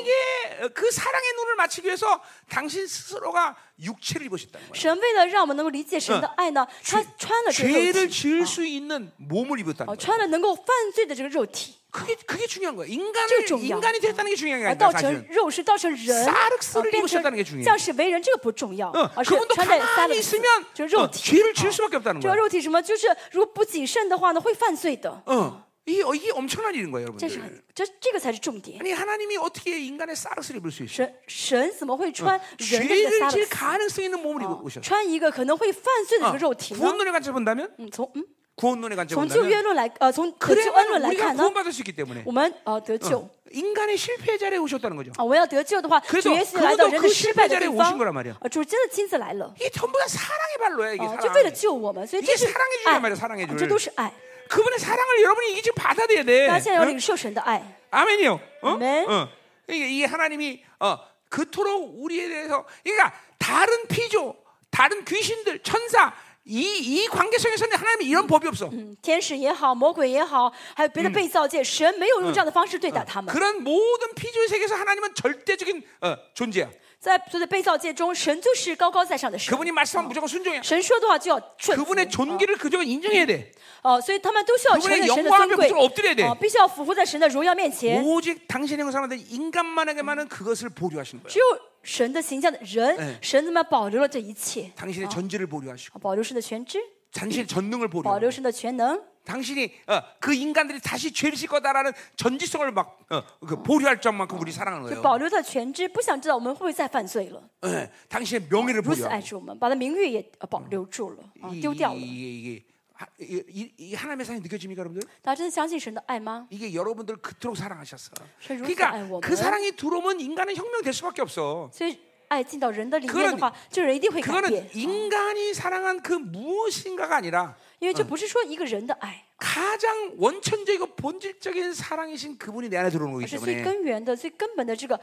S1: 우리에게 그 사랑의 눈을 맞추기 위해서 당신 스스로가 육체를 입으셨다는 거예요.
S2: 神为了让我们能够理解神的爱呢，他穿了这个肉
S1: 아, 죄를
S2: 体，
S1: 지을 수 있는 몸을 입었다는
S2: 哦，
S1: 거예요.
S2: 穿了能够犯罪的这个肉体，
S1: 그게 그게 중요한 거예요.
S2: 저
S1: 인간을
S2: 중요한
S1: 인간이 됐다는 게 중요한 게
S2: 啊，
S1: 아니라
S2: 造成
S1: 사실은.
S2: 肉身，造成人，
S1: 撒勒斯
S2: 啊
S1: 的
S2: 变
S1: 입으셨다는 게중요해
S2: 成将士为人，这个嗯不重要，
S1: 어,
S2: 而是
S1: 그분도
S2: 穿戴撒勒
S1: 가만히
S2: 斯
S1: 있으면 ，
S2: 就是肉
S1: 어,
S2: 体，
S1: 죄를 지을 수밖에 없다는
S2: 这个
S1: 거야.
S2: 肉体什么，就是如果不谨慎的话呢，会犯罪的。
S1: 어. 이, 어, 이게 엄청난 일인 거예요,
S2: 这是
S1: 여러분들.
S2: 很这这个才是重点。
S1: 아니 하나님이 어떻게 인간의 쌀을 입을 수 있어요?
S2: 神神怎么会穿人的这个
S1: 죄를
S2: 撒
S1: 질
S2: 勒
S1: 가능성 있는 몸을
S2: 斯？
S1: 입으셨어요.
S2: 穿一个可能会犯罪的这
S1: 어,
S2: 个肉体呢
S1: 구원 ？ 눈에 관점 본다면
S2: 嗯，从嗯
S1: 구원 눈에 관점
S2: 从旧
S1: 본다면
S2: 约论来，呃，从可救恩
S1: 그래야만
S2: 论来
S1: 우리가
S2: 看呢，
S1: 구원받을 수 있기 때문에
S2: 我们呃得救
S1: 어, 인간의 실패 자리에 오셨다는 거죠.
S2: 啊，我们要得救的话，
S1: 그래도
S2: 主耶稣来到
S1: 그분도그
S2: 人的失败的
S1: 실패자를
S2: 地
S1: 오신
S2: 方
S1: 거란말이야 ，
S2: 啊，主真的亲自来了，
S1: 이게 전부 다 사랑의 발로야 이게
S2: 啊，
S1: 사랑.
S2: 就为了救我们，所以
S1: 이게
S2: 这是
S1: 사랑의줄이란
S2: 爱，
S1: 말이야사랑의줄
S2: 啊这都是爱。
S1: 그분의 사랑을 여러분이 이게 지금 받아들여야 돼.
S2: 大家现在要
S1: 응?
S2: 领受神的爱，
S1: 아멘이요. 어?
S2: 아멘.
S1: 어. 이게 이 하나님이 어, 그토록 우리에 대해서 그러니까 다른 피조, 다른 귀신들, 천사 이 이 관계성에서는 하나님이
S2: 음.
S1: 이런 법이 없어.
S2: 嗯，天使也好，魔鬼也好，还有别的被造界，神没有用这样的方式对待他们。
S1: 그런 모든 피조의 세계에서 하나님은 절대적인 어, 존재야.
S2: 在所有的被造界中，神就是高高在上的神，
S1: 그분이 말씀하면 무조건 순종해.
S2: 神说的话就要顺服。
S1: 그분의 존귀를 그저 인정해야 돼.
S2: 哦，所以他们都需要承认神
S1: 그분의영광
S2: 的尊
S1: 앞에무조건엎드려야돼
S2: 贵，哦，必须要俯伏在神的荣耀面前。
S1: 오직 당신의 형상만든 인간만에게만은 그것을 보류하시는 거예요.
S2: 只有神的形象的人，神怎么保留了这一切？
S1: 당신의 전지를 보류하시고,
S2: 啊保留神的全知，
S1: 당신의 전능을
S2: 保
S1: 보류하고,
S2: 留神的全能，
S1: 당신이 어, 그 인간들이 다시 죄를 짓 거다라는 전지성을 막 어, 그 보류할 점만큼 우리 사랑하는
S2: 就
S1: 거예요.
S2: 保留他的全知，不想知道我们会不会再犯罪了。
S1: 예, 당신의 명예를
S2: 如此
S1: 보류하고
S2: 爱住我们，把他名誉也呃保留住了，啊，
S1: 이-
S2: 丢掉了。
S1: 이게 이게 하- 이- 이- 이 하나님의 사랑이 느껴집니까 여러분들?
S2: 大家真的相信神的爱吗？
S1: 이게 여러분들 그토록 사랑하셨어.
S2: 저 루스
S1: 그러니까
S2: 아이고,
S1: 그
S2: 뭐야?
S1: 사랑이 들어오면 인간은 혁명될 수밖에 없어.
S2: 所以爱进到人的里面的
S1: 그거는
S2: 话，这个人一定会改
S1: 그거는
S2: 变，
S1: 인간이 사랑한 그 무엇인가가 아니라
S2: 因为这不是说一个人的爱，
S1: 가장 원천적이고 본질적인 사랑이신 아, 그분이 내 안에 들어오는
S2: 而
S1: 거기
S2: 是最
S1: 때문에
S2: 根源的、最根本的这个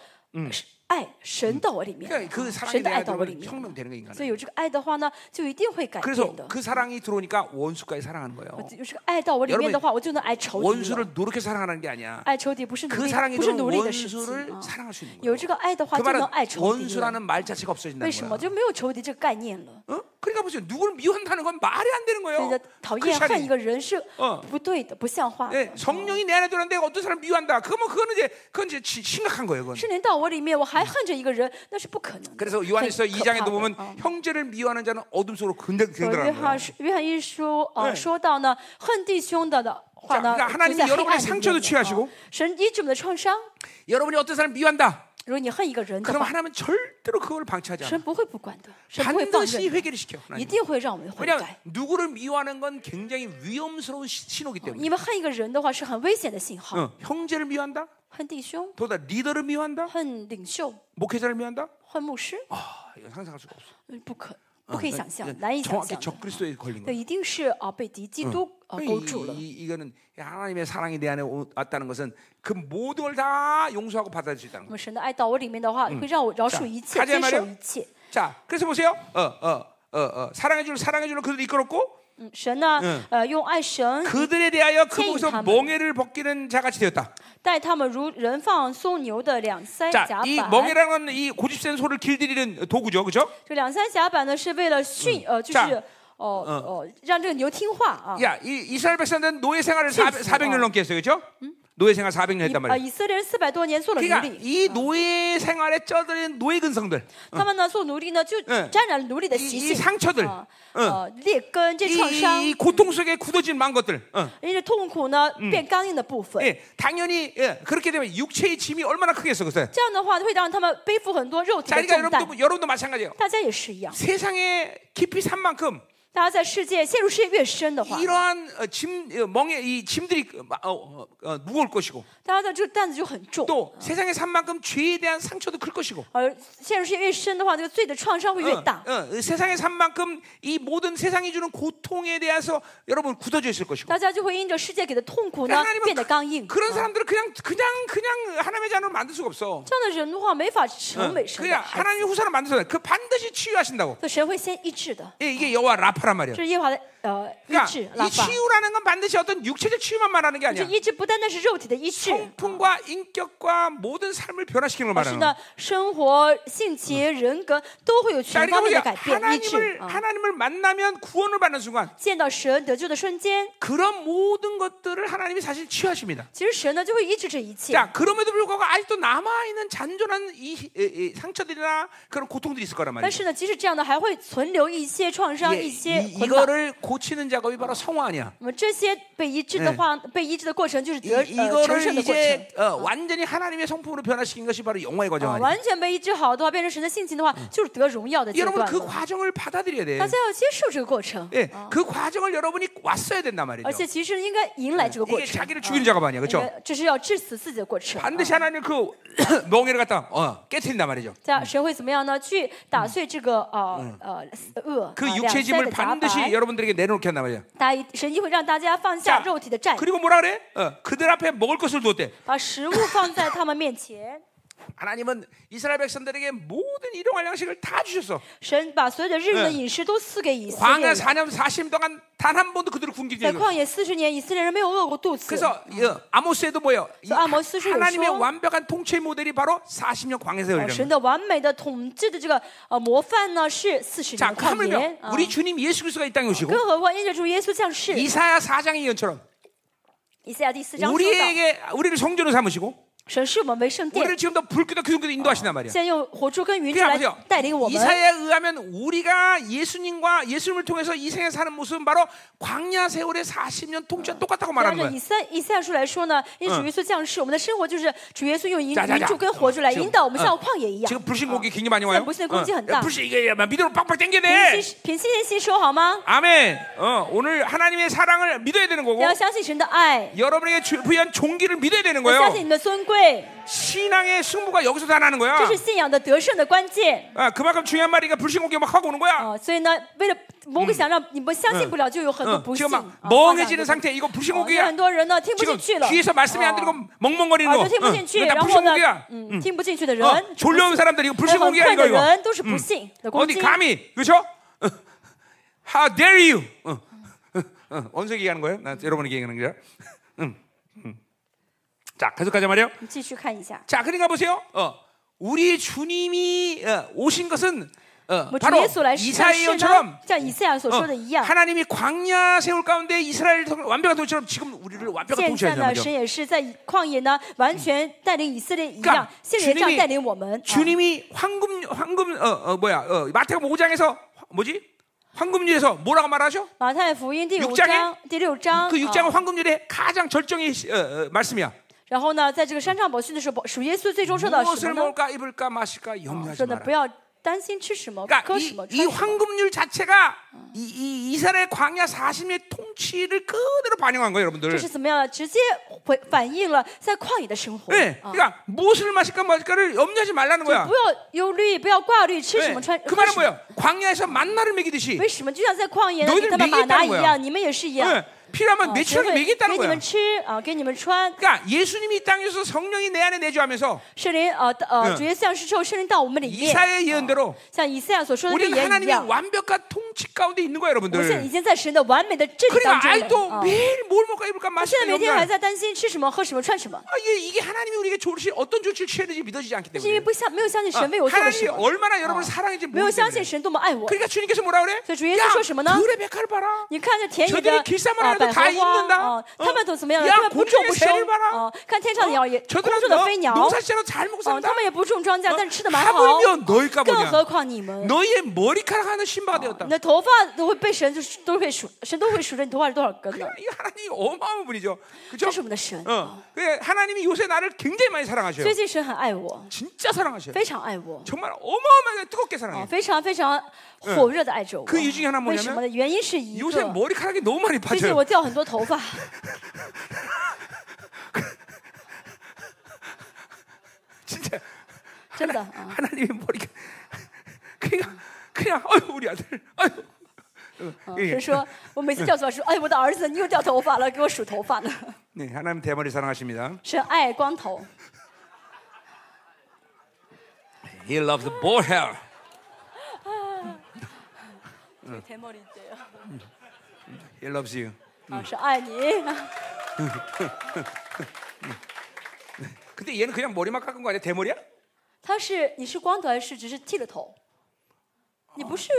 S2: 是爱，神到我里面，
S1: 그러니까 그
S2: 啊
S1: 사랑이
S2: 神
S1: 내
S2: 的爱
S1: 안에
S2: 到我
S1: 들어오면
S2: 里面。
S1: 혁명되는 거 인간은.
S2: 所以有这个爱的话呢，就一定会改变
S1: 그래서
S2: 的。
S1: 그 사랑이 들어오니까 원수까지 사랑하는 거예요.
S2: 有这个爱到我里面的话，我就能爱仇敌了。
S1: 원수를 노력해 사랑하는 게 아니야.
S2: 爱仇敌不是努
S1: 그
S2: 力，
S1: 사랑이
S2: 不是努力
S1: 들어오면
S2: 的事情
S1: 원수를
S2: 啊。
S1: 사랑할 수 있는
S2: 有
S1: 거예요.
S2: 这个爱的话，
S1: 그
S2: 就能
S1: 말은
S2: 爱仇敌了。
S1: 원수라는 말 자체가 없어진다는
S2: 为什么
S1: 거야.
S2: 就没有仇敌这个概念了？
S1: 어? 그러니까 보세요. 누구를 미워한다는 건 말이 안 되는
S2: 所以
S1: 거예요.
S2: 呢，讨厌恨
S1: 크리스찬이.
S2: 一个哎人是
S1: 嗯
S2: 不对的，不像话的。
S1: 예, 성령이 내 안에 들어왔는데 어떤 사람 미워한다. 그러면 그거는 이제 그건 이제 지- 심각한 거예요. 그건.
S2: 圣灵到我里面，我还恨着一个人，那是不可能的。
S1: 그래서 요한에서
S2: 很可
S1: 2장에도
S2: 怕的
S1: 보면
S2: 啊
S1: 형제를 미워하는 자는 어둠 속으로 근데
S2: 我约
S1: 된다는 거예요.
S2: 翰是约翰一书啊
S1: 네
S2: 说到呢，恨弟兄的的话呢，
S1: 그러니까
S2: 就
S1: 하나님이
S2: 在黑暗
S1: 여러분의
S2: 里面
S1: 상처도
S2: 的啊
S1: 취하시고
S2: 神医治我们的创伤。
S1: 여러분이 어떤 사람 미워한다.
S2: 如果你恨一个人的
S1: 그럼
S2: 话，
S1: 하나님은 절대로 그걸 방치하지
S2: 神
S1: 않아.
S2: 不会不管的，神不会放
S1: 반드시
S2: 任的，
S1: 회개를 시켜.
S2: 一
S1: 하나님.
S2: 定会让我们悔
S1: 왜냐하면
S2: 改。
S1: 누구를 미워하는 건 굉장히 위험스러운 시- 신호기 때문에.
S2: 因为恨一个人的话是很危险的信号，
S1: 어, 형제를 미워한다.
S2: 恨弟兄、
S1: 더다 리더를 미워한다.
S2: 恨领袖、
S1: 목회자를 미워한다.
S2: 恨牧师，
S1: 아, 이건 상상할 수가 없어.
S2: 嗯不可不可以想象，
S1: 이건
S2: 难以想
S1: 정확히
S2: 象的。
S1: 적그리스도에 걸린 거야.
S2: 对，一定是啊被敌基督
S1: 아,
S2: 啊勾住了
S1: 이, 。 이, 이거는 하나님의 사랑이 내 안에 오- 왔다는 것은 그 모든 걸 다 용서하고 받아들일 수 있다는
S2: 那
S1: 거야.
S2: 么神的爱到我里面的话，会让我饶
S1: 자
S2: 恕一切，
S1: 가자
S2: 接
S1: 말이야
S2: 受一切。
S1: 자, 그래서 보세요. 어, 어, 어, 어, 사랑해 주는 사랑해 주는 그들을 이끌었고
S2: 嗯，神呢，呃，用爱 神
S1: 그들에 대하여 그 목에서
S2: 체인함을.
S1: 멍에를 벗기는 자같이 되었다.
S2: 待他们如人放松牛的两腮
S1: 자
S2: 甲
S1: 이
S2: 板。
S1: 멍에라는 건 이 고집센 소를 길들이는 도구죠, 그렇죠?
S2: 这两腮甲板呢，是为了训呃，就
S1: 자
S2: 是哦哦，让这个牛听话啊。
S1: 야, 이 이스라엘 백성들은 노예 생활을 400,
S2: 실수.
S1: 400년
S2: 어.
S1: 넘게 어. 했어요, 그렇죠? 노예 생활 400년
S2: 以
S1: 했단
S2: 呃
S1: 말이에요. 아,
S2: 以色列人四百多年做了奴
S1: 그러니까
S2: 隶，
S1: 이 노예 생활에 쩌들인 노예 근성들,
S2: 他们呢做奴隶呢就
S1: 嗯
S2: 沾染了奴隶的
S1: 이,
S2: 习
S1: 이
S2: 性。
S1: 상처들,
S2: 啊，呃，劣根这创伤
S1: 이, 이 ， 고통 속에 굳어진 망 것들, 어.
S2: 因为痛苦呢变刚硬的部分。
S1: 예, 당연히 예, 그렇게 되면 육체의 짐이 얼마나 크겠어, 그래.
S2: 这样的话会让他们背负很多肉体
S1: 자
S2: 的
S1: 그러니까
S2: 重担。
S1: 여러분도 여러분도 마찬가지예요.
S2: 大家也是一样，
S1: 세상에 깊이 산 만큼
S2: 大家在世界陷入世界越深的话，
S1: 이러한 어, 짐 어, 멍에 이 짐들이 어, 마- 어, 어, 어, 무거울 것이고
S2: 大家的这个担子就很重。
S1: 또 세상에 산 만큼 죄에 대한 상처도 클 것이고
S2: 而陷入世界越深的话，这个罪的创伤会
S1: 어,
S2: 越大。
S1: 어, 세상에 산 만큼 이 모든 세상이 주는 고통에 대해서 여러분 굳어져 있을 것이고
S2: 大家就会因着世界给的痛苦呢
S1: 그러니까 ， 하나님은
S2: 变得刚硬。啊
S1: 그, 런 사람들을 그냥 그냥 그냥 하나님의 자녀로 만들 수가 없어.
S2: 这样的人的话，没法成为神的
S1: 그냥
S2: 孩子。
S1: 하나님의 후사로 만들어서 그 반드시 치유하신다고.
S2: 所以神会先医治的，
S1: 예, 이게 여호와 라파란 말이야.
S2: 这是耶和华的呃医
S1: 그러니까
S2: 治拉
S1: 이
S2: 法。
S1: 치유라는 건 반드시 어떤 육체적 치유만 말하는 게
S2: 这
S1: 아니야.
S2: 医治不单单是肉体的医治，
S1: 성품과 인격과 모든 삶을 변화시키는 걸
S2: 而是
S1: 말하는
S2: 呢
S1: 거야.
S2: 生活、性情、人格都会有
S1: 자,
S2: 全
S1: 그러니까
S2: 方面
S1: 우리가
S2: 的
S1: 어.
S2: 改变医治
S1: 하나님을
S2: 啊。
S1: 하나님을 만나면 구원을 받는 순간
S2: 见到神得救的瞬间，
S1: 그런 모든 것들을 하나님이 사실 치유하십니다.
S2: 其实神呢就会医治这一切。
S1: 자, 그럼에도 불구하고 아직도 남아 있는 잔존한 이, 이- 이 상처들이나 그런 고통들이 있을 거란
S2: 但
S1: 말이죠.
S2: 是呢，即使这样的，还会存留一些创伤，
S1: 예,
S2: 一些
S1: 이,
S2: 捆绑。
S1: 이거를 고치는 작업이 바로 성화 아니야.
S2: 那么这些被医治的话，被医治的过程就是
S1: 이,
S2: 得呃成
S1: 어, 이거를
S2: 圣的过程。
S1: 이제 어, 완전히 하나님의 성품으로 변화시킨 것이 바로 영화의 과정
S2: 啊，嗯
S1: 아니야.
S2: 完全被医治好的话，变成神的性情的话，就是得荣耀的阶
S1: 여러분
S2: 段
S1: 그
S2: 了。
S1: 과정을 받아들여야 돼.
S2: 大家要接受这个过程，
S1: 예, 그 과정을 여러분이 왔어야 된단 말이죠.
S2: 而且其实应该迎来这个过
S1: 이게
S2: 程。
S1: 자기를 죽이는 작업 아니야,
S2: 应
S1: 그렇죠?
S2: 该这是要致死自己的过程。
S1: 반드시 하나님 그 멍에를 갖다 어, 깨트린단 말이죠.
S2: 在神会怎么样呢？去打碎这个呃呃恶，
S1: 그
S2: 啊
S1: 육체의
S2: 两腮
S1: 짐을
S2: 的夹
S1: 반드시
S2: 白。
S1: 여러분들에게 내놓게 한단 말이야.
S2: 大家神一会让大家放下肉体的债，
S1: 그리고 뭐라 그래? 어, 그들 앞에 먹을 것을 뒀대.
S2: 把食物放在他们面前。
S1: 하나님은 이스라엘 백성들에게 모든 일용할 양식을 다 주셨어.
S2: 神把所有的日用的
S1: 嗯
S2: 饮食都赐给以色列
S1: 광야
S2: 人。
S1: 4년 40년 동안 단 한 번도 그들을 굶기지
S2: 在
S1: 않았어.
S2: 旷野四十年，以色列人没有饿过肚子。
S1: 그래서 어, 아모스에도 뭐예요? 이
S2: 네. 그래서 아모스书有说- 아,
S1: 하나님의 완벽한 통치 모델이 바로 40년 광야에서
S2: 啊神
S1: 열리는
S2: 的完美的统治的这个呃模范呢，是四十
S1: 자,
S2: 年旷野
S1: 하물며
S2: 啊。
S1: 우리 주님 예수 그리스도가 이 땅에 오시고
S2: 更何况因着主耶稣降世，
S1: 이사야 4장의 예언처럼
S2: 以赛亚第四章说到，
S1: 우리에게 우리를 성전으로 삼으시고
S2: 神视我们为圣
S1: 우리를
S2: 殿，
S1: 지금도 불교도 기독교도 인도하신단 말이야.
S2: 现在用火柱跟云柱
S1: 그러니까
S2: 来
S1: 보세요.
S2: 带领我们。
S1: 이사야에 의하면 우리가 예수님과 예수님을 통해서 이 생에 사는 모습은 바로 광야 세월의 40년 통치와 똑같다고
S2: 按
S1: 말하는
S2: 照
S1: 거야.
S2: 以赛以赛亚书来嗯说呢，因主耶稣降世，我们的生活就是主耶稣用云
S1: 자 자
S2: 云
S1: 자
S2: 柱跟火柱来
S1: 지금
S2: 引导我们，像旷野一样。
S1: 지금 불신 공기 굉장히 많이 와요.
S2: 지금 불신의 어. 공기
S1: 어.
S2: 한 다.
S1: 불신 이게 막 믿음으로 빡빡 당겨야
S2: 平
S1: 돼.
S2: 心平心静气说好吗？
S1: 아멘. 어, 오늘 하나님의 사랑을 믿어야 되는 거고
S2: 你要相信神的爱，
S1: 여러분에게 주- 부여한 종기를 믿어야 되는
S2: 要相信
S1: 거예요.
S2: 你的尊贵，
S1: 신앙의 승부가 여기서 다 나는 거야.
S2: 这是信仰的得胜的关键。
S1: 아, 그만큼 중요한 말이니까 불신 공기 막 하고 오는 거야.
S2: 啊，所以呢，为了魔鬼想让你们相信不嗯了，就有很多
S1: 어,
S2: 不信
S1: 지금 。막
S2: 啊放下
S1: 멍해지는
S2: 这个
S1: 상태. 이거 불신
S2: 哦有
S1: 공기야.
S2: 很多人呢听不进
S1: 지금
S2: 去了，
S1: 귀에서 말씀이 안 들리고
S2: 哦
S1: 멍멍거리는
S2: 耳
S1: 거.
S2: 朵听不
S1: 응,
S2: 进去，
S1: 이거 다
S2: 然
S1: 어. 아,
S2: 后
S1: 불신
S2: 呢
S1: 공기야. ，
S2: 嗯，听不进去的人，
S1: 어, 졸려온 사람들 이거
S2: 还有
S1: 불신
S2: 很
S1: 공기야
S2: 困
S1: 이거
S2: 的
S1: 이거.
S2: 人都是不信的攻
S1: 어디
S2: 击。
S1: 감히 그렇죠? 어, How dare you? 어, 어, 어, 언제 얘기하는 거예요? 나 여러분이 얘기하는 거야. 음, 음. 자 계속하자 말이요.
S2: 我们继续看一下，
S1: 자 그러니까 보세요. 어, 우리 주님이 어, 오신 것은 어,
S2: 我们主
S1: 바로
S2: 耶稣来世上是呢
S1: 이사야처럼 ，
S2: 像以赛亚所
S1: 어,
S2: 说的一样。
S1: 하나님이 광야 세울 가운데 이스라엘 통- 완벽한 도처럼 지금 우리를 완벽한
S2: 现在
S1: 통치하는
S2: 呢，
S1: 거죠.
S2: 神也是在旷野呢，完全带领以色列一
S1: 干
S2: 样，现在也这样带领我们。啊
S1: 주님이 황금 황금 어, 어 뭐야 어, 마태복음 5장에서 뭐지 황금률에서 뭐라고 말하죠?
S2: 马太福音第
S1: 육장
S2: 五
S1: 에
S2: 章第六章，
S1: 그
S2: 啊
S1: 6장은 황금률의 가장 절정의 시- 어, 어, 말씀이야.
S2: 然后呢，在这个山上宝训的时候，宝属耶稣最终说到什
S1: 무엇을
S2: 么呢？
S1: 먹을까 입을까 마실까 염려하지
S2: 说呢，
S1: 마라.
S2: 不要担心吃什么、
S1: 그러니까
S2: 喝什
S1: 이,
S2: 么、
S1: 어. 이
S2: 穿什么。
S1: 황금률 자체가 이, 이 이스라엘 광야 40년의 통치를 그대로 반영한 거예요,
S2: 这
S1: 여러분들.
S2: 是怎么样呢？直接回反映了在旷野的生活。
S1: 네,
S2: 啊
S1: 그러니까 무엇을 마실까 마실까를 염려하지 말라는
S2: 不
S1: 거야.
S2: 要哎忧虑，不要挂虑，
S1: 네,
S2: 吃什么穿
S1: 그
S2: 喝
S1: 말은
S2: 什么。
S1: 뭐예요? 광야에서 만나를 먹이듯이
S2: 为什么？就像在旷野呢
S1: 너희들
S2: 给他们
S1: 먹이겠다는
S2: 马拿一
S1: 거야
S2: 样，你们也是一样。
S1: 네,
S2: 啊
S1: 필요하면
S2: 神
S1: 내추럴
S2: 会给
S1: 먹이겠다는
S2: 你
S1: 거야.
S2: 们吃啊，给你们穿。
S1: 그러니까 예수님이 이 땅에서 성령이 내 안에 내주하면서
S2: 圣灵呃
S1: 嗯
S2: 呃，主耶稣降世之后，圣灵到我
S1: 예.
S2: 们里面，
S1: 이사의 예언대로
S2: 像以赛亚所说的预
S1: 우리는
S2: 言一
S1: 하나님의
S2: 样，
S1: 완벽한 통치 가운데 있는 거야
S2: 我们现在已
S1: 여러분들
S2: 经在神的完美的治理
S1: 그리고
S2: 当中
S1: 아직도
S2: 了。啊
S1: 매일 뭘 먹을까 입을까
S2: 现在
S1: 마실까
S2: 每天还
S1: 염려
S2: 在担心吃什么、喝什么、穿什么，
S1: 아, 이게, 이게 하나님이 우리에게 조치, 어떤 조치를 취했는지 믿어지지 않기
S2: 是因为
S1: 때문에
S2: 不相没有相信
S1: 아,
S2: 神为我做了什
S1: 하나님이
S2: 么，
S1: 얼마나 여러분을 사랑했는지
S2: 没有
S1: 모르기
S2: 相信
S1: 때문에
S2: 神多么爱我。
S1: 그러니까 주님께서 뭐라 그래?
S2: 그래서 주님께서
S1: 야,
S2: 说什么呢?
S1: 들의 백화를 봐라
S2: 你看这田野的
S1: 저들이길사만
S2: 啊
S1: 하는데
S2: 百
S1: 다
S2: 合
S1: 입는다
S2: 花啊，
S1: 어
S2: 他们都怎么样？
S1: 야
S2: 他们不种
S1: 공중의
S2: 不
S1: 새를
S2: 收
S1: 봐라
S2: 啊，看天上的鸟也，空中的飞鸟
S1: 어？ 저들은
S2: 啊，
S1: 농사시로 잘 먹고
S2: 他
S1: 산다
S2: 们也不种庄稼，但吃的蛮好。
S1: 하물며 너희가
S2: 更
S1: 뭐냐
S2: 何况你们，
S1: 너희의 머리카락 하나 신바가
S2: 你
S1: 되었다
S2: 的头发都会被神就是都会数，神都会数着你头发是多少根的。
S1: 이 하나님이 어마어마한 분이죠
S2: 这
S1: 그죠?
S2: 是我们的神，
S1: 어. 그래, 하나님이 요새 나를 굉장히 많이 사랑하셔요
S2: 最近神很爱我，
S1: 진짜 사랑하셔요
S2: 非常爱我，
S1: 정말 어마어마하게 뜨겁게
S2: 啊，
S1: 사랑해요
S2: 非常非常火热的爱着我。
S1: 嗯 그이유중에하나뭐냐면
S2: 为什么呢？原因是一
S1: 요새
S2: 个，
S1: 머리카락이 너무 많이
S2: 最近
S1: 빠져요
S2: 我掉很多头发， 啊，
S1: 진짜
S2: 어。 真 的
S1: 하나,
S2: 啊
S1: 하나님의 머리가 그냥 그냥 아유 우리 아들 아유 예,
S2: 神说，我每次掉头发说，哎，我的儿子，你又掉头发了，给我数头发呢。
S1: 네 하나님 대머리 사랑하십니다
S2: 神爱光头，
S1: He loves the bald hair He loves you
S2: 啊，是爱你。
S1: 근데 얘는 그냥 머리만 깎은 거 아니야 대머리야?
S2: 他是你是光头还是只是剃了头？你不是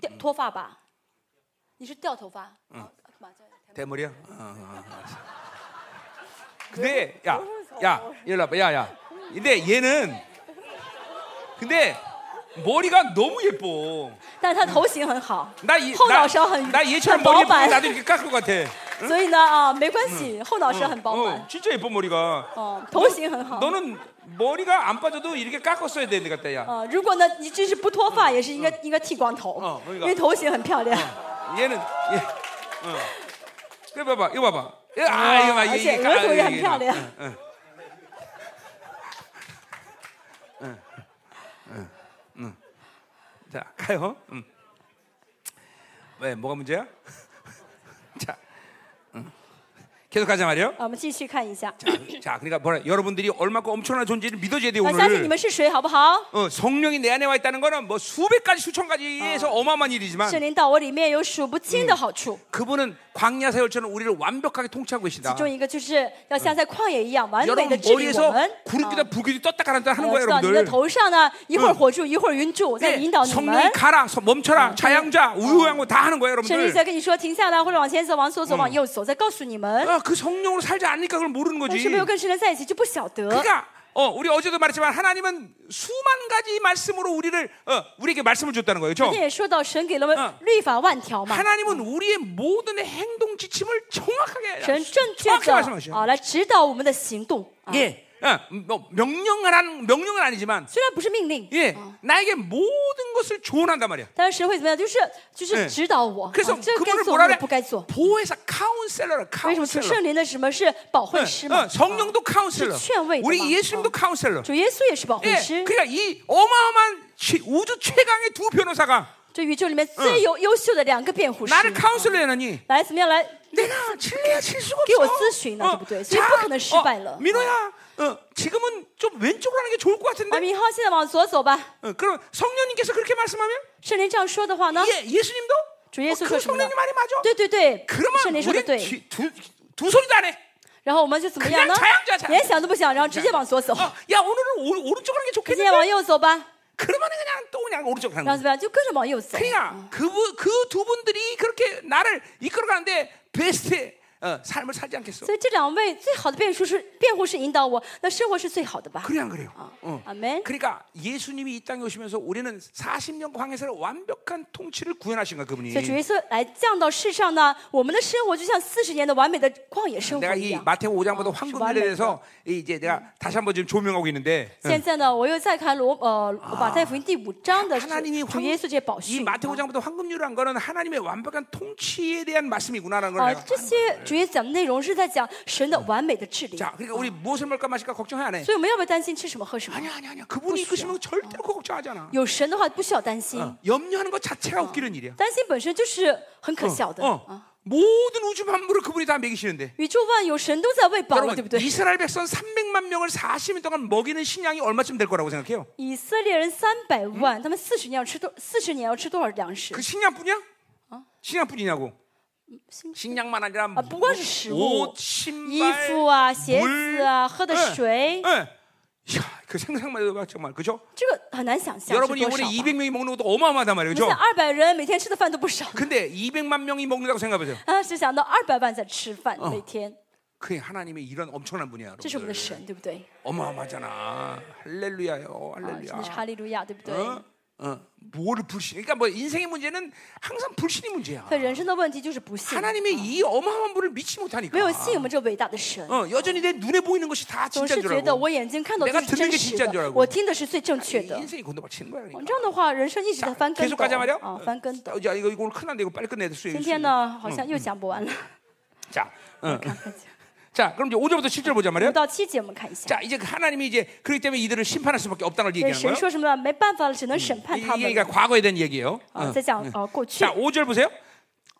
S2: 掉脱发吧？你是掉头发？啊，干嘛这样
S1: 대머리야 어, 어, 알았어. 근데 야야 일로 와봐 야야 근데 얘는 근데 머리가 너무 예뻐.
S2: 但是他头型很好，
S1: 나이
S2: 后脑勺很
S1: 나
S2: 很
S1: 얘처럼
S2: 饱
S1: 머리 예쁘면
S2: 满，
S1: 나도 이렇게 깎을 것 같아.
S2: 所以呢啊没关系，后脑勺很饱
S1: 어,
S2: 满，
S1: 진짜 예뻐 머리가.
S2: 哦，头型很好。
S1: 너는 머리가 안 빠져도 이렇게 깎았어야 되는 것 같다. 야.
S2: 啊，如果呢你即使不脱发，也是应该应该剃光头
S1: 哦，那个
S2: 因为头型很漂亮。
S1: 얘는 얘. 어. 그래 봐봐. 이거 봐봐. 이거, 아, 이거 봐.
S2: 而
S1: 이게
S2: 且额头也
S1: 깎아,
S2: 很
S1: 이게
S2: 漂
S1: 나.
S2: 亮。
S1: 어, 자, 가요. 음. 왜 뭐가 문제야? 자. 음. 계속 가자 말이요.
S2: 啊，我们继续看一下。
S1: 자, 그러니까 뭐라 여러분들이 얼마큼 엄청난 존재를 믿어줘야 돼
S2: 啊，相信你
S1: 오늘.
S2: 们是谁，好不好？
S1: 어, 성령이 내 안에 와 있다는 거는 뭐 수백 가지 수천 가지에서 어마어마한 일이지만
S2: 圣灵到我里面有数不清的好处，
S1: 그분은 광야 세월처럼 우리를 완벽하게 통치하고 계시다.
S2: 其中一个就是要像在旷野一样完美的
S1: 여러분
S2: 治理我
S1: 머리에서
S2: 们。
S1: 구름기다 부기도 떴다 가란다
S2: 啊
S1: 하는
S2: 要
S1: 거예요,
S2: 知道你的
S1: 여러분들.
S2: 头上呢，一会儿火柱，一会儿云柱，在
S1: 네,
S2: 引导你们
S1: 성령이 。 가라, 서- 멈춰라, 자양자, 우유양고 다 하는 거예요,
S2: 圣灵
S1: 여러분들.
S2: 在跟你说停下来，或者往前走，往左走，往右走，在告诉你们。
S1: 어, 그 성령으로 살지 않으니까 그걸 모르는
S2: 但
S1: 거지.
S2: 是没有跟神的在一起，就不晓得。
S1: 그러니까 어, 우리 어제도 말했지만 하나님은 수만 가지 말씀으로 우리를 어, 우리에게 말씀을 줬다는 거예요,
S2: 昨
S1: 그
S2: 天
S1: 죠
S2: 也说到，神给了我们
S1: 嗯
S2: 律法万条嘛。
S1: 하나님은 우리의 모든 행동 지침을 정확하게
S2: 神正确
S1: 정확히
S2: 的
S1: 말씀하셔.
S2: 啊来指导我们的行动。啊
S1: 예, 어, 뭐 명령하라는 명령은 아니지만
S2: 虽然不是命令，
S1: 예, 나에게 모든 것을 조언한단 말이야.
S2: 但是神会怎么样？就是就
S1: 예
S2: 是指导我，啊
S1: 그래서
S2: 这该
S1: 그분을
S2: 做
S1: 뭐라
S2: 或者
S1: 그래?
S2: 不该做。
S1: 보혜사 카운셀러라
S2: 为什么圣
S1: 카운셀러.
S2: 圣灵的什么是保惠师
S1: 응,
S2: 嘛？
S1: 응, 성령도 카운셀러.
S2: 그 취한 왜
S1: 우리
S2: 있더만.
S1: 예수님도 카운셀러.
S2: 主耶稣也是保惠
S1: 예,
S2: 师，
S1: 그러니까 이 어마어마한 최- 우주 최강의 두 변호사가
S2: 这宇宙里面最优优秀的两个辩护师，
S1: 나를 카운셀러 해놨니?
S2: 来怎么样来
S1: 내가 진리야 질 수가
S2: 게
S1: 없어.
S2: 워咨询呢，对不对？
S1: 자,
S2: 所以不可能失败了。
S1: 어, 민호야, 어, 지금은 좀 왼쪽으로 하는 게 좋을 것
S2: 阿
S1: 같은데.
S2: 明浩现在往左走吧。
S1: 어, 그럼 성령님께서 그렇게 말씀하면
S2: 圣灵这样说的话呢，
S1: 예, 예수님도
S2: 어? 주 예수
S1: 어, 그
S2: 그러십니다.
S1: 성령님 말이 맞아.
S2: 对对对，圣灵
S1: 그러면
S2: 说的
S1: 우리
S2: 对。
S1: 지- 두, 두 소리도 안 해.
S2: 然后我们就怎么样呢
S1: 그냥자양자자 ？
S2: 连想都不想，然后直接往左走，
S1: 어, 야 오늘은 오, 오른쪽으로 하는 게
S2: 直接
S1: 좋겠는데.
S2: 往右走吧。
S1: 그러면 그냥 또 그냥 오른쪽으로 하는
S2: 然后
S1: 거야.
S2: 怎么样？就跟着往右走。
S1: 그러니까 그그두 분들이 그렇게 나를 이끌어가는데 베스트 어, 삶을 살지 않겠어.
S2: 所以这两位最好的辩护是辩护是引导我，那生活是最好的吧？
S1: 그래 안 그래요? 어.
S2: 阿门。
S1: 그러니까 예수님이 이 땅에 오시면서 우리는 40년 광야에서 완벽한 통치를 구현하신 거야 그분이.
S2: 所以主耶稣来降到世上呢，我们的生活就像四十年的完美的旷野生
S1: 내가
S2: 活一
S1: 이
S2: 样。
S1: 마태오 5장보다
S2: 어,
S1: 황금률에
S2: 주말에
S1: 대해서 이제 내가 다시 한번 지금 조명하고 있는데
S2: 现在呢，我又再看罗呃马太福音第五章的是
S1: 하나님이
S2: 主
S1: 황,
S2: 耶稣这些宝
S1: 이
S2: 训啊
S1: 마태오 5장보다 황금률이란 거는 하나님의 완벽한 통치에 대한 말씀이구나라는 걸
S2: 啊，
S1: 내가.
S2: 这些主耶稣讲的内容是在讲神的完美的治理，
S1: 자,
S2: 所
S1: 그러니까 우리 무엇을 먹을까 마실까 걱정 안 해.
S2: 以我们要不要担心吃什么喝什么？
S1: 아니야 아니야 아니야. 그분이 이끄시면 절대로 그거 걱정하지 않아. 어,
S2: 有神的话不需要担心，
S1: 嗯 염려하는 것 자체가 웃기는 일이야.
S2: 担心本身就是很可笑的
S1: 어.
S2: 啊。
S1: 모든 우주 만물을 그분이 다 먹이시는데.
S2: 宇宙万有神都在喂饱了，对
S1: 여러분
S2: 不对？
S1: 이스라엘 백성 300만 명을 40일 동안 먹이는 신양이 얼마쯤 될 거라고 생각해요?
S2: 以色列人三百万，他们四十年要吃多四十年要吃多少粮食
S1: 그 ？ 신양뿐이야? 어? 신양뿐이냐고? 신양만 음, 아니라 뭐,
S2: 아, 不光是食物
S1: 옷 、
S2: 衣
S1: 신발,
S2: 服啊、鞋
S1: 물
S2: 子啊、喝的
S1: 예,
S2: 水
S1: 예. ， 야, 그 생각만 해도 막 정말 그죠?
S2: 这个很难想象是
S1: 여러분이
S2: 多少
S1: 올해
S2: 吧。
S1: 200명이 먹는 것도 어마어마하단 말이에요,
S2: 我
S1: 그
S2: 们
S1: 죠
S2: 想二百人每天吃的饭都不少，
S1: 근데 200만 명이 먹는다고 생각해보세요.
S2: 啊，只想到二百万在吃饭每天，
S1: 그게 하나님의 이런 엄청난 분이야,
S2: 这是我们的
S1: 여러분들.
S2: 神，对不对？
S1: 어마어마하잖아. 할렐루야요,
S2: 啊，真的
S1: 할렐루야.
S2: 是哈利路亚，对不对？
S1: 어? 어, 뭐를 불신? 그러니까 뭐 인생의 문제는 항상 불신이 문제야.
S2: 所以人生的问题就是不信，
S1: 하나님의 이 어마어마한 분을 믿지 못하니까.
S2: 没有信我们这伟大的神，
S1: 어, 여전히 내 눈에 보이는 것이 다
S2: 总是
S1: 진짜인 줄
S2: 觉得
S1: 알고
S2: 我眼睛看到
S1: 내가
S2: 的是
S1: 듣는게
S2: 真实
S1: 진짜인줄알
S2: 的
S1: 고 ，
S2: 我哎听的是最正确的。
S1: 인생이 곤도박치는 거야. 그러니까.
S2: 这样的话，人生一直在翻跟
S1: 계속
S2: 斗
S1: 가자말이야
S2: 啊，翻跟斗。
S1: 야, 이거 이거 오늘 큰일 났네. 이거 빨리 끝내야 돼. 수요.
S2: 今天呢，好像又讲不完了。
S1: 자, 어.
S2: 看看见
S1: 자, 그럼 이제 5절부터 7절 보자
S2: 五
S1: 말이야.
S2: 到七节，我们看一下。
S1: 자, 이제 하나님이 이제 그렇기 때문에 이들을 심판할 수밖에 없다는 걸
S2: 对
S1: 얘기하는
S2: 神
S1: 거예요.
S2: 说什么呢？没办法了，只能审判
S1: 이게
S2: 他们
S1: 그러니까 。 과거에 대한 얘기예요.
S2: 啊，再讲呃过去
S1: 자 5절 보세요.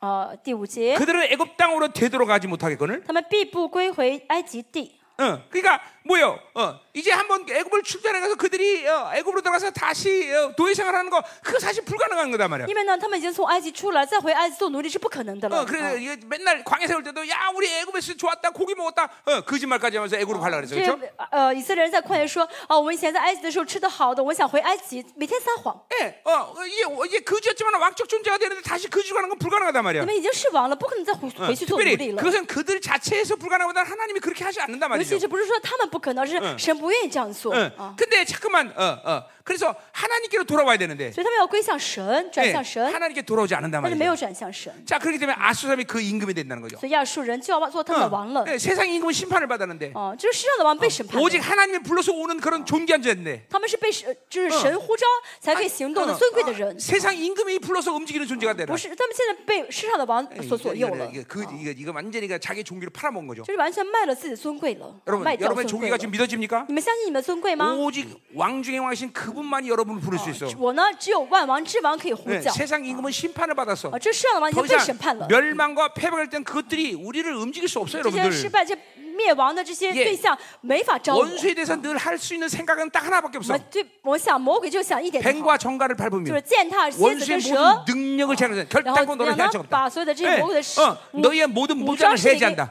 S2: 呃第五节，
S1: 그들은 애굽 땅으로 되돌아가지 못하겠거늘.
S2: 他们必不归回埃及地。
S1: 어, 그러니까 뭐요? 어, 이제 한번 애굽을 출전해 가서 그들이 어, 애굽으로 들어가서 다시 어, 도의 생활하는 거 그거 사실 불가능한 거단 말이야.
S2: 因为呢，他们已经从埃及出来，再回埃及做奴隶是不可能的了。
S1: 어,
S2: 啊
S1: 그래 이게 맨날 광야 세울 때도 야 우리 애굽에서 좋았다 고기 먹었다 어, 거짓말까지 하면서 애굽으로 가려 그랬어
S2: 所以
S1: 그렇죠?
S2: 呃，以色列人在旷野说：“啊，我们以前在埃及的时候吃的好的，我想回埃及，每天撒谎。
S1: 예, 어, 어, 이게 이게 거지였지만 왕적 존재가 되는데 다시 그 거지로 가는 건 불가능하단 말이야.
S2: 你们已经是王了，不可能再回
S1: 어,
S2: 回去做奴
S1: 특별히
S2: 隶了。
S1: 그것은 그들 자체에서 불가능하다 하나님이 그렇게 하지 않는단
S2: 因们信
S1: 말이죠.
S2: 实不是说他们不可能，是神不愿意这样做
S1: 응.
S2: 啊。
S1: 근데 잠깐만, 어, 어. 그래서 하나님께로 돌아와야 되는데
S2: 所以他们要归向神，转
S1: 예,
S2: 向神，
S1: 하나님께 돌아오지 않는단
S2: 但是没
S1: 말이죠.
S2: 有转向神，
S1: 자, 그렇기 때문에 아수람이 그 임금이 된다는 거죠.
S2: 所以亚述人就要做
S1: 嗯
S2: 他们的王了。
S1: 예, 세상 임금은 어, 심판을 받았는데
S2: 哦，就是世上的王被审判的
S1: 오직 하나님이 불러서 오는 그런 존귀한 존재인데
S2: 他们是被神，就是神呼召才可以行动的
S1: 어,
S2: 尊贵的
S1: 어,
S2: 人，
S1: 세상 임금이 불러서 움직이는 존재가 되라.
S2: 不是他们现在被世上的王
S1: 이거,
S2: 所左右了
S1: 이거, ， 이거, 그, 이거, 이거 완전히 그러니까 자기 종기를 팔아먹은 거죠.
S2: 就是完全卖了自己的尊贵了，
S1: 여러분,
S2: 卖掉
S1: 여러분의
S2: 尊贵
S1: 종기가 지금
S2: 了。
S1: 믿어집니까?
S2: 你们相信你们尊贵吗？哦
S1: 오직 왕 중에 왕이신 그분만이 여러분을 부를 수 있어.
S2: 我呢，只有万王之王可以呼
S1: 네,
S2: 叫。
S1: 세상 임금은 심판을 받았어.
S2: 啊，这世上的王已
S1: 더
S2: 经被
S1: 이상
S2: 审判了。
S1: 멸망과 패배할 땐 그것들이 우리를 움직일 수 없어요,
S2: 这些失
S1: 여러분들.
S2: 败、这灭亡的这些
S1: 예
S2: 对象没法招我。
S1: 원수에 대해서 늘 할 수 있는 생각은 딱 하나밖에
S2: 我
S1: 없어.
S2: 对，我想魔鬼就想一点就好，
S1: 뱀과 정갈을
S2: 就
S1: 밟으며
S2: 是践踏蝎子
S1: 원수의 모든
S2: 跟蛇，
S1: 능력을 제거하는
S2: 然后
S1: 결단권
S2: 怎么
S1: 너는
S2: 样
S1: 해할 적
S2: 呢？
S1: 없다.
S2: 把所有的这
S1: 예,
S2: 些魔鬼的
S1: 어,
S2: 武
S1: 너희의 모든
S2: 武
S1: 무장을
S2: 装势力给
S1: 해제한다.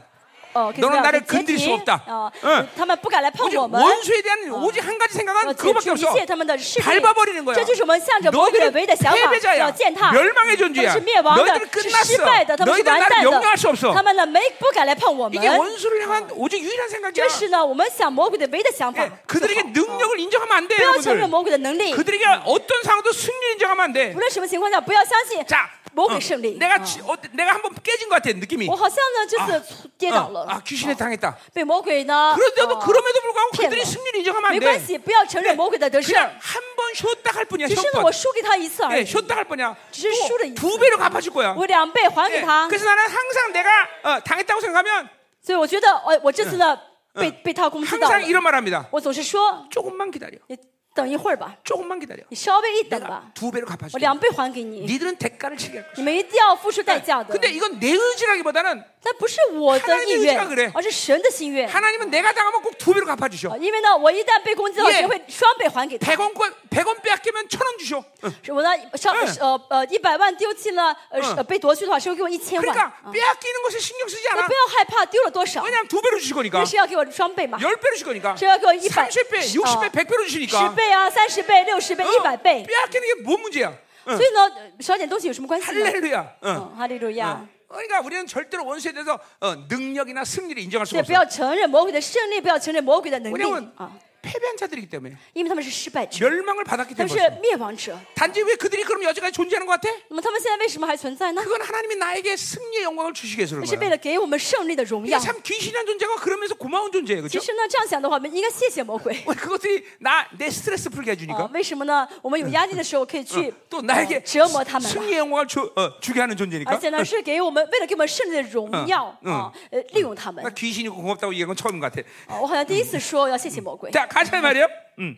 S2: 哦，给
S1: 너는
S2: 怎么样
S1: 나를
S2: 给解
S1: 건드릴수
S2: 体
S1: 없다
S2: 哦
S1: 응
S2: 他们不敢来碰
S1: 오직
S2: 我们。
S1: 원수에 대한 오직 한 가지
S2: 要
S1: 생각은
S2: 解
S1: 그거밖에
S2: 除一
S1: 없어.
S2: 切他们的势力，
S1: 밟아버리는 거야.
S2: 这就是我们向着魔鬼的
S1: 너희들은
S2: 唯一的想法，
S1: 패배자야.
S2: 要践踏。
S1: 멸망의
S2: 他们
S1: 존재야.
S2: 是灭亡的
S1: 너희들은 ，
S2: 是失
S1: 끝났어.
S2: 败的，他们啊是
S1: 너희들은
S2: 完
S1: 나를
S2: 蛋
S1: 영용할
S2: 的
S1: 수 ，
S2: 他
S1: 없어.
S2: 们呢没不敢来碰我
S1: 이게
S2: 们。
S1: 원수를 향한 오직 유일한 생각이야.
S2: 这是呢我们想魔鬼的唯一的想法
S1: 예, 。 그들에게
S2: 就好
S1: 능력을 인정하면 안 돼.
S2: 哎不要承认
S1: 여러분들.
S2: 魔鬼的能力，
S1: 그들에게 어떤 상황도 승리 인정하면 안 돼.
S2: 无论什么情况下，不要相信
S1: 자,
S2: 魔
S1: 어,
S2: 鬼胜利。
S1: 내가
S2: 啊
S1: 지- 어, 내가 한번 깨진 것 같아 느낌이.
S2: 我好像呢这次跌
S1: 어,
S2: 倒了，
S1: 아, 귀신에 당했다.
S2: 被魔鬼呢。
S1: 그런데도
S2: 哦
S1: 그럼에도 불구하고 그들이
S2: 피해봐.
S1: 승리를 인정하면 안
S2: 没关
S1: 돼. 네.
S2: 系，不要承认魔鬼的得胜，
S1: 그냥 한 번 쉬었다 할 뿐이야.
S2: 只是呢
S1: 쉬었다.
S2: 我输给他一次而
S1: 예,
S2: 已，
S1: 쉬었다 할 뿐이야.
S2: 지금
S1: 또
S2: 쉬를
S1: 두
S2: 있어.
S1: 배로 갚아줄 거야.
S2: 我两倍还
S1: 예,
S2: 给他。
S1: 그래서 나는 항상 내가 어, 당했다고 생각하면
S2: 所以我觉得，呃，我这次呢被被他攻击到了
S1: 항상 ， 이런 말합니다.
S2: 我总是说
S1: 조금만 기다려.
S2: 你等一会儿吧，
S1: 조금만 기다려.
S2: 你稍微一等
S1: 내가
S2: 吧，
S1: 두 배로
S2: 我
S1: 갚아줄게.
S2: 两倍还给你，
S1: 니들은 대가를 치게 할 거야.
S2: 你们一定要付出代价的。
S1: 근데 이건 내 의지라기보다는
S2: 但不是我的意愿
S1: 하나님의의지가그래 ，
S2: 而是神的心愿。
S1: 하나님은 내가 당하면 꼭 두 배로
S2: 啊
S1: 갚아주셔.
S2: 因为呢，我一旦被攻击到，
S1: 예
S2: 神会双倍还给他。
S1: 100원권 100원 빼앗기면 천 원 주셔.
S2: 是我呢，上
S1: 嗯
S2: 呃呃一百万丢弃了，呃是呃被夺去的话，神会给我一千万。
S1: 그러니까
S2: 啊
S1: 빼앗기는 것에 신경 쓰지
S2: 那
S1: 않아.
S2: 不要害怕丢了多少，
S1: 왜냐면 두 배로 주실 거니까.
S2: 但是要给我双倍嘛，
S1: 열 배로 주실 거니까.
S2: 어, 제가 그거 이백-
S1: 30배, 60배,
S2: 어.
S1: 100배로
S2: 十
S1: 주시니까.
S2: 倍啊，三十倍、六十倍、一百倍。
S1: 빼앗기는 게 뭔 문제야?
S2: 所以呢，呃少点东西有什么关系呢？
S1: 할렐루야. 응.
S2: 嗯，哈利路亚。
S1: 그러니까 우리는 절대로 원수에 대해서 어, 능력이나 승리를 인정할 수가
S2: 对，不
S1: 없어.
S2: 要承认魔鬼的胜利，不要承认魔鬼的能力
S1: 왜냐면
S2: 啊，
S1: 패배한 자들이기 때문에
S2: 因为他们是失败者，
S1: 멸망을 받았기
S2: 他们
S1: 때문에.
S2: 是
S1: 그렇지.
S2: 灭亡者。
S1: 단지 왜 그들이 그럼 여지까지 존재하는 것 같아?
S2: 那么他们现在为什么还存在呢？
S1: 그건 하나님이 나에게 승리의 영광을 주시기 위해서
S2: 那
S1: 그런
S2: 是为
S1: 거야.
S2: 了给我们胜利的荣
S1: 이게
S2: 耀。
S1: 참 귀신이란 존재가 그러면서 고마운 존재예요,
S2: 其
S1: 그렇죠?
S2: 实呢，这样想的话，我们应该谢谢魔 鬼。
S1: 그것들이 나 내 스트레스 풀게
S2: 啊
S1: 해주니까 ，
S2: 为什么呢？我们有压力的时候可以去
S1: 또
S2: 呃
S1: 나에게
S2: 折磨他们了，
S1: 승리의 영광을 주, 어, 주게 하는
S2: 而
S1: 존재니까.
S2: 且呢，是给我们为了给我们胜利的荣耀啊，呃，利用他们
S1: 나 。 귀신이고 고맙다고 얘기한 건 처음인 것 같아.
S2: 啊我好像第一次说要谢谢魔鬼。
S1: 자, 가자 말이요. 음.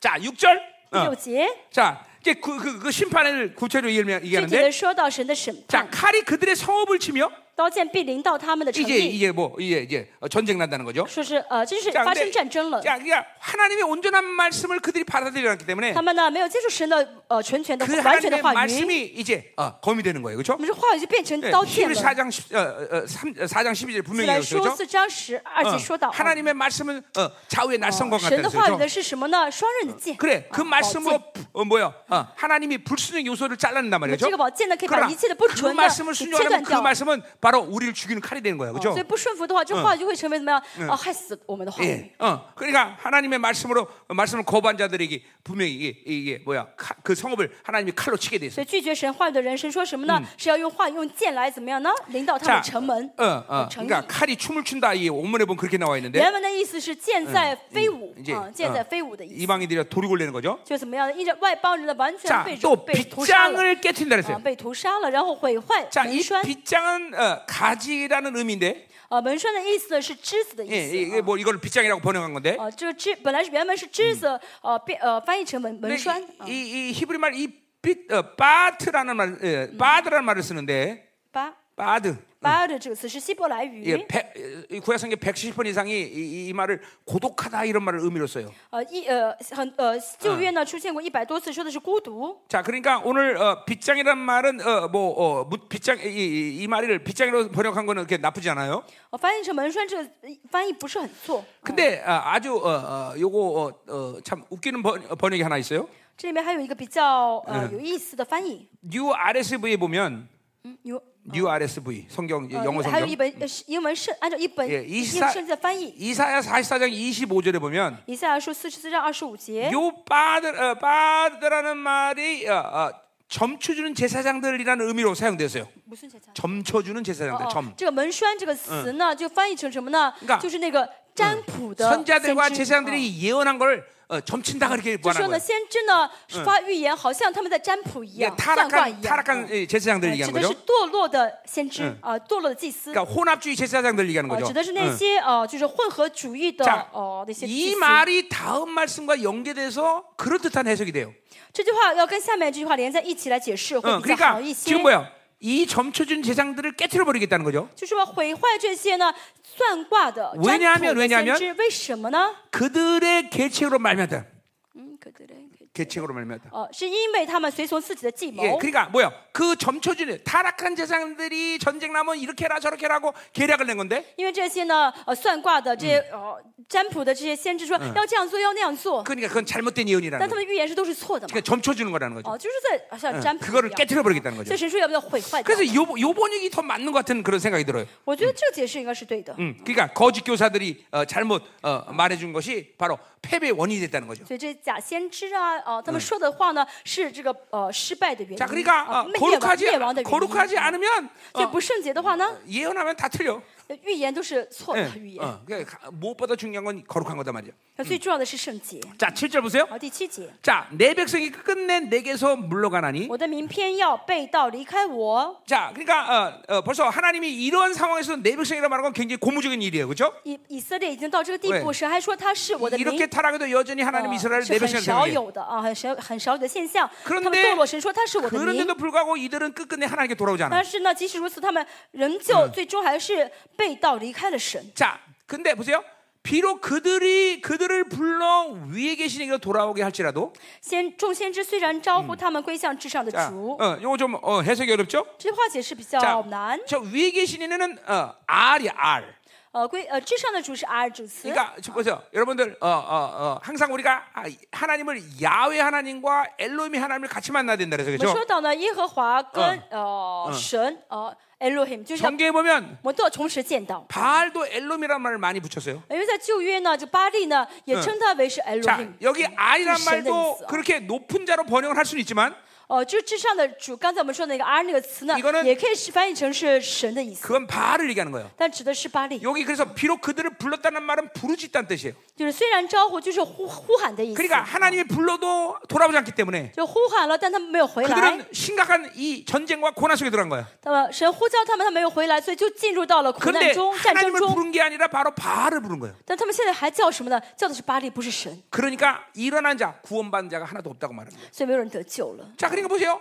S1: 자, 6절. 어.
S2: 第六节
S1: 자, 이제 그, 그, 그 심판을 구체로 얘기하-
S2: 具体
S1: 얘기하는데
S2: 的说到神的审
S1: 자,
S2: 判，
S1: 칼이 그들의 성읍을 치며
S2: 刀剑必临到他们的城
S1: 이제
S2: 邑，
S1: 이제 뭐 이제 이제 어, 전쟁 난다는 거죠.
S2: 说是呃，真是
S1: 자,
S2: 发生战争了。
S1: 자, 그러니까 하나님의 온전한 말씀을 그들이 받아들이지 않기 때문에
S2: 他们呢没有接受神的呃全权的
S1: 그
S2: 完全的
S1: 하나님의
S2: 话语，
S1: 말씀이 이제 어, 검이 되는 거예요. 그렇죠?
S2: 我们这话语就变成
S1: 네,
S2: 刀剑
S1: 히브리
S2: 了。
S1: 4장 10, 어, 어, 3, 4장 12절
S2: 希
S1: 분명히
S2: 来
S1: 얘기했죠.
S2: 说
S1: 그렇죠?
S2: 四章十二节说到
S1: 어,
S2: 啊
S1: 하나님의 말씀은 어, 좌우의 날성과
S2: 神的
S1: 같다는
S2: 话语
S1: 거죠.
S2: 呢是什么呢？双刃的剑。
S1: 그래, 그
S2: 啊宝剑
S1: 말씀으로 부- 어, 뭐야? 어, 하나님이 불순의 요소를 잘라낸단
S2: 那
S1: 뭐 말이죠.
S2: 这个宝剑呢，可以把
S1: 그러나
S2: 一切的不
S1: 그
S2: 纯的
S1: 말씀을
S2: 给切
S1: 순종하면
S2: 断
S1: 그
S2: 掉。
S1: 말씀은 바로 우리를 죽이는 칼이 되는 거예요, 그렇죠?
S2: 所以不顺服的话，这话语就会成为怎么样？啊，害死我们的话语。
S1: 예, 어, 그러니까 하나님의 말씀으로 어, 말씀을 거부한 자들에게 분명히 이게, 이게 뭐야? 카- 그 성읍을 하나님이 칼로 치게 돼 있어요.
S2: 所以拒绝神话语的人，神说什么呢？是要用话语用剑来怎么样呢？领导他们城门。
S1: 어, 어,
S2: 诚意
S1: 그러니까 칼이 예. 춤을 춘다 이 원문에 보면 그렇게 나와 있는데
S2: 原文的意思是剑在飞舞
S1: 이제
S2: 啊，剑在飞舞的意思，
S1: 이방인들이 돌이 골리는 거죠.
S2: 就怎么样呢？因着外邦人的完全
S1: 자,
S2: 被蹂
S1: 또
S2: 被屠杀了
S1: 빗장을 깨트린다 그랬어요.
S2: 啊，被屠杀了，然后毁坏
S1: 자,
S2: 门
S1: 이
S2: 栓
S1: 빗장은 어, 가지라는 의미인데,
S2: 啊，门栓的意思呢是枝子的
S1: 예, 이-
S2: 意思
S1: 이게 뭐 이걸 빗장이라고 번역한 건데,
S2: 啊，啊这个枝本来是原文是枝子，呃变呃翻译成门门
S1: 근데
S2: 栓啊
S1: 이, 이, 이 히브리 말 이 빗, 어, 바트라는 말, 예, 바드라는 말을 쓰는데,
S2: 巴
S1: 바드.
S2: 巴的这个词是希伯来语
S1: 예, ， 백, 이 구약성경 170번 이상이 이, 이 말을 고독하다 이런 말을 의미로 써요.
S2: 呃一呃很呃旧约呢出现过一百多次，说的是孤独。
S1: 자, 그러니까 오늘 어, 빗장이란 말은 어, 뭐 어, 무- 빗장 이, 이, 이 말을 빗장으로 번역한 거는 그렇게 나쁘지 않아요.
S2: 我啊翻译成门栓，这个呃翻译不是很错。
S1: 근데 아, 아주 어, 어, 요거 어, 어, 참 웃기는 번, 어, 번역이 하나 있어요.
S2: 嗯这里面还有一个比较呃有意思的翻译，
S1: 뉴 RSV에 보면
S2: 嗯，有
S1: New RSV 성경
S2: 呃
S1: 어. 영어
S2: 还有一
S1: 성경
S2: 本呃是英文圣，按照一本
S1: 예,
S2: 英
S1: 이사
S2: 圣经的翻译，
S1: 이사야 44장 25절에 보면
S2: 以赛亚书四十四章二十五节，
S1: 요 빠드 어, 빠드라는 말이 어, 어, 점쳐주는 제사장들이라는 의미로 사용됐어요.
S2: 不是这家。
S1: 점쳐주는 제사장들
S2: 哦
S1: 점 ，
S2: 这个门栓这个词呢，就翻译成什么呢
S1: 그러니까 ？
S2: 就是那个占卜嗯的先知。
S1: 선자들과
S2: 哦
S1: 제사장들이 예언한 걸 어, 점친다 그렇게
S2: 就说
S1: 말하는
S2: 呢，
S1: 거예요.
S2: 先知呢发预言，好像他们在占卜一
S1: 이게
S2: 样，算卦一
S1: 예, 타락한
S2: 样。嗯
S1: 타락한 예, 제사장들
S2: 呃
S1: 얘기한
S2: 指的是
S1: 거죠.
S2: 堕落的先知啊，堕落的祭司，
S1: 그러니까 어, 혼합주의 제사장들 얘기하는
S2: 呃
S1: 거죠.
S2: 指的是
S1: 응.
S2: 那些呃，就是混合主义的
S1: 자
S2: 哦那些祭
S1: 이
S2: 司。
S1: 말이 다음 말씀과 연계돼서 그럴듯한 해석이 돼요.
S2: 这句话要跟下面这句话连在一起来解释，
S1: 어,
S2: 会比较
S1: 그러니까
S2: 好一些
S1: 지금 。 뭐야? 이 점쳐준 제사장들을 깨뜨려 버리겠다는 거죠.
S2: 就是要毁坏这些呢算卦的
S1: 왜냐하면
S2: 占卜的
S1: 왜냐하면
S2: 先知，为什么呢？
S1: 그들의 계책으로 말미암다.
S2: 嗯，可得嘞可得
S1: 계책으로 말미암다.
S2: 哦，是因为他们随从自己的计谋
S1: 예, 。 그러니까 뭐야? 그 점쳐준 타락한 제사장들이 전쟁 나면 이렇게 해라 저렇게 해라고 계략을 낸 건데
S2: 因为这些呢，呃，算卦的这些、
S1: 嗯
S2: 呃占卜的这些先知说、要这样做，要那样做，
S1: 그러니까 그건 잘못된
S2: 但
S1: 예언이라는
S2: 他
S1: 거죠.
S2: 们的预言是都是错的嘛。
S1: 그러니까 점쳐주는 거라는 거죠.
S2: 哦，就是在好
S1: 嗯
S2: 像占卜一
S1: 그거를
S2: 样。
S1: 깨뜨려 버리겠다는
S2: 所
S1: 거죠.
S2: 以神说要不要毁坏掉？
S1: 그래서 요, 요 번역이 더 맞는 것 같은 그런 생각이 들어요.
S2: 我觉得这个解释应该是对的。
S1: 음, 그러니까 거짓 교사들이 어, 잘못 어, 말해준 것이 바로 패배의 원인이 됐다는 거죠.
S2: 所以这假先知啊，哦、他们说的话呢，是这个呃失败的原因，
S1: 자, 그러니까 어,
S2: 啊灭亡
S1: 거룩하지
S2: 灭亡的原因。啊
S1: 거룩하지 않으면
S2: 所以
S1: 어, 嗯
S2: 不圣洁的话呢，
S1: 예언하면 다 틀려.
S2: 预言都是错的
S1: 예,
S2: 预言。
S1: 어, 그러니까 가- 무엇보다 중요한 건 거룩한 거다 말이죠.
S2: 那最重要的是圣洁。
S1: 자, 7절 보세요.
S2: 好，第七节，
S1: 자, 내 백성이 끝내 내게서 물러가나니.
S2: 我的名偏要被盗离开我。
S1: 자, 그러니까 어, 어, 벌써 하나님이 이러한 상황에서 내 백성이라 말하는 건 굉장히 고무적인 일이에요, 그렇죠?
S2: 以以色列已经到这个地步，
S1: 왜
S2: 神还说他是我的民
S1: 이렇게 타락해도 여전히 하나님
S2: 어
S1: 이스라엘 내
S2: 是很
S1: 백성이라고
S2: 少
S1: 생각해요.
S2: 有的啊，很少很少有的现象。
S1: 그런데
S2: 他们堕落，神说他是我的民
S1: 그런데도 ， 불구하고 이들은 끝끝내 하나님께 돌아오지 않아요.
S2: 但是呢，即使如此，他们仍旧最终还是被盗离开了神。
S1: 자, 근데 보세요. 비록 그들이 그들을 불러 위에 계신 이가 돌아오게 할지라도
S2: 先众先知虽然招呼他们归向至上的
S1: 자,
S2: 主，
S1: 어, 요거 좀 어, 해석이 어렵죠?
S2: 这句话解释比
S1: 자,
S2: 较难。
S1: 저 위에 계신 이는 어, R이 R.
S2: 呃，归呃至上的主是 R 主词，
S1: 그러니까 지금 보세요. 여러분들 어, 어, 어, 항상 우리가 아, 하나님을 야외 하나님과 엘로미 하나님을 같이 만나야 된다 그래서
S2: 我们
S1: 그렇죠?
S2: 说到呢，耶和华跟呃神呃 Elohim 就是要
S1: 성경에 보면
S2: 我们都要同时见到。
S1: 바알도 엘로미라는 말을 많이 붙였어요.
S2: 因为在旧约呢，就巴利呢也称他为是 Elohim，
S1: 자, 여기 R이란
S2: 是神的意思
S1: 말도
S2: 啊。
S1: 그렇게 높은 자로 번역을 할 수는 있지만
S2: 哦，就是至上的主，刚才我们说的那个 R 那个词呢
S1: 이거는 ，
S2: 也可以是翻译成是神的意思，
S1: 그건 바알을 얘기하는 거예요.
S2: 但指的是巴利，
S1: 여기 그래서 비록 그들을 불렀다는 말은 부르짖다는 뜻이에요.
S2: 就是虽然招呼，就是呼呼喊的意思，
S1: 그러니까 하나님이 불러도 돌아오지 않기 때문에
S2: 就呼喊了，但他们没有回来。
S1: 그들은 심각한 이 전쟁과 고난 속에 들어간 거야.
S2: 那么神呼叫他们，他们没有回来，所以就进入到了苦
S1: 그런데
S2: 难中、战争
S1: 하나님을
S2: 中。
S1: 부른 게 아니라 바로 바알을 부른 거예요.
S2: 但他们现在还叫什么呢？叫的是巴利，不是神，
S1: 그러니까 일어난 자, 구원받은 자가 하나도 없다고 말하는 거예요.
S2: 所以没有人得救了。
S1: 자, 그러니까 보세요.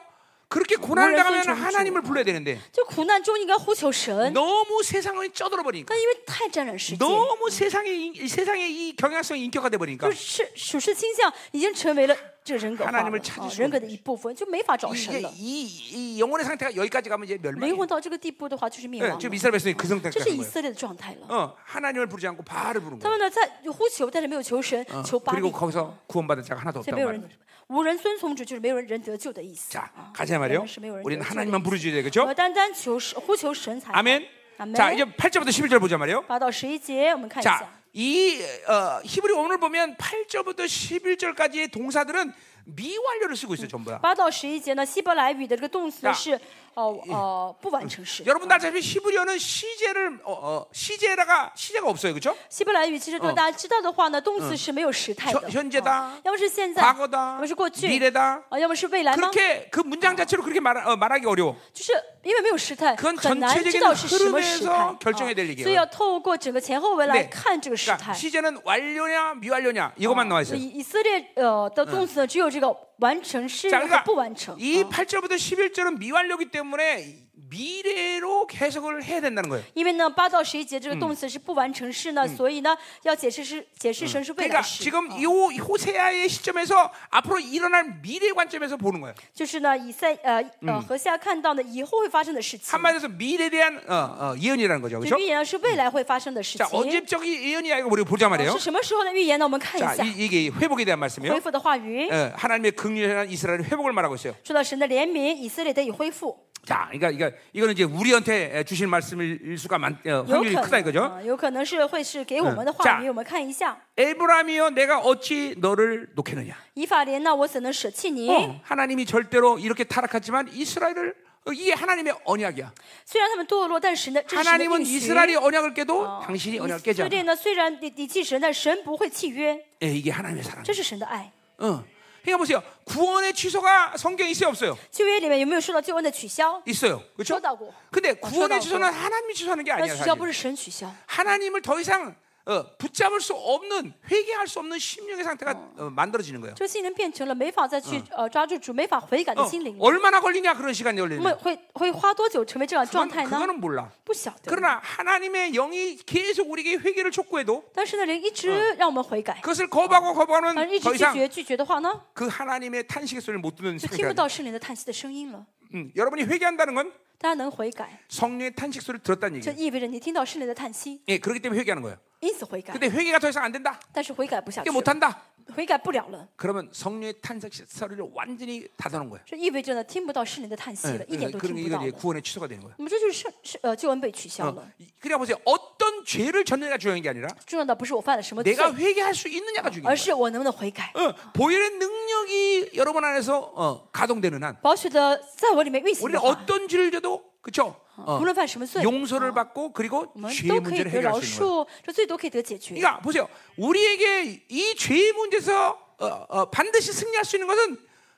S1: 그렇게 고난을
S2: 오늘
S1: 당하면
S2: 선생님
S1: 하나님을 불러야 되는데
S2: 就苦难中应该呼求神，
S1: 너무 세상에 쩌들어 버리니까
S2: 但因为太沾染世界，
S1: 너무 세상의 이- 세상의 이 경향성이 인격화돼 버리니까
S2: 就是属世倾向已经成为了这个人格
S1: 하나
S2: 化
S1: 님을
S2: 了
S1: 찾을
S2: 啊
S1: 수가
S2: 人格的一部分，就没法找神
S1: 이게
S2: 了。
S1: 이, 이 영혼의 상태가 여기까지 가면 이제
S2: 灵
S1: 멸망이에요.
S2: 魂到这个地步的话，就是灭
S1: 예,
S2: 亡
S1: 지금
S2: 了。
S1: 이스라엘 백성이 그 상태까지
S2: 这是
S1: 가는
S2: 以
S1: 거예요.
S2: 色列的状态了。
S1: 어, 하나님을 부르지 않고 바알을 부른
S2: 他
S1: 거예요.
S2: 们呢，在呼求，但是没有求神，
S1: 어,
S2: 求巴利，
S1: 그리고
S2: 所
S1: 거기서 구원받은 자가 하나도
S2: 以
S1: 없다고
S2: 没有
S1: 말하는 거예요.
S2: 人无人遵从主，就是没有人人得救的意思。
S1: 자,
S2: 啊
S1: 가자 말이요.
S2: 是没有人
S1: 우리는
S2: 得救的
S1: 하나님만
S2: 意思
S1: 부르짖어야 되겠죠?
S2: 我单单求神，呼求神才好。
S1: 아멘.
S2: 阿
S1: 자,
S2: 门
S1: 이제 。 8절부터 11절 보자 말이요.
S2: 八到十一节，我们看一下
S1: 자, 。이 어, 히브리 오늘 보면 8절부터 11절까지의 동사들은 미완료를 쓰고 있어요, 전부 다.
S2: 八到十一节呢，希伯来语的这个动词
S1: 자
S2: 呢是哦哦不完成式。
S1: 여러분 다 아시다시피 히브리어는 시제를 어, 어, 시제라가 시제가 없어요, 그렇죠?
S2: 希伯来语其实如果大家知道的话呢，动词是没有时态的，
S1: 嗯 현현재다
S2: 啊要么是现在，
S1: 과거다,
S2: 要么是过去，
S1: 미래다.
S2: 啊，要么是未来吗？
S1: 그렇게 그 문장 자체로 그렇게 말, 어, 말하기 어려워.
S2: 就是因为没有时态，
S1: 그건
S2: 很难
S1: 전체적인
S2: 知道是什么
S1: 흐름에서
S2: 时态，啊
S1: 결정해야될얘기예요
S2: 所以要透过整个前后文来
S1: 네.
S2: 看这个时
S1: 그러니까
S2: 态。
S1: 시제는 완료냐 미완료냐 이것만 나와
S2: 所
S1: 있어요.
S2: 以以色列呃的动词呢，只有这个完成式
S1: 자
S2: 和
S1: 그러니까
S2: 不完成。
S1: 이
S2: 啊
S1: 8절부터 11절은 미완료기 때문에 미래로 해석을 해야 된다는 거예요.
S2: 因为呢，八到十一节这个动词是不完成式呢，所以呢，要解释是解释成是未
S1: 그러니까
S2: 来式。
S1: 지금 이 호세아의 시점에서 앞으로 일어날 미래 관점에서 보는 거예요.
S2: 就是呢，以赛呃呃和下看到呢以后会发生的事情，
S1: 한마디로 미래에 대한 어, 어, 예언이라는 거죠.
S2: 就
S1: 그렇죠?
S2: 预言呢是未来会发生的事情。
S1: 자, 언제적인 예언이야 이거 우리 보자
S2: 呃
S1: 말이에요.
S2: 是什么时候的啊预言呢？我嗯们看一
S1: 자,
S2: 下
S1: 이, 게 어, 회복에 대한
S2: 恢
S1: 말씀이에요.
S2: 复的话语，
S1: 예, 하나님의 긍휼한 이스라엘 회복을 말하고 있어요.
S2: 说到神的怜悯，以色列得以恢复。
S1: 자, 그러니까 이거 이거는 이제 우리한테 주실 말씀일 수가 많, 어,
S2: 有
S1: 확률이
S2: 可
S1: 크다
S2: 能
S1: 이거죠.
S2: 啊，有可能是会是给我们的
S1: 嗯
S2: 话语，我们看一下。
S1: 에브라임이여 내가 어찌 너를 놓겠느냐.
S2: 以法莲呢，我怎能舍弃你？
S1: 어, 하나님이 절대로 이렇게 타락하지만 이스라엘을 어, 이게 하나님의 언약이야.
S2: 虽然他们堕落，但神的这是神的
S1: 하나님은
S2: 应许。
S1: 이스라엘이 언약을 깨도
S2: 啊
S1: 어. 당신이
S2: 以
S1: 언약을
S2: 色
S1: 깨지
S2: 列
S1: 않아.
S2: 呢，虽然你你弃神，但神不会弃约，
S1: 예, 이게 하나님의 사랑.
S2: 这是神的爱。
S1: 어. 그러니까 보세요. 구원의 취소가 성경에 있어요 없어요?
S2: 旧约里面有没有说到救恩的取消？
S1: 있어요. 그렇죠?
S2: 说到过，
S1: 근데 구원의
S2: 쳐다보고.
S1: 취소는 하나님이 취소하는 게
S2: 但
S1: 아니야.
S2: 取消
S1: 사실.
S2: 不是神取消，
S1: 하나님을 더 이상 어, 붙잡을 수 없는 회개할 수 없는 심령의 상태가 어, 만들어지는 거예요.
S2: 这个心灵变成了没法再去呃抓住主、没法悔改的
S1: 어,
S2: 心灵。
S1: 얼마나 걸리냐 그런 시간이
S2: 那
S1: 걸리는
S2: 么
S1: 거예요.
S2: 会会花多久成为这样的状
S1: 그건,
S2: 态呢？
S1: 그거는 몰라.
S2: 不晓得。
S1: 그러나 하나님의 영이 계속 우리에게 회개를 촉구해도
S2: 但是呢，人一直让我们悔改，
S1: 그것을 거부하고
S2: 而
S1: 거부하면
S2: 一直
S1: 더
S2: 拒
S1: 이상
S2: 绝拒绝的话呢，
S1: 그 하나님의 탄식의 소리를 못 듣는
S2: 就听不
S1: 상태가 돼요.
S2: 到圣灵的叹息的声音了。
S1: 음, 여러분이 회개한다는 건
S2: 大家能悔改，
S1: 성령의 탄식 소리를 들었다는
S2: 就
S1: 얘기예요.
S2: 意味着你听到圣灵的叹息，
S1: 예, 그렇기 때문에 회개하는 거예요.
S2: 因此悔改。
S1: 근데 회개가 더 이상 안 된다.
S2: 但是悔改不下去
S1: 이게 ，못 한다.
S2: 悔改不了了，
S1: 그러면 성령의 탄식 소리를 완전히 닫아놓은 거예요.
S2: 这意味着呢听不到圣灵的叹息
S1: 예,
S2: 了，一点都
S1: 그런
S2: 听
S1: 게
S2: 不到
S1: 이제
S2: 了。
S1: 구원의 취소가 되는 거예요.
S2: 那么这就是圣是呃救恩被取消
S1: 어,
S2: 了。
S1: 이- 그러니까 보세요. 어떤 죄를 졌느냐가 중요한 게 아니라
S2: 重要的不是我犯了什么罪，
S1: 내가 회개할 수 있느냐가 중요한
S2: 而是我能不能悔改。
S1: 거예요. 어, 보혈의 능력이 여러분 안에서 어, 가동되는 한
S2: 保血的在我里面运行
S1: 우리는
S2: 的话，
S1: 어떤 죄를 져도 그렇죠?
S2: 无论犯什么罪，
S1: 용서를 받고 그리고
S2: 我们
S1: 죄
S2: 都可以
S1: 문제를
S2: 得饶
S1: 해결할 수 있는 거예요.
S2: 恕，这罪都可以得解决。
S1: 그러니까 보세요. 우리에게 이죄 문제에서 어, 어, 반드시 승리할 수 있는 것은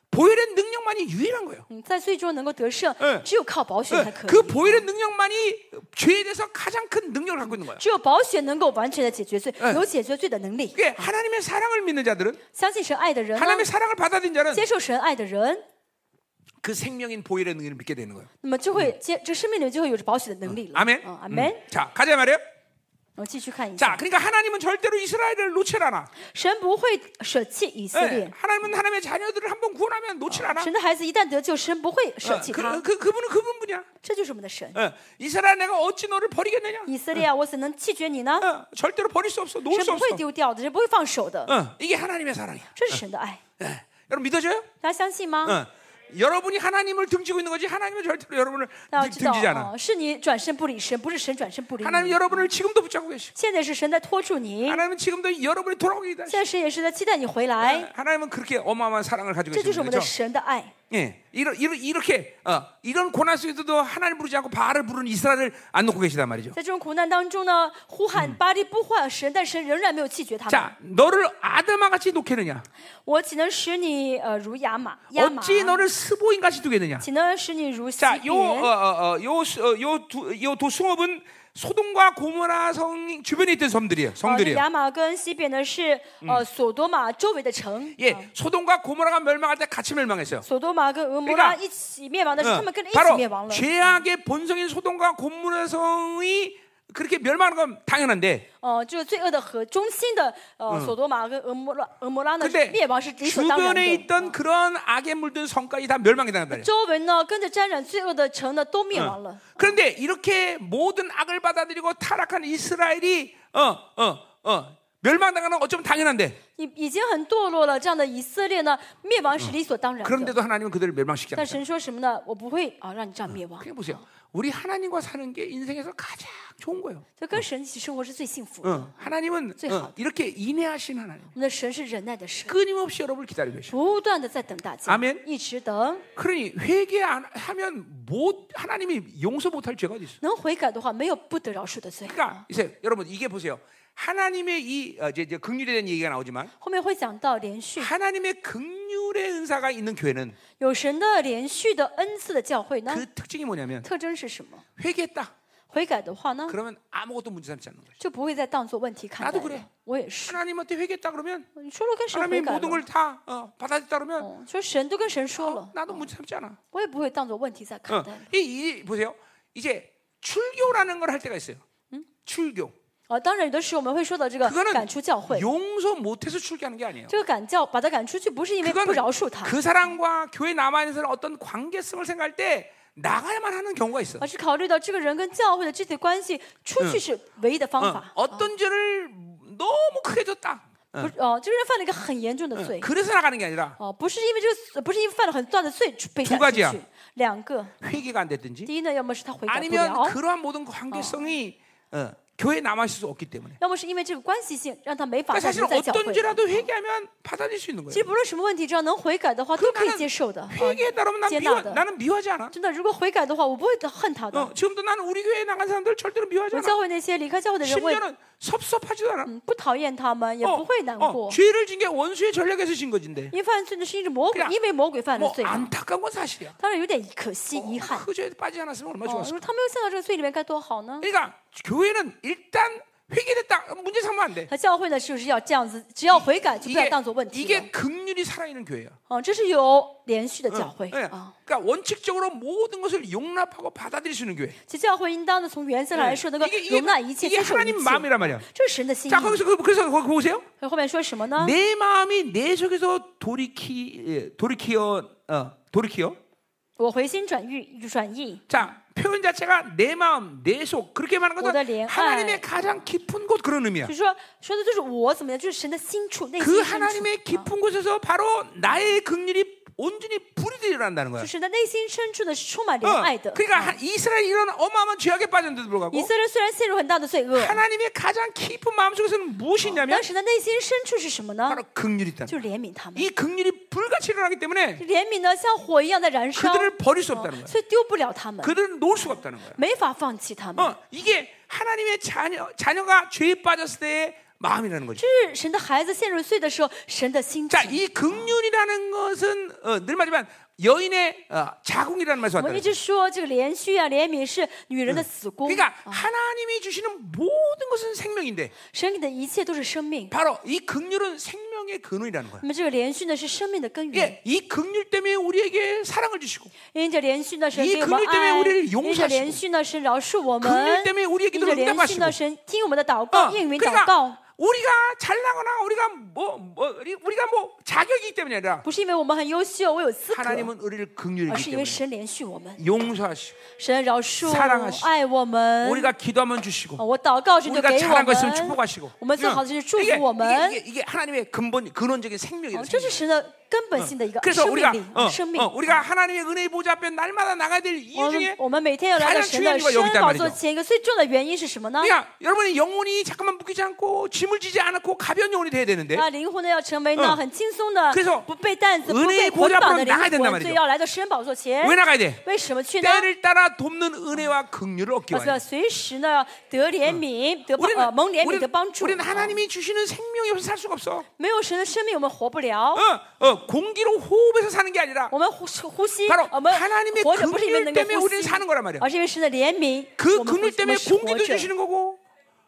S1: 보혈의 능력만이 유일한 거예요.
S2: 嗯，在最终能够得胜
S1: 嗯，
S2: 只有靠保险才
S1: 어,
S2: 可
S1: 그
S2: 以。
S1: 보혈의 능력만이 죄에 대해서 가장 큰 능력을 갖고 있는 거예요.
S2: 只有保险能够完全的解决罪，有解决罪的能力。
S1: 그게 하나님의 사랑을 믿는 자들은
S2: 相信神爱的人呢，啊
S1: 하나님의 사랑을 받아들인 자는
S2: 接受神爱的人，
S1: 그 생명인 보혈의 능력을 믿게 되는 거예요.
S2: 那么就会接这生命里面就会有着保险的能力了。
S1: 阿门
S2: 啊嗯阿门。
S1: 음. 자, 가자 말이에요.
S2: 我们继续看一
S1: 자,
S2: 下，
S1: 그러니까 하나님은 절대로 이스라엘을 놓칠 않아.
S2: 神不会舍弃以色
S1: 예,
S2: 列，
S1: 하나님은 하나님의 자녀들을 한번 구원하면 놓칠 않아.
S2: 神的孩子一旦得救，神不会舍
S1: 어,
S2: 弃
S1: 그,
S2: 他。
S1: 그, 그분은 그분뿐이야.
S2: 这就是我们的神。
S1: 어, 이스라엘 내가 어찌 너를 버리겠느냐?
S2: 以色列啊，我怎能弃绝你呢？
S1: 어, 절대로 버릴 수 없어. 놓을
S2: 神
S1: 수
S2: 不
S1: 없어.
S2: 会丢掉的，神不会放手的，
S1: 어, 이게 하나님의 사랑이야.
S2: 这是神的爱。
S1: 예, 여러분 믿어져요?
S2: 大家相信吗？
S1: 어, 여러분이 하나님을 등지고 있는 거지 하나님은 절대로 여러분을
S2: 大
S1: 등-
S2: 家知道
S1: 등지지 않아.
S2: 哦，是你转身不理神，不是神转身不理你
S1: 하나님 。 여러분을 지금도 붙잡고 계셔.
S2: 现在是神在拖住你，
S1: 하나님은 지금도 여러분이 돌아오기 기다.
S2: 现在神也是在期待你回来。
S1: 하나님은 그렇게 어마어마한 사랑을 가지고
S2: 这就是我
S1: 계십니다.
S2: 们的
S1: 그렇죠?
S2: 嗯神的爱。
S1: 예, 이러, 이러, 이렇게 어, 이런 고난 속에서도 하나님 부르지 않고 바알을 부르는 이스라엘을 안 놓고 계시단 말이죠.
S2: 在这种苦难当中呢，呼喊巴黎不换神，但神仍然没有弃绝他们。
S1: 자, 너를 아담아 같이 놓겠느냐?
S2: 我岂能使你呃如亚玛亚玛？
S1: 어찌 너를 스보인 같이 두겠느냐?
S2: 岂能使你如西
S1: 자, 요, 어,
S2: 边？呃
S1: 어, 어, 요, 수- 어, 요, 두, 요 도수업은 소돔과 고모라 성 주변에 있던 섬들이에요.
S2: 啊那
S1: 성들이에요.
S2: 亚玛跟西边呢是呃索多玛周围的城。
S1: 예, 소돔과 고모라가 멸망할 때 같이 멸망했어요.
S2: 索多玛跟俄摩拉
S1: 그러니까
S2: 一起灭亡的是
S1: 어,
S2: 嗯他们跟着一起灭亡
S1: 바로
S2: 了。
S1: 죄악의 본성인 소돔과 고모라 성이 그렇게 멸망하는 건 당연한데
S2: 哦、就是罪恶的核中心的呃索多玛跟俄摩拉俄摩拉呢是
S1: 근데
S2: 灭亡是理所当然
S1: 주변에
S2: 的。
S1: 있던 그런 악에 물든 성까지 다 멸망이 당한다. 그래요. 어.
S2: 周围呢跟着沾染罪恶的城呢都灭亡了。
S1: 그런데 이렇게 모든 악을 받아들이고 타락한 이스라엘이 어 어 어 멸망당하는 어쩌면 당연한데
S2: 你已经很堕落了，这样的以色列呢灭亡嗯是理所当然的。
S1: 그런데도 하나님은 그들을 멸망시키지
S2: 但
S1: 않아요.
S2: 神说什么呢？我不会啊让你这样灭亡。
S1: 그게 보세요. 우리 하나님과 사는 게 인생에서 가장 좋은 거예요.
S2: 就跟神一起生活是最幸福的。
S1: 어, 하나님은 어, 이렇게 인내하신 하나님.
S2: 我们的神是忍耐的神，
S1: 끊임없이 여러분을 기다리고 계셔.
S2: 不断的在等大家，
S1: 阿门
S2: 一直等。
S1: 그러니 회개하면 못 하나님이 용서 못할 죄가 어디 있어?
S2: 能悔改的话，没有不得饶恕的罪。
S1: 그러니까 이제 여러분 이게 보세요. 하나님의 이 어, 이제, 이제 극률에 대한 얘기가 나오지만
S2: 后面会讲到连续
S1: 하나님의 극률의 은사가 있는 교회는
S2: 有神的连续的恩赐的教会呢，
S1: 그 특징이 뭐냐면
S2: 特征是什么？
S1: 회개했다.
S2: 悔改的话呢，
S1: 그러면 아무것도 문제 삼지 않는 거예요.
S2: 就不会再当做问题看待
S1: 나도그래
S2: 了。我也是，
S1: 하나님한테 회개했다 그러면
S2: 你说了跟神
S1: 하나님이
S2: 悔改
S1: 모든
S2: 了，
S1: 걸 다 어, 받아들였다 그러면
S2: 哦说神都跟神说了，
S1: 나도 문제 삼지 않아.
S2: 我也不会当做问题在
S1: 어,
S2: 看待了。
S1: 이, 이 보세요. 이제 출교라는 걸 할 때가 있어요. 출교.
S2: 啊，当然有的时候我们会说到这个
S1: 그거는
S2: 赶出教会，
S1: 용서 못해서 출교하는 게 아니에요.
S2: 这个赶教把他赶出去，不是因为不
S1: 그거는
S2: 饶恕他，
S1: 그 사람과 교회 남아 있는 사람 어떤 관계성을 생각할 때 나가야만 하는 경우가 있어.
S2: 而是考虑到这个人跟教会的具体关系，出
S1: 嗯
S2: 去是唯一的方
S1: 어,
S2: 法。
S1: 어떤 죄를 너무 크게 졌다.
S2: 不是哦，这个人犯了一个很严重的
S1: 네.
S2: 罪，
S1: 그래서 나가는 게 아니라
S2: 哦，不是因为这个，不是因为犯了很大的罪被赶
S1: 두
S2: 出
S1: 가지야
S2: 去，两个，
S1: 회개가 안 됐든지
S2: 第一呢，啊要么是他悔改不
S1: 아니면
S2: 了，
S1: 네, 그러한 모든 관계성이 어, 교회에 남아 있을 수 없기 때문에
S2: 要么是因为这个关系性让他没法
S1: 그러니까
S2: 再
S1: 사실
S2: 再教会
S1: 어떤 。 죄라도 회개하면 받아들일 수 있는
S2: 其实
S1: 거예요.
S2: 不论什么问题，只要能悔改的话，都可以接受的。啊
S1: 회개에 따르면 난
S2: 接
S1: 미워,
S2: 纳的，
S1: 나는 미워하지 않아.
S2: 真的，如果悔改的话，我不会恨他的。
S1: 어, 지금도 나는 우리 교회에 나간 사람들 절대로 미워하지
S2: 我
S1: 않아.
S2: 教会那些离开教会的人，我也
S1: 심지어는 섭섭하지도 않아.
S2: 嗯不讨厌他们，也不会难
S1: 어,
S2: 过。
S1: 죄를 진 게 원수의 전략에서 진 거진데.
S2: 因为犯罪呢，是因为魔鬼
S1: 그냥 ，
S2: 因为魔鬼犯的
S1: 뭐
S2: 罪嘛。
S1: 안타까운 건 사실이야.
S2: 当然有点可惜、遗憾。
S1: 그 죄에 빠지지 않았으면 얼마나
S2: 哦，如
S1: 좋았을까.
S2: 果他没有陷到这个罪里面，该多好呢？
S1: 그러니까 교회는 일단 회개됐다 문제 삼으면 안 돼.
S2: 那教会呢，就是要这样子，只要悔改就不要
S1: 이게
S2: 当做问题了。
S1: 이게 긍휼이 살아있는 교회야.
S2: 哦，这是有连续的教会
S1: 예.
S2: 啊。
S1: 그러니까 원칙적으로 모든 것을 용납하고 받아들일 수 있는 교회.
S2: 其实教会应当呢，从原则上来说，能够
S1: 이게, 이게,
S2: 容纳一切、
S1: 이게
S2: 接受一
S1: 하나님
S2: 切。
S1: 마음이란 말이야. 어?
S2: 这是神的心意
S1: 자 。 거기서 그- 그래서 거기 보세요.
S2: 后面说什么呢？
S1: 내 마음이 내 속에서 돌이키 예, 돌이키어 어, 돌이키어.
S2: 我回心转意，转意。
S1: 자 표현 자체가 내 마음, 내 속 그렇게 말하는 것은
S2: 오늘이에요.
S1: 하나님의
S2: 아.
S1: 가장 깊은 곳 그런 의미야.
S2: 就是说，说的就是我怎么样，就是神的心处，内心
S1: 그
S2: 深处
S1: 하나님의
S2: 啊
S1: 깊은 곳에서 바로 나의 긍휼이 온전히 불이 되어난다는 거야.
S2: 就是在内心深处的是充满怜
S1: 어,
S2: 爱的。啊
S1: 그러니까 하- 이스라엘 이런 어마어마한 죄악에 빠졌는데도
S2: 以
S1: 불구하고
S2: 色列人虽然陷入很大的罪恶，
S1: 하나님의 가장 깊은 마음 속에서는 무엇이냐면
S2: 但神的内心深处是什么呢？
S1: 바로 긍휼이 있다.
S2: 就是怜悯他们。
S1: 이 긍휼이 불같이 일어나기 때문에
S2: 怜悯呢，像火一样在燃烧，
S1: 그들을 버릴 수 없다는 거야.
S2: 所以丢不了他们，
S1: 그들은 놓을 수가 없다는 거야.
S2: 没法放弃他们。
S1: 어, 이게 하나님의 자녀 자녀가 죄에 빠졌을 때의 마음이라는 거지.
S2: 这是神的孩子陷入罪的时候，神的心情
S1: 자, 。이 긍휼이라는 것은 어, 늘 말하지만 여인의 어, 자궁이라는 말에서
S2: 我们
S1: 왔다는 거야.
S2: 一直说这个连续啊，怜悯是女人的子宫。
S1: 그러니까 하나님이 주시는 모든 것은 생명인데
S2: 神给的一切都是生命。
S1: 바로 이 긍휼은 생명의 근원이라는 거야.
S2: 那么这个连续呢是生命的根源，
S1: 예, 이 긍휼 때문에 우리에게 사랑을 주시고
S2: 因着连续呢神
S1: 이금
S2: 给我们
S1: 일
S2: 爱
S1: 때문에우리를용서하시고 ，
S2: 因着连续呢神饶恕我
S1: 긍일
S2: 们，
S1: 때문에 우리의
S2: 因
S1: 기도를
S2: 着连续
S1: 응답하시고
S2: 呢神听我们的祷
S1: 어,
S2: 告，应允祷告
S1: 그러니까 。 우리가 잘나거나 우리가 뭐, 뭐 우리- 우리가 뭐 자격이기 때문이 아니라
S2: 不是因为我们很优秀，我有资格，
S1: 하나님은 우리를
S2: 而
S1: 긍휼이기
S2: 是因为
S1: 때문에
S2: 神连续我们，
S1: 용서하시고
S2: 神饶恕
S1: 사랑하시고 、
S2: 爱我们。
S1: 우리가 기도하면
S2: 啊
S1: 주시고
S2: 我祷告时就
S1: 우리가
S2: 给我
S1: 잘한 것은
S2: 们，
S1: 축복하시고
S2: 我嗯们做好的事祝福我
S1: 이게,
S2: 们
S1: 이게, 。 이게 하나님의 근본 근원적인 생명이에요.
S2: 哦，这是神的根本性的一个
S1: 그래서
S2: 生命
S1: 우리가
S2: 力，
S1: 어,
S2: 啊生命
S1: 어, 。 우리가 하나님의 은혜의 보좌 앞에 날마다 나가야 될
S2: 我
S1: 이유
S2: 们
S1: 중에
S2: 我们每天要来到神的
S1: 가장중요한이유가여기
S2: 神
S1: 있단말이죠
S2: 宝座前，一个最重要的原因是什么呢？
S1: 그러니까 여러분의 영혼이 잠깐만 묶이지 않고 짐을 지지 않고 가벼운 영혼이 돼야 되는데
S2: 那啊灵魂呢要成为呢
S1: 嗯
S2: 很轻松的
S1: 그래서，
S2: 不被担子、
S1: 은혜의
S2: 不被捆绑的灵
S1: 보좌앞으로나가야된단말이죠
S2: 魂，所以要来到神宝座前
S1: 왜 。 나가야 돼?
S2: 为什么去呢？
S1: 때를 따라 돕는 네? 은혜와 긍휼을 얻기
S2: 我
S1: 위해.
S2: 们要随时呢要得怜悯，得帮呃
S1: 우리는,
S2: 蒙怜悯
S1: 우리는-
S2: 的帮助。
S1: 우리는
S2: 啊
S1: 하나님이 주시는 생명이 없어 살 수가 없어.
S2: 没有神的生命，我们活不了。
S1: 어, 어, 공기로 호흡해서 사는 게 아니라
S2: 我们呼吸呼吸，
S1: 바로
S2: 我们
S1: 하나님의
S2: 活着不是因为
S1: 긍휼
S2: 能够
S1: 때문에
S2: 呼
S1: 우리는
S2: 吸，
S1: 사는 거란 말이야.
S2: 而是因为神的怜悯，
S1: 그
S2: 我们
S1: 긍휼
S2: 我们
S1: 때문에
S2: 是活
S1: 공기도
S2: 着。
S1: 주시는 거고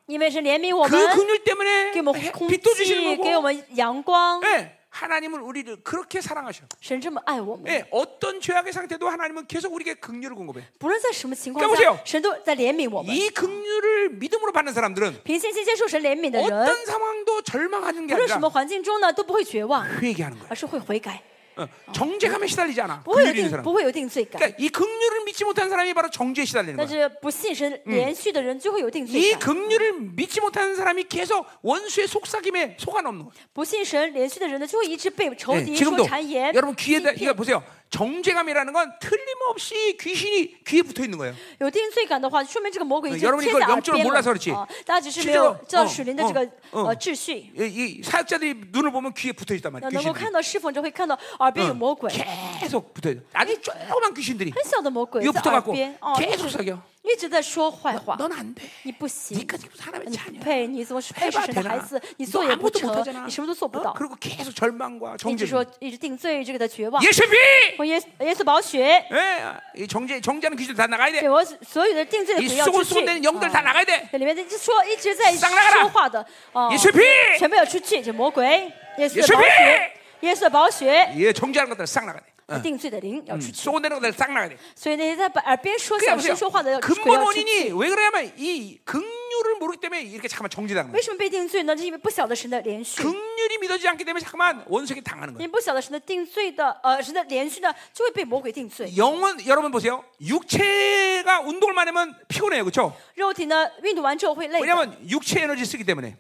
S2: 因为神怜悯我们
S1: 그 ， 긍휼 때문에
S2: 给我们
S1: 해-
S2: 空哎
S1: 빛도 주시는
S2: 气，给我
S1: 거고
S2: 们阳光。
S1: 예, 하나님은 우리를 그렇게 사랑하셔.
S2: 神这么爱我们，
S1: 예, 어떤 죄악의 상태도 하나님은 계속 우리에게 긍휼을 공급해.
S2: 不论在什么情
S1: 까
S2: 况
S1: 보세요
S2: 下，神都在怜悯我们。
S1: 이 긍휼을 믿음으로 받는 사람들은
S2: 凭信心接受神怜悯的人，
S1: 어떤 상황도 절망하는 게
S2: 无论什么
S1: 아니라
S2: 环境中呢，都不会绝望，
S1: 회개하는 거야.
S2: 而是会悔改，
S1: 어, 뭐 정죄감에 시달리지 않아.
S2: 不会有
S1: 긍휼이 있는
S2: 定
S1: 사람.
S2: 不会有定罪感。
S1: 그러니까 이 긍휼을 믿지 못한 사람이 바로 정죄에 시달리는
S2: 但
S1: 거야.
S2: 是不信神连续的人就会有定罪
S1: 이
S2: 感，
S1: 긍휼을 믿지 못하는 사람이 계속 원수의 속삭임에 속아 넘는 거예요.
S2: 不信神连续的人呢，就会一直被仇
S1: 예,
S2: 敌说
S1: 지금도
S2: 谗言。
S1: 여러분 귀에다
S2: 欺骗
S1: 이거 보세요. 정죄감이라는 건 틀림없이 귀신이 귀에 붙어 있는 거예요.
S2: 有定罪感的话，说明这个魔鬼已
S1: 여러분이
S2: 经贴
S1: 걸
S2: 在耳
S1: 영적으로
S2: 边
S1: 몰라서그렇지
S2: 了。啊，大家只是没有
S1: 실제로
S2: 知道
S1: 어
S2: 属灵的这个嗯
S1: 어어
S2: 呃秩序，
S1: 이, 이 사역자들이 눈을 보면 귀에 붙어 있단
S2: 那
S1: 말이에요.
S2: 能够
S1: 귀신들이
S2: 看到侍奉者会看到耳边有魔鬼，
S1: 어, 계속 붙어 있어. 아주 뭐 조그만 귀신들이
S2: 很小的魔鬼
S1: 이거
S2: 在
S1: 붙어
S2: 耳
S1: 갖고
S2: 边哦，
S1: 계속 사겨.
S2: 一直在说坏话。
S1: 넌 안 돼.
S2: 你不行，
S1: 네가 지금 사람의
S2: 你
S1: 자녀.
S2: 不配，你怎么是配是神的孩子？你做也不
S1: 아무것도
S2: 成
S1: 못 ， 하잖아.
S2: 你什么都做不到
S1: 어? 。 그리고 계속 절망과
S2: 一
S1: 정죄.
S2: 直说，一直定罪，这个的绝望。
S1: 예수비.
S2: 我耶稣耶稣宝血，
S1: 예, 이 정죄 정죄하는 귀신 다 나가야 그 돼.
S2: 给我所有的定罪的
S1: 이
S2: 鬼要
S1: 속을
S2: 出去。
S1: 쏘는 영들 다
S2: 啊
S1: 나가야 돼.
S2: 这里面的就说一直在
S1: 上来了
S2: 说话的哦，
S1: 예수비.
S2: 全部要出去，这魔鬼，耶稣
S1: 耶稣
S2: 的宝血
S1: 屁，
S2: 耶稣的宝血，
S1: 예, 정죄하는 것들 싹 나가야 돼.
S2: 定罪的灵要出去。
S1: 쏘고 내는 것들 싹 나가야 돼.
S2: 所以那些在耳边说
S1: 그러니까
S2: 小
S1: 보세요.
S2: 声说话的嗯要鬼
S1: 근본
S2: 要出去。
S1: 원인이 왜 그러냐면 이 긍휼을 모르기 때문에 이렇게 잠깐만 정지당하는
S2: 为
S1: 거야.
S2: 什么被定罪呢？这是因为不晓得神的连续，
S1: 긍휼이 믿어지지 않기 때문에 잠깐만 원수에게 당하는
S2: 因为
S1: 거야.
S2: 不晓得神的定罪的，呃，神的连续呢，就会被魔鬼定罪。
S1: 영혼 여러분 보세요. 육체가 운동을 많이 하면 피곤해요. 그렇죠?
S2: 肉体呢，运动完之后会累的，
S1: 왜냐면 육체 에너지 쓰기 때문에.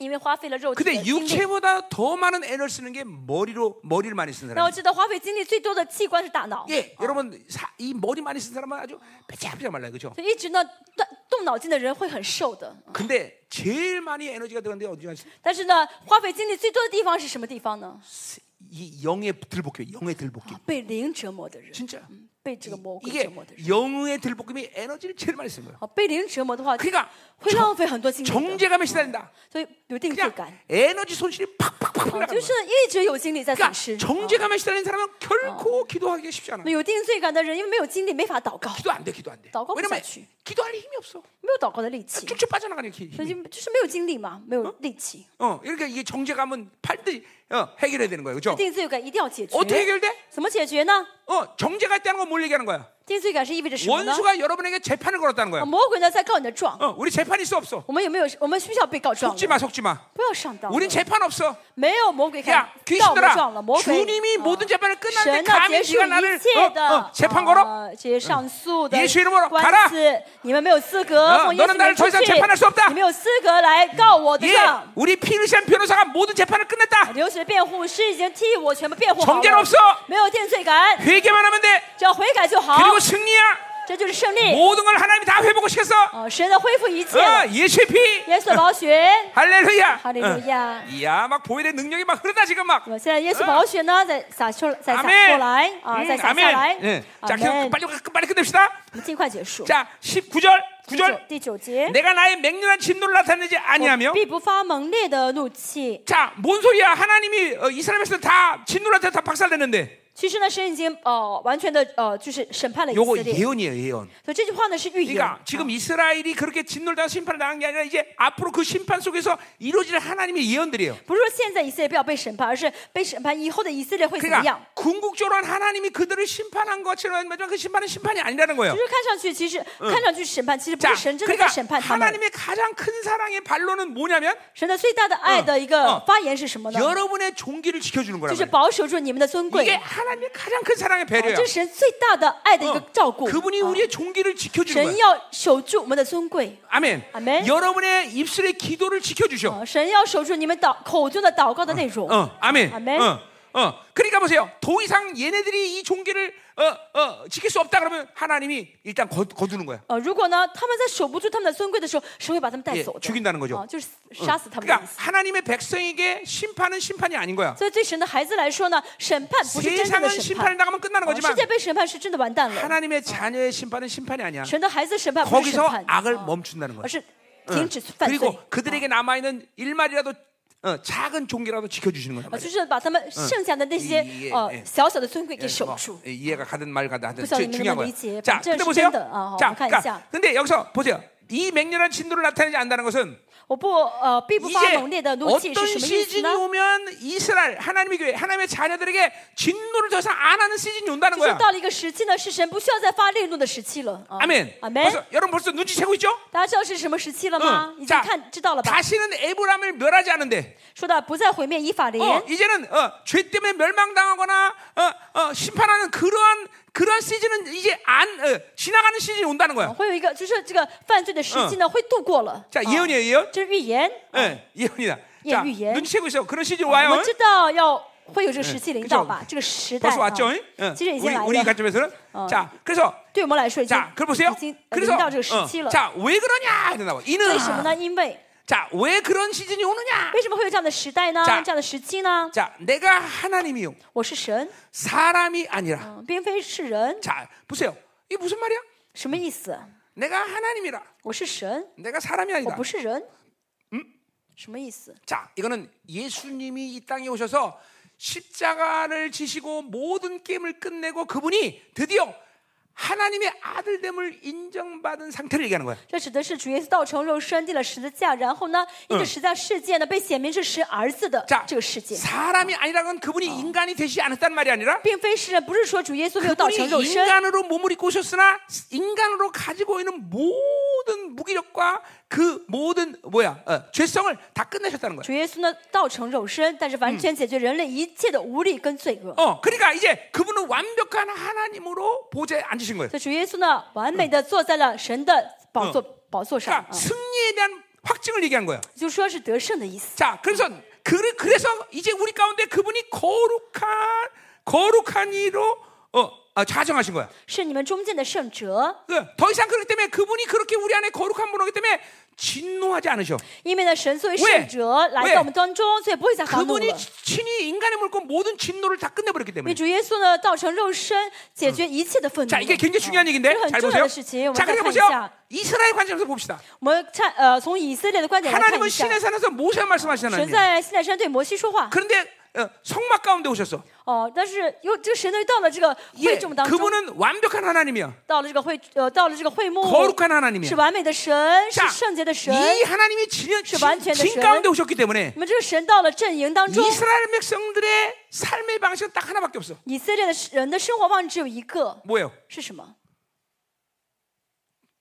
S2: 因为花费了肉体的
S1: 근데
S2: 精力。
S1: 육체보다 더 많은 에너를 쓰는 게 머리로 머리를 많이 쓰는
S2: 那我
S1: 사람.
S2: 知道花费精力最多的器官是大脑，
S1: 예, 여러분 사- 이 머리 많이 쓰는 사람은 아주 빼짝빼짝 말라요, 그렇죠?
S2: 所以一直呢动动脑筋的人会很瘦的。
S1: 근데 제일 많이 에너지가 들어간데 어디가 있-
S2: 但是呢，花费精力最多的地方是什么地方呢？
S1: 이 영의 들복기, 영의 들복기.
S2: 被灵折磨的人，
S1: 진짜
S2: 被这个魔鬼折
S1: 이게
S2: 磨的人。
S1: 영의 들복금이 에너지를 제일 많이 쓰는 거예요.
S2: 好，被灵折磨的话，
S1: 그러니까
S2: 会浪费很多精力的，
S1: 정제감에 시달린다.
S2: 所以有定罪
S1: 음, 그냥
S2: 感，
S1: 에너지 그러니까. 어, 손실이 팍팍팍
S2: 啊
S1: 나가는
S2: 就是
S1: 거예요.
S2: 一直有精力在损
S1: 그러니까
S2: 失。
S1: 정제감에 시달린 사람은 결코 기도하기가 쉽지 않아.
S2: 那有定罪感的人，因为没有精力，没法祷告，
S1: 기도 안 돼, 기도 안 돼.
S2: 나가고
S1: 왜냐면
S2: 있어야지.
S1: 기도할 힘이 없어.
S2: 没有祷告的力气，
S1: 쭉쭉 빠져나가는 힘.
S2: 所以就就是没有精力嘛，没有力气。
S1: 어, 그러니까 이게 정제감은 반드시 어, 해결해야 되는 거예요, 그렇죠?
S2: 定罪感一定要解决，
S1: 어떻게 해결돼?
S2: 怎么解决呢？
S1: 어, 정제가 있다는 건 뭘 얘기하는 거야?
S2: 定罪感是意味着什么呢？
S1: 원수가 여러분에게 재판을 걸었다는
S2: 啊
S1: 거야.
S2: 魔鬼呢在告你的状，
S1: 어, 우리 재판 있어 없어?
S2: 我们有没有？我们需不需要被告状
S1: 속지
S2: 了？
S1: 마 속지 마. 그러니까
S2: 不要上当了，
S1: 우린 재판 없어.
S2: 没有魔鬼看
S1: 야
S2: 告我们状
S1: 귀신들아
S2: 了，魔鬼
S1: 주님이
S2: 啊
S1: 모든 재판을 끝났는데
S2: 神呢
S1: 감히
S2: 结束
S1: 네가
S2: 一
S1: 나를
S2: 切
S1: 어,
S2: 的
S1: 어, 재판 걸어?
S2: 啊这些上诉的
S1: 예수이름으로
S2: 官
S1: 가라
S2: 司，你们没有资格
S1: 어
S2: 奉耶稣
S1: 너는나를
S2: 名
S1: 더
S2: 出
S1: 이상재판할수없
S2: 去
S1: 다 ，
S2: 你没有资格来告我的
S1: 예,
S2: 状。
S1: 우리 피르시안 변호사가 모든 재판을 끝냈다.
S2: 流血的辩护师已经替我全部辩护好
S1: 정죄는없
S2: 了
S1: 어 ，
S2: 没有定罪感，
S1: 회개만 하면 돼.
S2: 只要悔改就好，
S1: 그리고 승리야.
S2: 这就是胜利。
S1: 모든 걸 하나님이 다 회복을 예. 시켰어.
S2: 哦，神的恢复一切，
S1: 어, 예수의 피.
S2: 耶稣的宝血，
S1: 할렐루야.
S2: 哈利路
S1: 어.
S2: 亚。
S1: 이야, 막 보혈의 능력이 막 흐르다 지금 막.
S2: 那么现在耶稣宝血呢，再洒出，再洒
S1: 멘
S2: 过来啊，
S1: 음,
S2: 再洒下
S1: 아멘.
S2: 来
S1: 예. 。
S2: 阿
S1: 자,
S2: 门
S1: 계속 。 빨리 빨리 끝냅시다.
S2: 我们尽快结束。
S1: 자, 19절.
S2: 第九
S1: 9절. 어,
S2: 第九节，
S1: 내가 나의 맹렬한 진노를 나타내지
S2: 我
S1: 아니하며
S2: 必不发猛烈的怒气。
S1: 자, 뭔 소리야? 하나님이 어, 이스라엘에서 다 진노한테 다 박살냈는데.
S2: 其实呢，神已经呃完全的呃就是审判了以色
S1: 요거
S2: 列。
S1: 아, 예언이에요, 예언.
S2: 所以这句话呢是预言。
S1: 그러니까 지금 이스라엘이 그렇게 진노를 당한 심판을 당한 게 아니라 이제 앞으로 그 심판 속에서 이루어질 하나님의 예언들이에요.
S2: 不是说现在以色列不要被审判，而是被审判以后的以色列会怎么样
S1: 그러니까 ？ 궁극적으로는 하나님이 그들을 심판한 것처럼 하지만 그 심판은 심판이 아니라는 거예요.
S2: 就是看上去，其实
S1: 嗯
S2: 看上去是审判，其实不
S1: 자,
S2: 是神真的在审
S1: 그러니까
S2: 判他们。
S1: 하나님의 가장 큰 사랑의 반론은 뭐냐면
S2: 神的最大的爱的一
S1: 嗯
S2: 个发言是什么呢？
S1: 여러분의 종기를 지켜주는
S2: 就
S1: 거라고.
S2: 是保守住你们的尊贵，
S1: 이게
S2: 啊
S1: 하나님의 가장 큰 사랑의 배려야.
S2: 这是神最大的爱的一个
S1: 어,
S2: 照顾。
S1: 그분이
S2: 啊
S1: 우리의 종기를 지켜주는
S2: 神
S1: 거야.
S2: 要守住我们的尊贵，
S1: 아멘. 어,
S2: 아멘.
S1: 여러분의 입술의 기도를 지켜주셔.
S2: 啊神要守住你们祷口中的祷告的内容。
S1: 어, 아멘.
S2: 아멘.
S1: 어, 어. 그러니까 보세요. 더 이상 얘네들이 이 종기를 어, 어, 지킬 수 없다 그러면 하나님이 일단 거, 거두는 거야.
S2: 呃，如果呢，他们在守不住他们的尊贵的时候，神会把他们带
S1: 예
S2: 走的。
S1: 죽인다는거죠嗯
S2: 啊，就是杀死他们的意
S1: 그러니까
S2: 思。
S1: 하나님의 백성에게 심판은 심판이 아닌 거야.
S2: 所以对神的孩子来说呢，审判不是真正的
S1: 세상은
S2: 审
S1: 심판을
S2: 判，
S1: 당하면 끝나는
S2: 啊
S1: 거지만
S2: 世界被审判是真的完蛋了。
S1: 하나님의 자녀의 심판은 어. 심판이 아니야.
S2: 神的孩子审判不是审
S1: 거기서
S2: 判，
S1: 악을
S2: 啊
S1: 멈춘다는
S2: 而
S1: 거야.
S2: 是停止犯罪。
S1: 그리고 그들에게 남아 있는 일말이라도 어, 작은 종기라도 지켜주시는 거란
S2: 啊，
S1: 말이야.
S2: 就是把他们剩下的那些
S1: 이
S2: 呃
S1: 嗯 예
S2: 小小的尊贵给
S1: 예,
S2: 守
S1: 뭐
S2: 住。
S1: 이해가 가든 말 가든 하든
S2: 부서
S1: 제-
S2: 있는
S1: 중요한
S2: 분들
S1: 거예요.
S2: 있지.
S1: 자,
S2: 진짜
S1: 근데 보세요.
S2: 진짜, 어,
S1: 자,
S2: 가만히 있어.
S1: 그러니까, 근데 여기서 보세요. 이 맹렬한 진도를 나타내지 않는다는 것은
S2: 我不呃必不发
S1: 이제
S2: 猛烈的怒气是
S1: 어떤
S2: 什么意思
S1: 뭐 시즌이
S2: 呢？
S1: 오면 이스라엘 하나님의 교회 하나님의 자녀들에게 진노를 더 이상 안 하는 시즌이 온다는
S2: 就是
S1: 거야.
S2: 到了一个时期呢，是神不需要再发烈怒的时期了。啊
S1: 아멘.
S2: 阿门。
S1: 벌써 여러분 벌써 눈치채고 있죠?
S2: 大家知道是什么时期了吗？
S1: 응.
S2: 已经
S1: 어, 자,
S2: 看知道了吧？
S1: 다시는 에브람을 멸하지 않은데
S2: 说到不再毁灭以法莲，
S1: 어, 이제는 어, 죄 때문에 멸망당하거나 어, 어, 심판하는 그러한 그런 시즌은 이제 안 어, 지나가는 시즌이 온다는 거야.
S2: 会有一个就是这个犯罪的时期呢会度过了。
S1: 자
S2: 啊
S1: 예언이에요 예언.
S2: 这是预言。嗯
S1: 예, 예언이다.
S2: 어. 예,
S1: 자,
S2: 유예.
S1: 눈치채고 있어. 그런 시즌
S2: 我
S1: 와요.
S2: 们知道要会有这个时期
S1: 嗯
S2: 领导吧？这个时代
S1: 벌써
S2: 啊
S1: 왔죠. 응? 응.
S2: 其实已
S1: 우리
S2: 经来
S1: 우리
S2: 了。
S1: 관점에서는
S2: 어.
S1: 자, 그래서
S2: 对我们来说已经
S1: 자, 그걸 보세요.
S2: 已经呃
S1: 그래서
S2: 临到这个时期
S1: 어,
S2: 了。
S1: 자, 왜 그러냐 이러 나와.
S2: 为什
S1: 이는
S2: 么呢？因为
S1: 자, 왜 그런 시즌이 오느냐?
S2: 为什么会有这样的时代呢？这
S1: 자
S2: 样的时期呢？
S1: 자, 내가 하나님이요.
S2: 我是神，
S1: 사람이 아니라.
S2: 嗯，并非是人，
S1: 자, 보세요. 이게 무슨 말이야?
S2: 什么意思？
S1: 내가 하나님이라.
S2: 我是神，
S1: 내가 사람이
S2: 我
S1: 아니다.
S2: 不是人，嗯，什么意思？
S1: 자, 이거는 예수님이 이 땅에 오셔서 십자가를 지시고 모든 게임을 끝내고 그분이 드디어 하나님의 아들됨을 인정받은 상태를 얘기하는 거야.
S2: 这指的是主耶稣道成肉身，定了十字架，然后呢，因着十字架世界呢被显明是神儿子的
S1: 자,
S2: 嗯这个世界，
S1: 사람이 아니라 건 그분이 인간이 되시지 않았다는 말이 아니라
S2: 并非是不是说主耶稣没有道 成肉
S1: 어. 그분이
S2: 身，
S1: 인간으로 몸을 입고 오셨으나 인간으로 가지고 있는 모든 무기력과 그 모든 뭐야 어, 죄성을 다 끝내셨다는 거야.
S2: 主耶稣呢道成肉身，但是完全解决人类一切的无力跟罪恶。
S1: 어, 그러니까 이제 그분은 완벽한 하나님으로 보좌에 앉으신 거예요.
S2: 嗯所以主耶稣呢完美的坐在了神的宝座宝座上
S1: 그러니까
S2: 啊。
S1: 승리에 대한 확증을 얘기한 거야.
S2: 就说是得胜的意思。
S1: 자, 그래서 그, 그래서 이제 우리 가운데 그분이 거룩한 거룩한 이로 어, 아, 자정하신 거야.
S2: 是你们中间的圣者，
S1: 그더 이상 그렇기 때문에 그분이 그렇게 우리 안에 거룩한 분이기 때문에 진노하지 않으셔.
S2: 因为呢，神作为
S1: 喂
S2: 圣者来
S1: 喂
S2: 到我们当中，所以不会再发怒
S1: 그분이
S2: 了。
S1: 친히 인간의 물고 모든 진노를 다 끝내버렸기
S2: 因为
S1: 때문에.
S2: 主耶稣呢，道成肉身，解决一切的愤怒。
S1: 자, 이게 굉장히 중요한
S2: 这
S1: 얘기인데
S2: 是很
S1: 잘
S2: 重
S1: 보세요.
S2: 要的事情。
S1: 자,
S2: 我们再
S1: 그러니까
S2: 看一
S1: 보세요.
S2: 下，
S1: 이스라엘 관점에서 봅시다.
S2: 我们看呃，从以色列的观
S1: 네,
S2: 点来看一
S1: 하나님은
S2: 下。
S1: 신의 산에서 모세와 말씀하시는
S2: 神
S1: 하나님.
S2: 在西奈山对摩西说话，
S1: 그런데 어, 성막 가운데 오셨어.
S2: 哦，但是又这个神呢到了这个呃
S1: 예,
S2: 会众当中，
S1: 그분은 완벽한 하나님이야.
S2: 到了这个会呃到了这个会幕，
S1: 거룩한 하나님이야.
S2: 是完美的神，是
S1: 자,
S2: 圣洁的神。
S1: 이 하나님이 진, 진,
S2: 완전의
S1: 진
S2: 신.
S1: 가운데 오셨기 때문에
S2: 你们这个神到了阵营
S1: 음,
S2: 当中，
S1: 이스라엘 백성들의 삶의 방식은 딱 하나밖에 없어.
S2: 以色列的人的生活方式只有一个，
S1: 뭐예요?
S2: 是什么？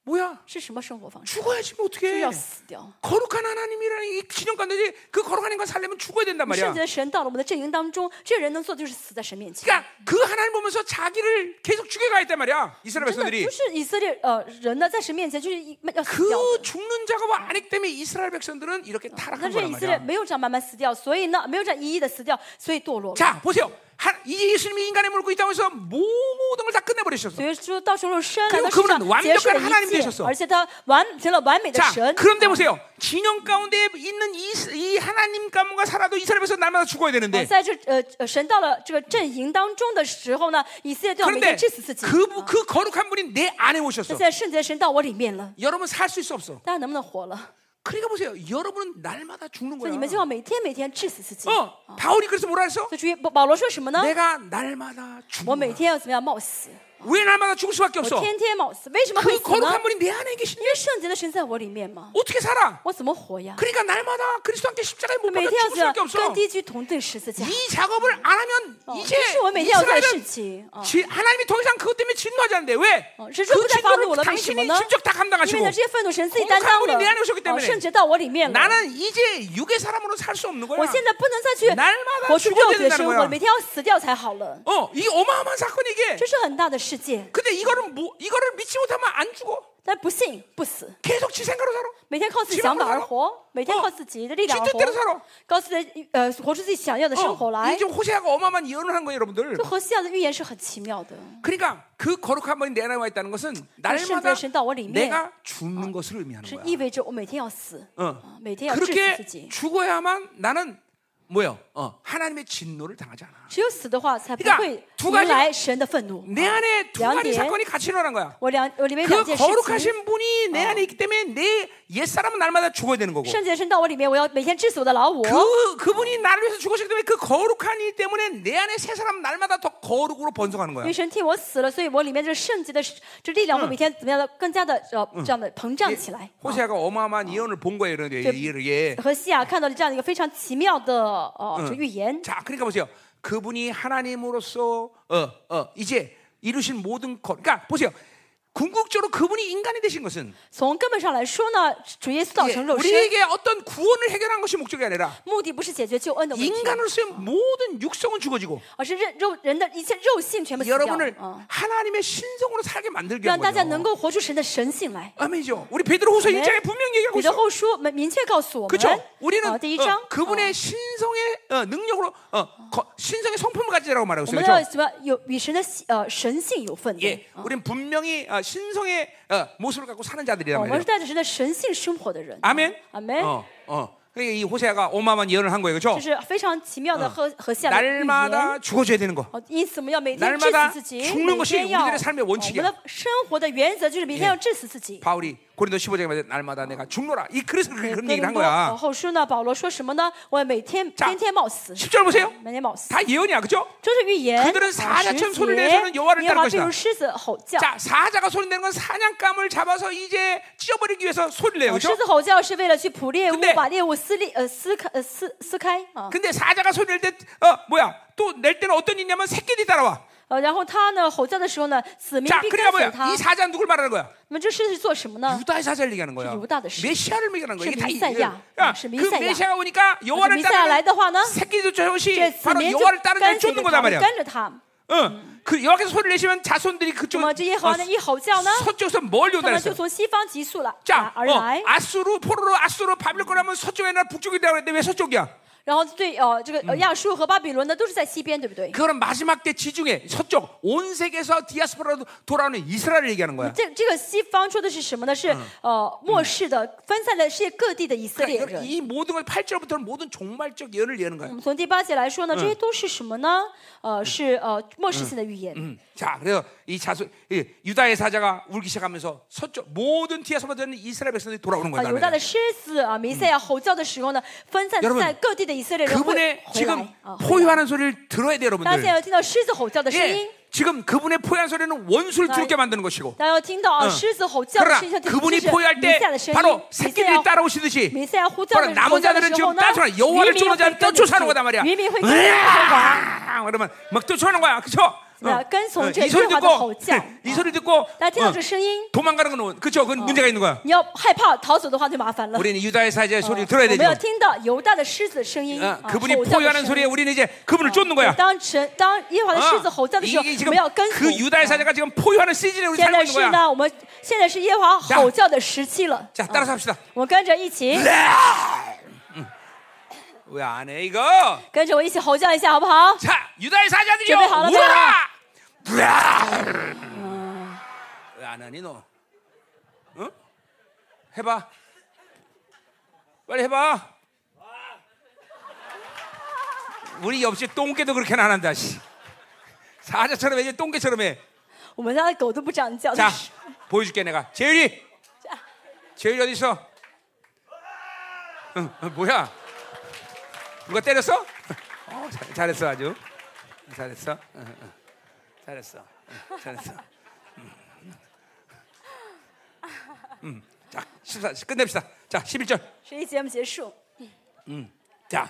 S1: 뭐야?
S2: 是什么生活方式？
S1: 죽어야지 뭐 어떻게
S2: 就是
S1: 해.
S2: 要死掉。
S1: 거룩한 하나님이라는 이 진영 가운데 그 거룩한 인간 살려면 죽어야 된단
S2: 圣洁
S1: 말이야.
S2: 的神到了我们的阵营当中，这人能做的就是死在神面前。
S1: 그러니까 그 하나님 보면서 자기를 계속 죽여가야 했단 말이야. 이스라엘
S2: 真的
S1: 백성들이
S2: 就是以色列呃人呢，在神面前就是一要死掉
S1: 그
S2: 的。
S1: 죽는 작업을 안 했기 때문에 이스라엘 백성들은 이렇게
S2: 但
S1: 타락한
S2: 是
S1: 거란
S2: 以色列
S1: 말이야.
S2: 没有这样慢慢死掉，所以呢，没有这样一一的死掉，所以堕落了。
S1: 자, 보세요. 하- 이제 예수님이 인간의 물고 이 땅에서 모든 걸 다 끝내버리셨어.
S2: 所以说到时候生
S1: 그
S2: 来到
S1: 분
S2: 世
S1: 은
S2: 上
S1: 완
S2: 结束
S1: 벽한
S2: 了
S1: 하나님이
S2: 一切
S1: 되셨어 ，
S2: 而且他完成了完美的
S1: 자,
S2: 神。呃
S1: 그런데 보세요. 진영 가운데 있는 이, 이 하나님 가문과 살아도 이스라엘 백성 날마다 죽어야
S2: 呃
S1: 되는데.
S2: 在这呃呃神到了这个阵营当中的时候呢，以色列都要每
S1: 그런데
S2: 天致死自己。
S1: 그,
S2: 啊
S1: 그 거룩한 분이 내 안에
S2: 但
S1: 오셨어.
S2: 现在圣洁的神到我里面了，
S1: 여러분 살 수 있어 없어.
S2: 大家能不能活了？
S1: 그러니까 보세요. 여러분은 날마다 죽는
S2: 所
S1: 거야.
S2: 以你们就要每天每天致死自己。
S1: 어, 바울이 그래서 뭐라 했어?
S2: 所以主耶保保罗说什么呢？
S1: 내가 날마다
S2: 我
S1: 죽는
S2: 每
S1: 거야.
S2: 天要怎么样冒死？
S1: 왜 날마다 죽을 수밖에
S2: 我
S1: 없어?
S2: 天天冒死，为什么会
S1: 그
S2: 死呢
S1: 거룩한 ？ 분이 내 안에 계신데
S2: 因为圣洁的神在我里面嘛，
S1: 어떻게 살아?
S2: 我怎么活呀？
S1: 그러니까 날마다 그리스도 함께 십자가에 못
S2: 每
S1: 박아
S2: 天要
S1: 죽을
S2: 怎样
S1: 수밖에
S2: 跟
S1: 없어.
S2: 低居同对十字架？
S1: 이 작업을 안 하면
S2: 哦，
S1: 어,
S2: 这
S1: 이제
S2: 是我每天要做的事
S1: 이스라엘은
S2: 情啊。
S1: 지- 하나님이 더 이상 그것 때문에 진노하지 않는데 왜? 어.
S2: 어,
S1: 그
S2: 神说不再发怒
S1: 진노를
S2: 了，为什么
S1: 어? 당신이
S2: 呢？
S1: 직접 다
S2: 因为
S1: 감당하시고
S2: 呢，这些愤怒神自己担当了
S1: 공격한분이내안에오셨기때문에 ，
S2: 圣洁到我里面了。
S1: 나는 이제 육의 사람으로 살 수 없는 거야.
S2: 我现在不能再去
S1: 날마다
S2: 活出肉体
S1: 죽어야 된다는
S2: 的生
S1: 거야
S2: 活，每天要死掉才好了。
S1: 어, 이게 어마어마한 사건 이게.
S2: 这是很大的世界，
S1: 근데 이거를 뭐 이거를 믿지 못하면 안 죽어.
S2: 但不信不死，
S1: 계속 지 생각으로 살아.
S2: 每天靠自己想法而活，每天靠自己的力量而
S1: 지 뜻대로 살아
S2: 活，靠自己的呃活出自己想要的生活
S1: 어,
S2: 来
S1: 이게 。좀 호세하고 어마어마한 예언을 한 거예요, 여러분들.
S2: 这和西亚的预言是很奇妙的。
S1: 그러니까 그 거룩한 분이 내 안에 와 있다는 것은 날마다 내가 죽는 것을 의미하는
S2: 是
S1: 거야.
S2: 意味着我每天要死，
S1: 嗯
S2: 啊每
S1: 예,
S2: 天要致死自
S1: 그렇게
S2: 己。
S1: 죽어야만 나는 뭐요? 어, 하나님의 진노를 당하지 않아.
S2: 只有死的话，才不
S1: 그러니까
S2: 会
S1: 두
S2: 迎
S1: 가지
S2: 来神的愤怒。
S1: 내 안에 두
S2: 两
S1: 가지
S2: 点，
S1: 사건이 같이 일어난 거야.
S2: 我两我里面有
S1: 그
S2: 两件事情。
S1: 거룩하신 분이 내 안에 있기 때문에 내 옛사람은 날마다 죽어야 되는 거고.
S2: 圣洁的神到我里面，我要每天致死我的老我。
S1: 그 그분이 나를 위해서 죽으셨기 때문에 그 거룩한 일 때문에 내 안에 새 사람 날마다 더 거룩으로 번성하는
S2: 因
S1: 거야.
S2: 为神替我死了，所以我里面这个圣洁的这力
S1: 嗯
S2: 量会每天怎么样的更加的呃这样的膨胀起来。
S1: 호세아가 어마어마한 예언을 본 거예요, 이런 게.
S2: 그-
S1: 이게.
S2: 和西亚看到了这样一个非常奇妙的呃
S1: 嗯
S2: 这预言，
S1: 자, 그러니까 보세요. 그분이 하나님으로서 어, 어, 이제 이루신 모든 것. 그러니까 보세요. 궁극적으로 그분이 인간이 되신 것은
S2: 从根本上来说呢，主耶稣道
S1: 예,
S2: 成肉身，
S1: 우리에게 어떤 구원을 해결한 것이 목적이 아니라
S2: 目的不是解决救恩的问题，
S1: 인간으로서의 모든 육성은 죽어지고
S2: 而是人肉人的一切肉性全部死掉
S1: 여러분을 ，
S2: 啊，
S1: 하나님의 신성으로 살게 만들기
S2: 让
S1: 위한
S2: 大家能
S1: 거죠.
S2: 够活出神的神性来。
S1: 아멘이죠. 우리 네. 베드로후서 1장에 분명히 얘기하고
S2: 彼得
S1: 있어.
S2: 后书明明确告诉我
S1: 그렇죠?
S2: 们，
S1: 우리는
S2: 啊，第一章
S1: 어, ， 그분의
S2: 啊
S1: 신성의 어, 능력으로 어, 거- 신성의 성품을 가지라고 말하고
S2: 我
S1: 있어요.
S2: 们要
S1: 그렇죠?
S2: 怎么有与神的喜呃神性有份的
S1: 예, ， 우리는 분명히 어, 신성의 어, 모습을 갖고 사는 자들이란
S2: 啊我们
S1: 말이에요.
S2: 是带着神的神性生活的人。啊
S1: 아멘.
S2: 阿门。哦
S1: 어, 어. 그러니까 이 호세아가 어마어마한 예언을 한 거예요. 그렇죠?
S2: 这是非常奇妙的和和下的预言。
S1: 날마다 죽어줘야 되는 거.
S2: 哦，因此我们要每天致
S1: 날마다
S2: 死自己，
S1: 죽는것이
S2: 每天要哦
S1: 우리들의삶의원칙이야
S2: 我们的生活的原则就是每天要致死自己。
S1: 바울이 고린도 15장에 말해 날마다 내가 죽노라. 이 그래서 그렇게
S2: 哥
S1: 그런
S2: 林
S1: 얘기를 한
S2: 多呃
S1: 거야.
S2: 后书呢，保罗说什么呢？我每天
S1: 자
S2: 天天冒死，
S1: 10절 보세요.
S2: 每天冒死，
S1: 다 예언이야. 그렇죠?
S2: 这是预言。啊
S1: 그들은사자처럼소리를내서는여호와를따를
S2: 耶和华
S1: 것이다
S2: 必如狮子吼叫。
S1: 자, 사자가 소리 내는 건 사냥감을 잡아서 이제 찢어버리기 위해서 소리를 내요.
S2: 哦狮
S1: 그렇죠?
S2: 子吼叫是为了去捕猎物
S1: 근데 ，
S2: 把猎物撕裂呃撕开呃撕撕开啊。
S1: 근데 사자가 소리 낼 때 어, 뭐야? 또 낼 때는 어떤 일이냐면 새끼들이 따라와.
S2: 呃，然后他呢吼叫的时候呢，子民
S1: 자,
S2: 必
S1: 그러니까
S2: 跟随
S1: 뭐야?
S2: 他
S1: 이 。 사자는 누굴 말하는 거야?
S2: 那么这狮子是做什么呢？
S1: 유다의 사자를 얘기하는 거야.
S2: 어. 유다의 시-
S1: 메시아를 얘기하는 거야. 이게 다
S2: 시-
S1: 이게-
S2: 미사야.
S1: 야,
S2: 어, 시-
S1: 그
S2: 미사야.
S1: 메시아가 오니까 여호와를
S2: 미사야
S1: 따르는
S2: 来的话呢
S1: 새끼들
S2: 这
S1: 조시
S2: 子
S1: 바로
S2: 民就
S1: 여호와를 따르는
S2: 跟
S1: 자를
S2: 随
S1: 쫓는
S2: 着
S1: 거단
S2: 他们，
S1: 말이야.
S2: 跟着他们。
S1: 어, 그 여호와께서 소리를 내시면 자손들이 어,
S2: 那
S1: 그쪽
S2: 么这耶和华呢一吼叫呢，
S1: 서쪽에서 멀리
S2: 他
S1: 온다
S2: 们就
S1: 했어.
S2: 从西方急速了啊
S1: 자,
S2: 而
S1: 어,
S2: 来。
S1: 아수르, 포로로, 아수르, 바빌론 하면 서쪽이 아니라 북쪽이라고 했는데 왜 서쪽이야?
S2: 然后对呃这个呃亚述和巴比伦呢都是在西边，对不对？
S1: 嗯 그거는 마지막 때 지중해 서쪽 온 세계에서 디아스포라로 돌아오는 이스라엘을 얘기하는 거야.
S2: 这这个西方说的是什么呢？
S1: 嗯
S2: 是呃末世的分散在世界各地的以色列
S1: 그러니까 이걸-
S2: 人。
S1: 이 모든 걸 8절부터는 모든 종말적 예언을 얘기하는
S2: 我
S1: 거야.
S2: 们从第八节来说呢，这些都是什么呢？呃，是呃末世性的预言。
S1: 음. 자, 그래서 이 자손 이 유다의 사자가 울기 시작하면서 서쪽 모든 디아스포라 되는 이스라엘 백성들이 돌아오는
S2: 啊，
S1: 거야.
S2: 犹大的狮子啊，弥赛亚吼叫的时候呢，分散
S1: 여러분
S2: 在各地的以色列人会
S1: 그분의 아,
S2: 回来
S1: 지금
S2: 啊。回来
S1: 포효하는 소리를 들어야 돼요,
S2: 大家现
S1: 여러분들.
S2: 在要听到狮子吼叫的声音
S1: 예, ， 지금 그분의 포효한 소리는 원수를
S2: 나-
S1: 두렵게 만드는 것이고
S2: 大家要听到啊狮子吼叫的
S1: 그러나
S2: 声音，要听到
S1: 그분이
S2: 这是
S1: 포효할
S2: 弥
S1: 때
S2: 赛亚的声音。
S1: 바로
S2: 弥赛
S1: 새끼들이
S2: 亚
S1: 따라오시듯이
S2: 弥赛亚呼叫
S1: 바로
S2: 的吼
S1: 남은
S2: 叫的
S1: 자들은
S2: 时候
S1: 지금
S2: 呢
S1: 따라와 ，
S2: 渔
S1: 여호와를
S2: 民会
S1: 쫓는 자는
S2: 跟着
S1: 쫓아는 거단
S2: 去
S1: 말이야.
S2: 渔民会跟着去
S1: 으아! 그러면 막 쫓아오는 거야, 그렇죠?
S2: 자, 끈소,
S1: 이 소리
S2: 제
S1: 듣고
S2: 제
S1: 이 소리 듣고
S2: 大家听到
S1: 어,
S2: 这声音，
S1: 도망가는 건 원- 그렇죠? 그건 문제가 있는 거야.
S2: 你要害怕逃走的话就麻烦了。
S1: 우리는 유다의 사자의
S2: 啊
S1: 소리를 들어야
S2: 我们要
S1: 되죠.
S2: 听到犹大的狮子的声音，
S1: 어,
S2: 啊
S1: 그분이
S2: 吼叫的
S1: 포효하는
S2: 声
S1: 소리에
S2: 音。
S1: 우리는 이제 그분을 쫓는
S2: 对
S1: 거야.
S2: 当神当耶和华的狮子
S1: 어,
S2: 吼叫的时
S1: 이게
S2: 候，
S1: 이게
S2: 我
S1: 지금
S2: 们要跟从。
S1: 그 유다의 사자가 지금 포효하는 시즌에 우리
S2: 现
S1: 살고
S2: 在
S1: 있는
S2: 是
S1: 거야.
S2: 呢，我们现在是耶和华吼叫的时期了。
S1: 자,
S2: 啊
S1: 따라서 합시다.
S2: 我们跟着一起，
S1: 왜 안 해 이거?
S2: 跟着我一起吼叫一下，好不好？
S1: 자, 유다의 사자들이여 아.
S2: 준비 하나,
S1: 울어라! 으아! 왜안 하니 너? 응? 해봐. 빨리 해봐. 우리 옆집 똥개도 그렇게는 안 한다. 씨. 사자처럼 해, 이제 똥개처럼 해.
S2: 我们家的狗都不长叫。
S1: 자, 보여줄게 내가. 재율이. 재율이 어디 있어? 응, 어, 뭐야? 누가 때렸어? 어, 잘, 잘했어 아주. 잘했어. 응, 응. 잘했어. 응, 잘했어. 음. 음, 자, 14, 끝냅시다. 자, 11절.
S2: 十一节目结束，
S1: 자,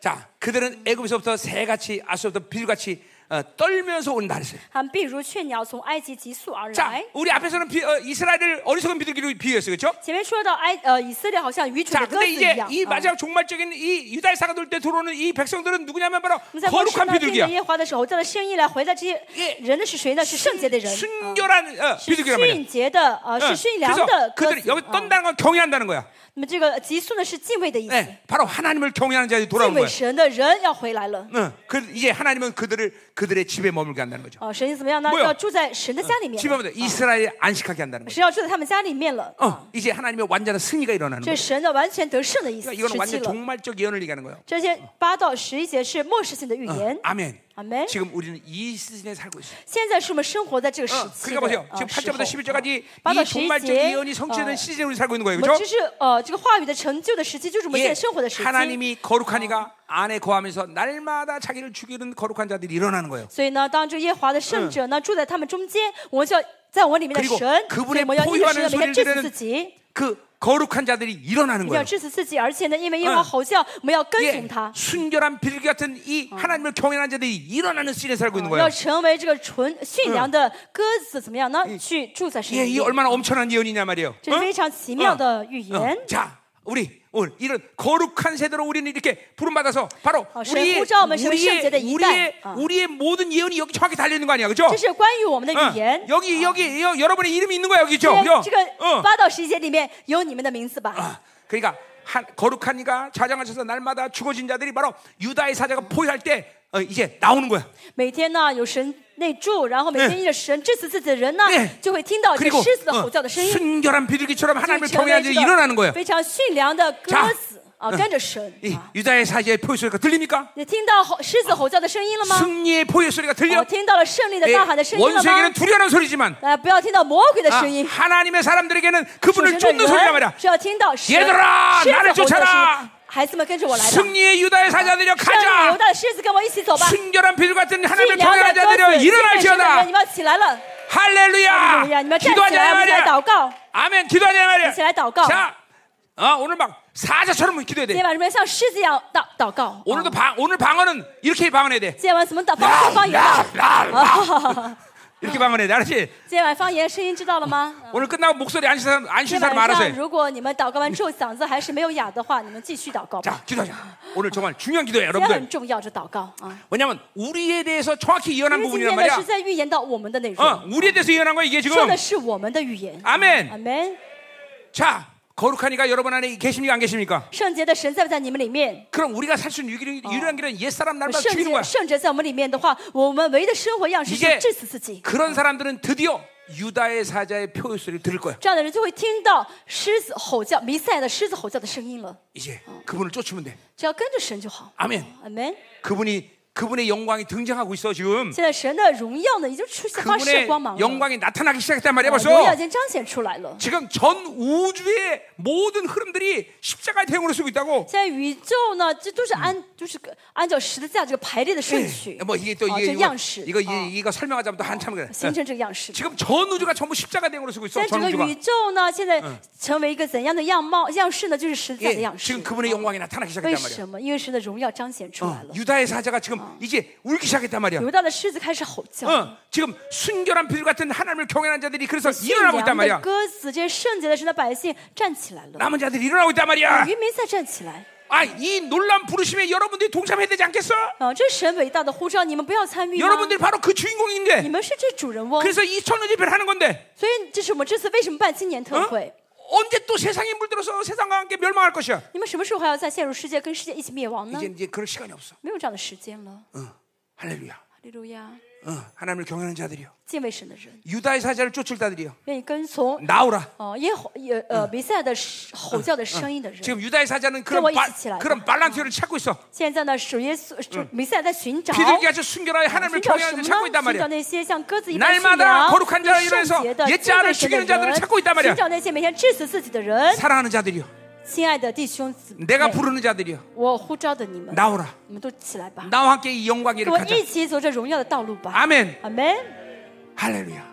S1: 자, 그들은 애굽에서부터 새같이 아수부터 빌같이 어, 떨면서 온다 했어요.
S2: 他们必如雀鸟从埃及急速而
S1: 자,
S2: 来。
S1: 우리 앞에서는 비, 어, 이스라엘을 어리석은 비둘기로 비유했어요, 그렇죠?
S2: 前面说到埃呃以色列好像愚蠢
S1: 자,
S2: 的鸽子
S1: 근데
S2: 一
S1: 이제
S2: 样。
S1: 이
S2: 啊
S1: 마지막 종말적인 이 유다의 사가 돌 때 들어오는 이 백성들은 누구냐면 바로
S2: 我们在末世
S1: 거룩한
S2: 呢对着
S1: 비둘기야.
S2: 耶和华的时候，叫的声音来回答这些
S1: 예
S2: 人呢是谁呢？是圣洁的人，啊
S1: 순결한 어,
S2: 是
S1: 비둘기란 말이야.
S2: 驯洁的，呃，
S1: 어,
S2: 是驯良的
S1: 그래서 어.
S2: 鸽
S1: 그들이
S2: 子。
S1: 여기
S2: 啊
S1: 떤다는 건 경외한다는 거야.
S2: 那么这个急速呢是敬畏的意思，
S1: 네, 바로 하나님을 경외하는 자들이
S2: 敬
S1: 돌아오는
S2: 畏
S1: 거야.
S2: 神的人要回来了。
S1: 응, 그 이제 하나님은 그들을 그들의 집에 머물게 한다는 거죠.
S2: 啊，神怎么样呢？
S1: 뭐야
S2: 要嗯住在神的家里面
S1: 집에
S2: 了，
S1: 머물 이스라엘 안식하게 한다는 거죠.
S2: 神要住在他们家里面了。
S1: 어, 이제 하나님의 완전한 승리가 일어나는
S2: 这
S1: 거예요.
S2: 是神的完全得胜的意思
S1: 그러니까
S2: 时
S1: 이거는
S2: 期
S1: 완전
S2: 了。
S1: 종말적 예언을 얘기하는 거예요.
S2: 这些八到十一节是末世性的预
S1: 어,
S2: 言。
S1: 아멘.
S2: 아멘.
S1: 지금 우리는 이 시즌에 살고 있어요.
S2: 现在是我们生活在这个时
S1: 어,
S2: 期
S1: 그러니까
S2: 的
S1: 보세요.
S2: 啊
S1: 지금
S2: 时
S1: 8절부터
S2: 候。
S1: 11절까지
S2: 맞아,
S1: 이 종말적
S2: 시제.
S1: 예언이 성취되는
S2: 어.
S1: 시즌에 우리 살고 있는
S2: 我
S1: 거예요.
S2: 们
S1: 그렇죠? 예.
S2: 这是呃这个话语的成就的时期，就是我们现在生活的时期。
S1: 하나님이 거룩한 이가 안에 거하면서 날마다 자기를 죽이는 거룩한 자들이 일어나는 거예요.
S2: 所以呢，当这耶和华的圣者呢住在他们中间，我们就要在我们里面的
S1: 그리고
S2: 神，
S1: 그분의
S2: 所以我们要一
S1: 포효하는
S2: 直
S1: 소리를
S2: 每天致
S1: 들으는
S2: 死自己，
S1: 그 거룩한 자들이 일어나는
S2: 一定要
S1: 거예요.
S2: 致死自己。而且呢，因为耶和华
S1: 嗯
S2: 吼叫，我们要跟
S1: 예,
S2: 从他，
S1: 순결한 비둘기 같은 이 하나님을 경외하는 자들이 어. 일어나는 시즌에 살고 있는
S2: 要
S1: 거예요.
S2: 成为这个纯驯良的鸽子，怎么样呢？去住在神
S1: 예,
S2: 里
S1: 이
S2: 面
S1: 얼마나 엄청난 예언이냐 말이에요. 어?
S2: 这是
S1: 응?
S2: 非常奇
S1: 嗯
S2: 妙的预
S1: 어,
S2: 言。
S1: 자, 우리 오늘 이런 거룩한 세대로 우리는 이렇게 부름 받아서 바로
S2: 어,
S1: 우리의
S2: 神呼召我们
S1: 우리의
S2: 成为圣洁的一代。
S1: 우리의
S2: 어.
S1: 우리의 모든 예언이 여기 정확히 달려 있는 거 아니야, 그렇죠?
S2: 这是关于我们的
S1: 어,
S2: 语言。
S1: 여기 여기 여, 여러분의 이름이 있는 거야 여기 있죠?
S2: 这
S1: 그죠?
S2: 个这个
S1: 어.
S2: 八到十节里面有你们的名字吧？
S1: 아, 그러니까 한, 거룩한 이가 자장하셔서 날마다 죽어진 자들이 바로 유다의 사자가 포위할 때 어, 이제 나오는 거야.
S2: 每天呢有神内住，然后每天依着神致死自己的人呢
S1: 네 ，
S2: 就会听到这
S1: 그리고
S2: 狮子的
S1: 어,
S2: 吼叫的声音，
S1: 순결한 비둘기처럼
S2: 就
S1: 하나님을
S2: 成
S1: 경외하는
S2: 为
S1: 자들이
S2: 这
S1: 일어나는
S2: 个
S1: 거예요.
S2: 非常驯良的鸽子啊，
S1: 자
S2: 跟着神
S1: 이
S2: 啊。
S1: 유다의 사자의 포유 소리가 들립니까?
S2: 你听到吼狮子吼叫的声音了吗？
S1: 승리의 포유 소리가
S2: 我
S1: 들려?
S2: 听到了胜利的
S1: 예,
S2: 呐喊的声音了吗
S1: 원수에게는 ？ 두려운 소리지만
S2: 大家不要听到魔鬼的
S1: 아,
S2: 声音，
S1: 하나님의 사람들에게는
S2: 属
S1: 그분을
S2: 神的
S1: 쫓는 소리란
S2: 人
S1: 말이야.
S2: 是要听到神狮子
S1: 얘들아,
S2: 吼叫
S1: 나를
S2: 的声
S1: 쫓아라
S2: 音。孩子们跟着我来吧。
S1: 승리의 유다의 사자들여
S2: 让犹
S1: 가자.
S2: 大的狮子跟我一起走吧。
S1: 순결한 비둘 같은
S2: 驯
S1: 하나님의
S2: 良的
S1: 경외하는
S2: 鸽子，
S1: 자들여
S2: 敬畏神的
S1: 일어날지어다.
S2: 人，你们要起来了，哎呀，
S1: 할렐루야!
S2: 你们要站起
S1: 기도하자
S2: 来，我们一起来
S1: 말이야.
S2: 祷告。
S1: 아멘. 기도하자 말이야.
S2: 一起来祷告。
S1: 자, 어, 오늘 막 사자처럼 기도해야
S2: 今
S1: 돼.
S2: 天晚上我们像狮子一样祷祷告。
S1: 오늘도 방 오늘 방언은 이렇게 방언해야 돼.
S2: 今天晚上怎么祷？方式方言吧。
S1: 랄랄랄. 이렇게 방언해야 돼. 알았지?
S2: 今晚方言声音知道了吗？嗯
S1: 오늘 끝나고 목소리 안 쉬는 사람, 안 쉬는
S2: 今
S1: 사람
S2: 晚
S1: 알아서
S2: 上
S1: 해.
S2: 如果你们祷告完之后嗓子还是没有哑的话，你们继续祷告吧，
S1: 자, 기도하자. 오늘 정말 중요한 기도예요,
S2: 也很
S1: 여러분들.
S2: 重要。这祷告啊，
S1: 왜냐면 우리에 대해서 정확히
S2: 因
S1: 예언한
S2: 为今天
S1: 부분이란
S2: 呢是
S1: 말이야.
S2: 在预言到我们的内容，
S1: 어, 우리에 대해서 예언한 거야, 이게
S2: 嗯说
S1: 지금.
S2: 的是我们的预言。
S1: 아멘.
S2: 阿门。
S1: 자, 거룩하니까 여러분 안에 계십니까, 안 계십니까?
S2: 圣洁的神在不在你们里面？
S1: 그럼 우리가 살 수 있는 유일한 유일한 길은 옛사람 날마다
S2: 圣
S1: 죽이는 거야.
S2: 洁圣洁在我们里面的话，我们唯一的生活样式
S1: 이게
S2: 是致死自己。
S1: 그런 사람들은 드디어 유다의 사자의 표효 소리를 들을 거야.
S2: 这样的人就会听到狮子吼叫、弥赛亚的狮子吼叫的声音了。
S1: 이제 그분을 쫓으면 돼.
S2: 只要跟着神就好。
S1: 아멘.
S2: 阿门。
S1: 그분이 그분의 영광이 등장하고 있어 지금.
S2: 现在神的荣耀呢，已经出现发射
S1: 그분의
S2: 光芒了，
S1: 영광이 나타나기 시작했단 어, 말이야
S2: 啊荣耀已
S1: 벌써.
S2: 经彰显出来了。
S1: 지금 전 우주의 모든 흐름들이 십자가의 대응으로 쓰고 있다고.
S2: 现在宇宙呢，这都是按、就是个按照十字架这个排列的
S1: 哎
S2: 顺序，
S1: 뭐 이게 또
S2: 啊
S1: 이게
S2: 这
S1: 이거
S2: 样式，
S1: 이거,
S2: 啊
S1: 이- 이거 설명하자면 또 한참 그래.
S2: 形成这个 样式。
S1: 지금 전 우주가 전부 십자가 대응으로 쓰고 있어.
S2: 现在整
S1: 전
S2: 个
S1: 우주가.
S2: 宇宙呢，现在
S1: 嗯
S2: 成为一个怎样的样貌样式呢？就是十字架的
S1: 예,
S2: 样式
S1: 지금 。 그분의 영광이 나타나기
S2: 为
S1: 시작했단 말이야. 어,
S2: 什么？因为神的荣耀彰显出来了。
S1: 유다의 사자가 지금 이제 울기 시작했단 말이야.
S2: 犹大的狮子开始吼叫，
S1: 어, 지금 순결한 비둘 같은 하나님을 경외하는 자들이 그래서
S2: 驯
S1: 일어나고 있단
S2: 良的
S1: 말이야.
S2: 鸽子，这些圣洁的神的百姓站起来了，
S1: 남은 자들이 일어나고 있단 말이야.
S2: 渔民再站起来。
S1: 아, 이 놀라운 부르심에 여러분들이 동참해야 되지 않겠어?
S2: 啊，这是神伟大的呼召，你们不要参与吗？
S1: 여러분들이 바로 그
S2: 你
S1: 주인공인데.
S2: 们是这主人翁，
S1: 그래서 이 천년집회를 하는 건데.
S2: 所以这是我们这次为什么办青年
S1: 어?
S2: 特会。
S1: 언제 또 세상에 물들어서 세상과 함께 멸망할 것이야.
S2: 你们什么时候还要再陷入世界，跟世界一起灭亡呢
S1: 이제 ？ 이제 그럴 시간이 없어.
S2: 没有这样的时间了。
S1: 어, 할렐루야.
S2: 哈利路亚！
S1: 어, 하나님을 경외하는 자들이요.
S2: 敬畏神的人，
S1: 유다의 사자를 쫓을 자들이요.
S2: 愿意跟从
S1: 나오라.
S2: 哦耶吼耶呃弥赛亚的声吼叫的声音的人，
S1: 지금 유다의 사자는 그런
S2: 저거
S1: 바,
S2: 있으시라고.
S1: 그런 발란티오를 찾고 있어.
S2: 现在呢属耶稣属弥赛亚在寻找。
S1: 비둘기같이 순결하여
S2: 寻
S1: 하나님을
S2: 找
S1: 경외하는 자를
S2: 什么？
S1: 찾고
S2: 寻
S1: 있단
S2: 找
S1: 말이야.
S2: 那些像鸽子一般驯
S1: 날마다
S2: 良、
S1: 거룩한자를위하서
S2: 圣洁的、
S1: 옛
S2: 敬
S1: 자를
S2: 畏
S1: 죽
S2: 神
S1: 이는자들을찾고있단말이야
S2: 寻找那些每天致死自己的人。
S1: 사랑하는 자들이요.
S2: 亲爱的弟兄姊妹，
S1: 내가 부르는 자들이요.
S2: 我呼召的你们，
S1: 나오라.
S2: 你们都起来吧，
S1: 나와 함께 이 영광의 일을
S2: 跟我
S1: 가자.
S2: 一起走这荣耀的道路吧。
S1: 아멘.
S2: 阿门。
S1: 할렐루야.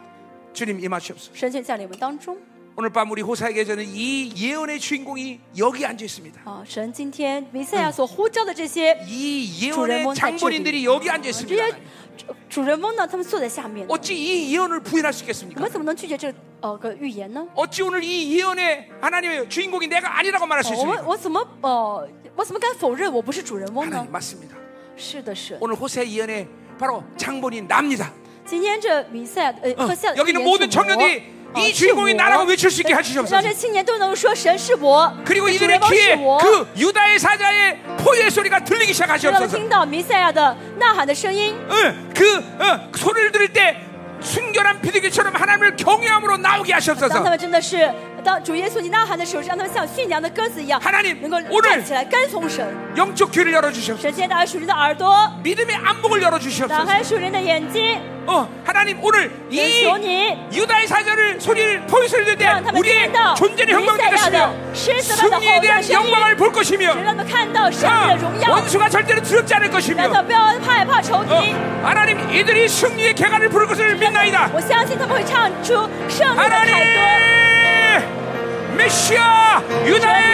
S1: 주님 임하시옵소서.
S2: 神却降临我们当中
S1: 오늘 밤 우리 호사에게 저는 이 예언의 주인공이 여기 앉아 있습니다.
S2: 啊！神今天弥赛亚所呼召的这些
S1: 이
S2: 主人
S1: 예언의
S2: 翁在这里，
S1: 장본인들이 여기
S2: 啊
S1: 앉아
S2: 这
S1: 있습니다.
S2: 些主主人翁呢，他们坐在下面呢，
S1: 어찌 이 예언을 부인할 수
S2: 我
S1: 있겠습니까?
S2: 们怎么能拒绝这呃个预言呢？
S1: 어찌 오늘 이 예언의 하나님의 주인공이 내가 아니라고 말할 수
S2: 哦我们
S1: 있습니까?
S2: 我怎么呃我怎么敢否认我不是主人翁呢
S1: 하나님 ？ 맞습니다.
S2: 是的是，
S1: 오늘 호세 예언의 바로 장본인 납니다.
S2: 今天这弥赛亚呃和下
S1: 여기는 모든 청년들이
S2: 哦
S1: 이 주인공이 나라고 외칠 수 있게
S2: 让
S1: 하시옵소서.
S2: 这青年都能说神是我，
S1: 그리고
S2: 主
S1: 이들의
S2: 人翁是
S1: 귀에
S2: 我，
S1: 그 유다의 사자의 포효의 소리가 들리기
S2: 让他们
S1: 시작하시옵소서.
S2: 听到弥赛亚的呐喊的声音。
S1: 응, 그 응, 그 소리를 들을 때 순결한 비둘기처럼 하나님을 경외함으로 나오게
S2: 当他
S1: 하셨어서
S2: 们真的是当主耶稣你呐喊的时候，让他们像驯良的鸽子一样，
S1: 하나님
S2: 能够
S1: 오늘
S2: 站起来跟从神。
S1: 영적 귀를 열어주시옵소서
S2: 神现在打开属灵的耳朵，
S1: 믿음의 안목을
S2: 打
S1: 열어주시옵소서
S2: 开属灵的眼睛，
S1: 어, 하나님 오늘
S2: 神
S1: 이
S2: 求你
S1: 유다의 사자를 소리를 포효를 어, 들을 때
S2: 让他们
S1: 우리의
S2: 听到弥
S1: 존재를
S2: 赛亚的
S1: 형광되었으며
S2: 狮子般的吼
S1: 승리에
S2: 叫
S1: 대한
S2: 声音，
S1: 영광을 볼
S2: 神
S1: 것이며
S2: 让他们看到胜利
S1: 아,
S2: 啊的荣耀，
S1: 원수가 절대로 두렵지 않을
S2: 让
S1: 것이며
S2: 他们不要害怕仇
S1: 어,
S2: 敌。
S1: 하나님 이들이 승리의 개간을 부를 것을 믿나이다
S2: 我相信他们会唱出胜利的凯歌。
S1: 하나님 메시아 유다의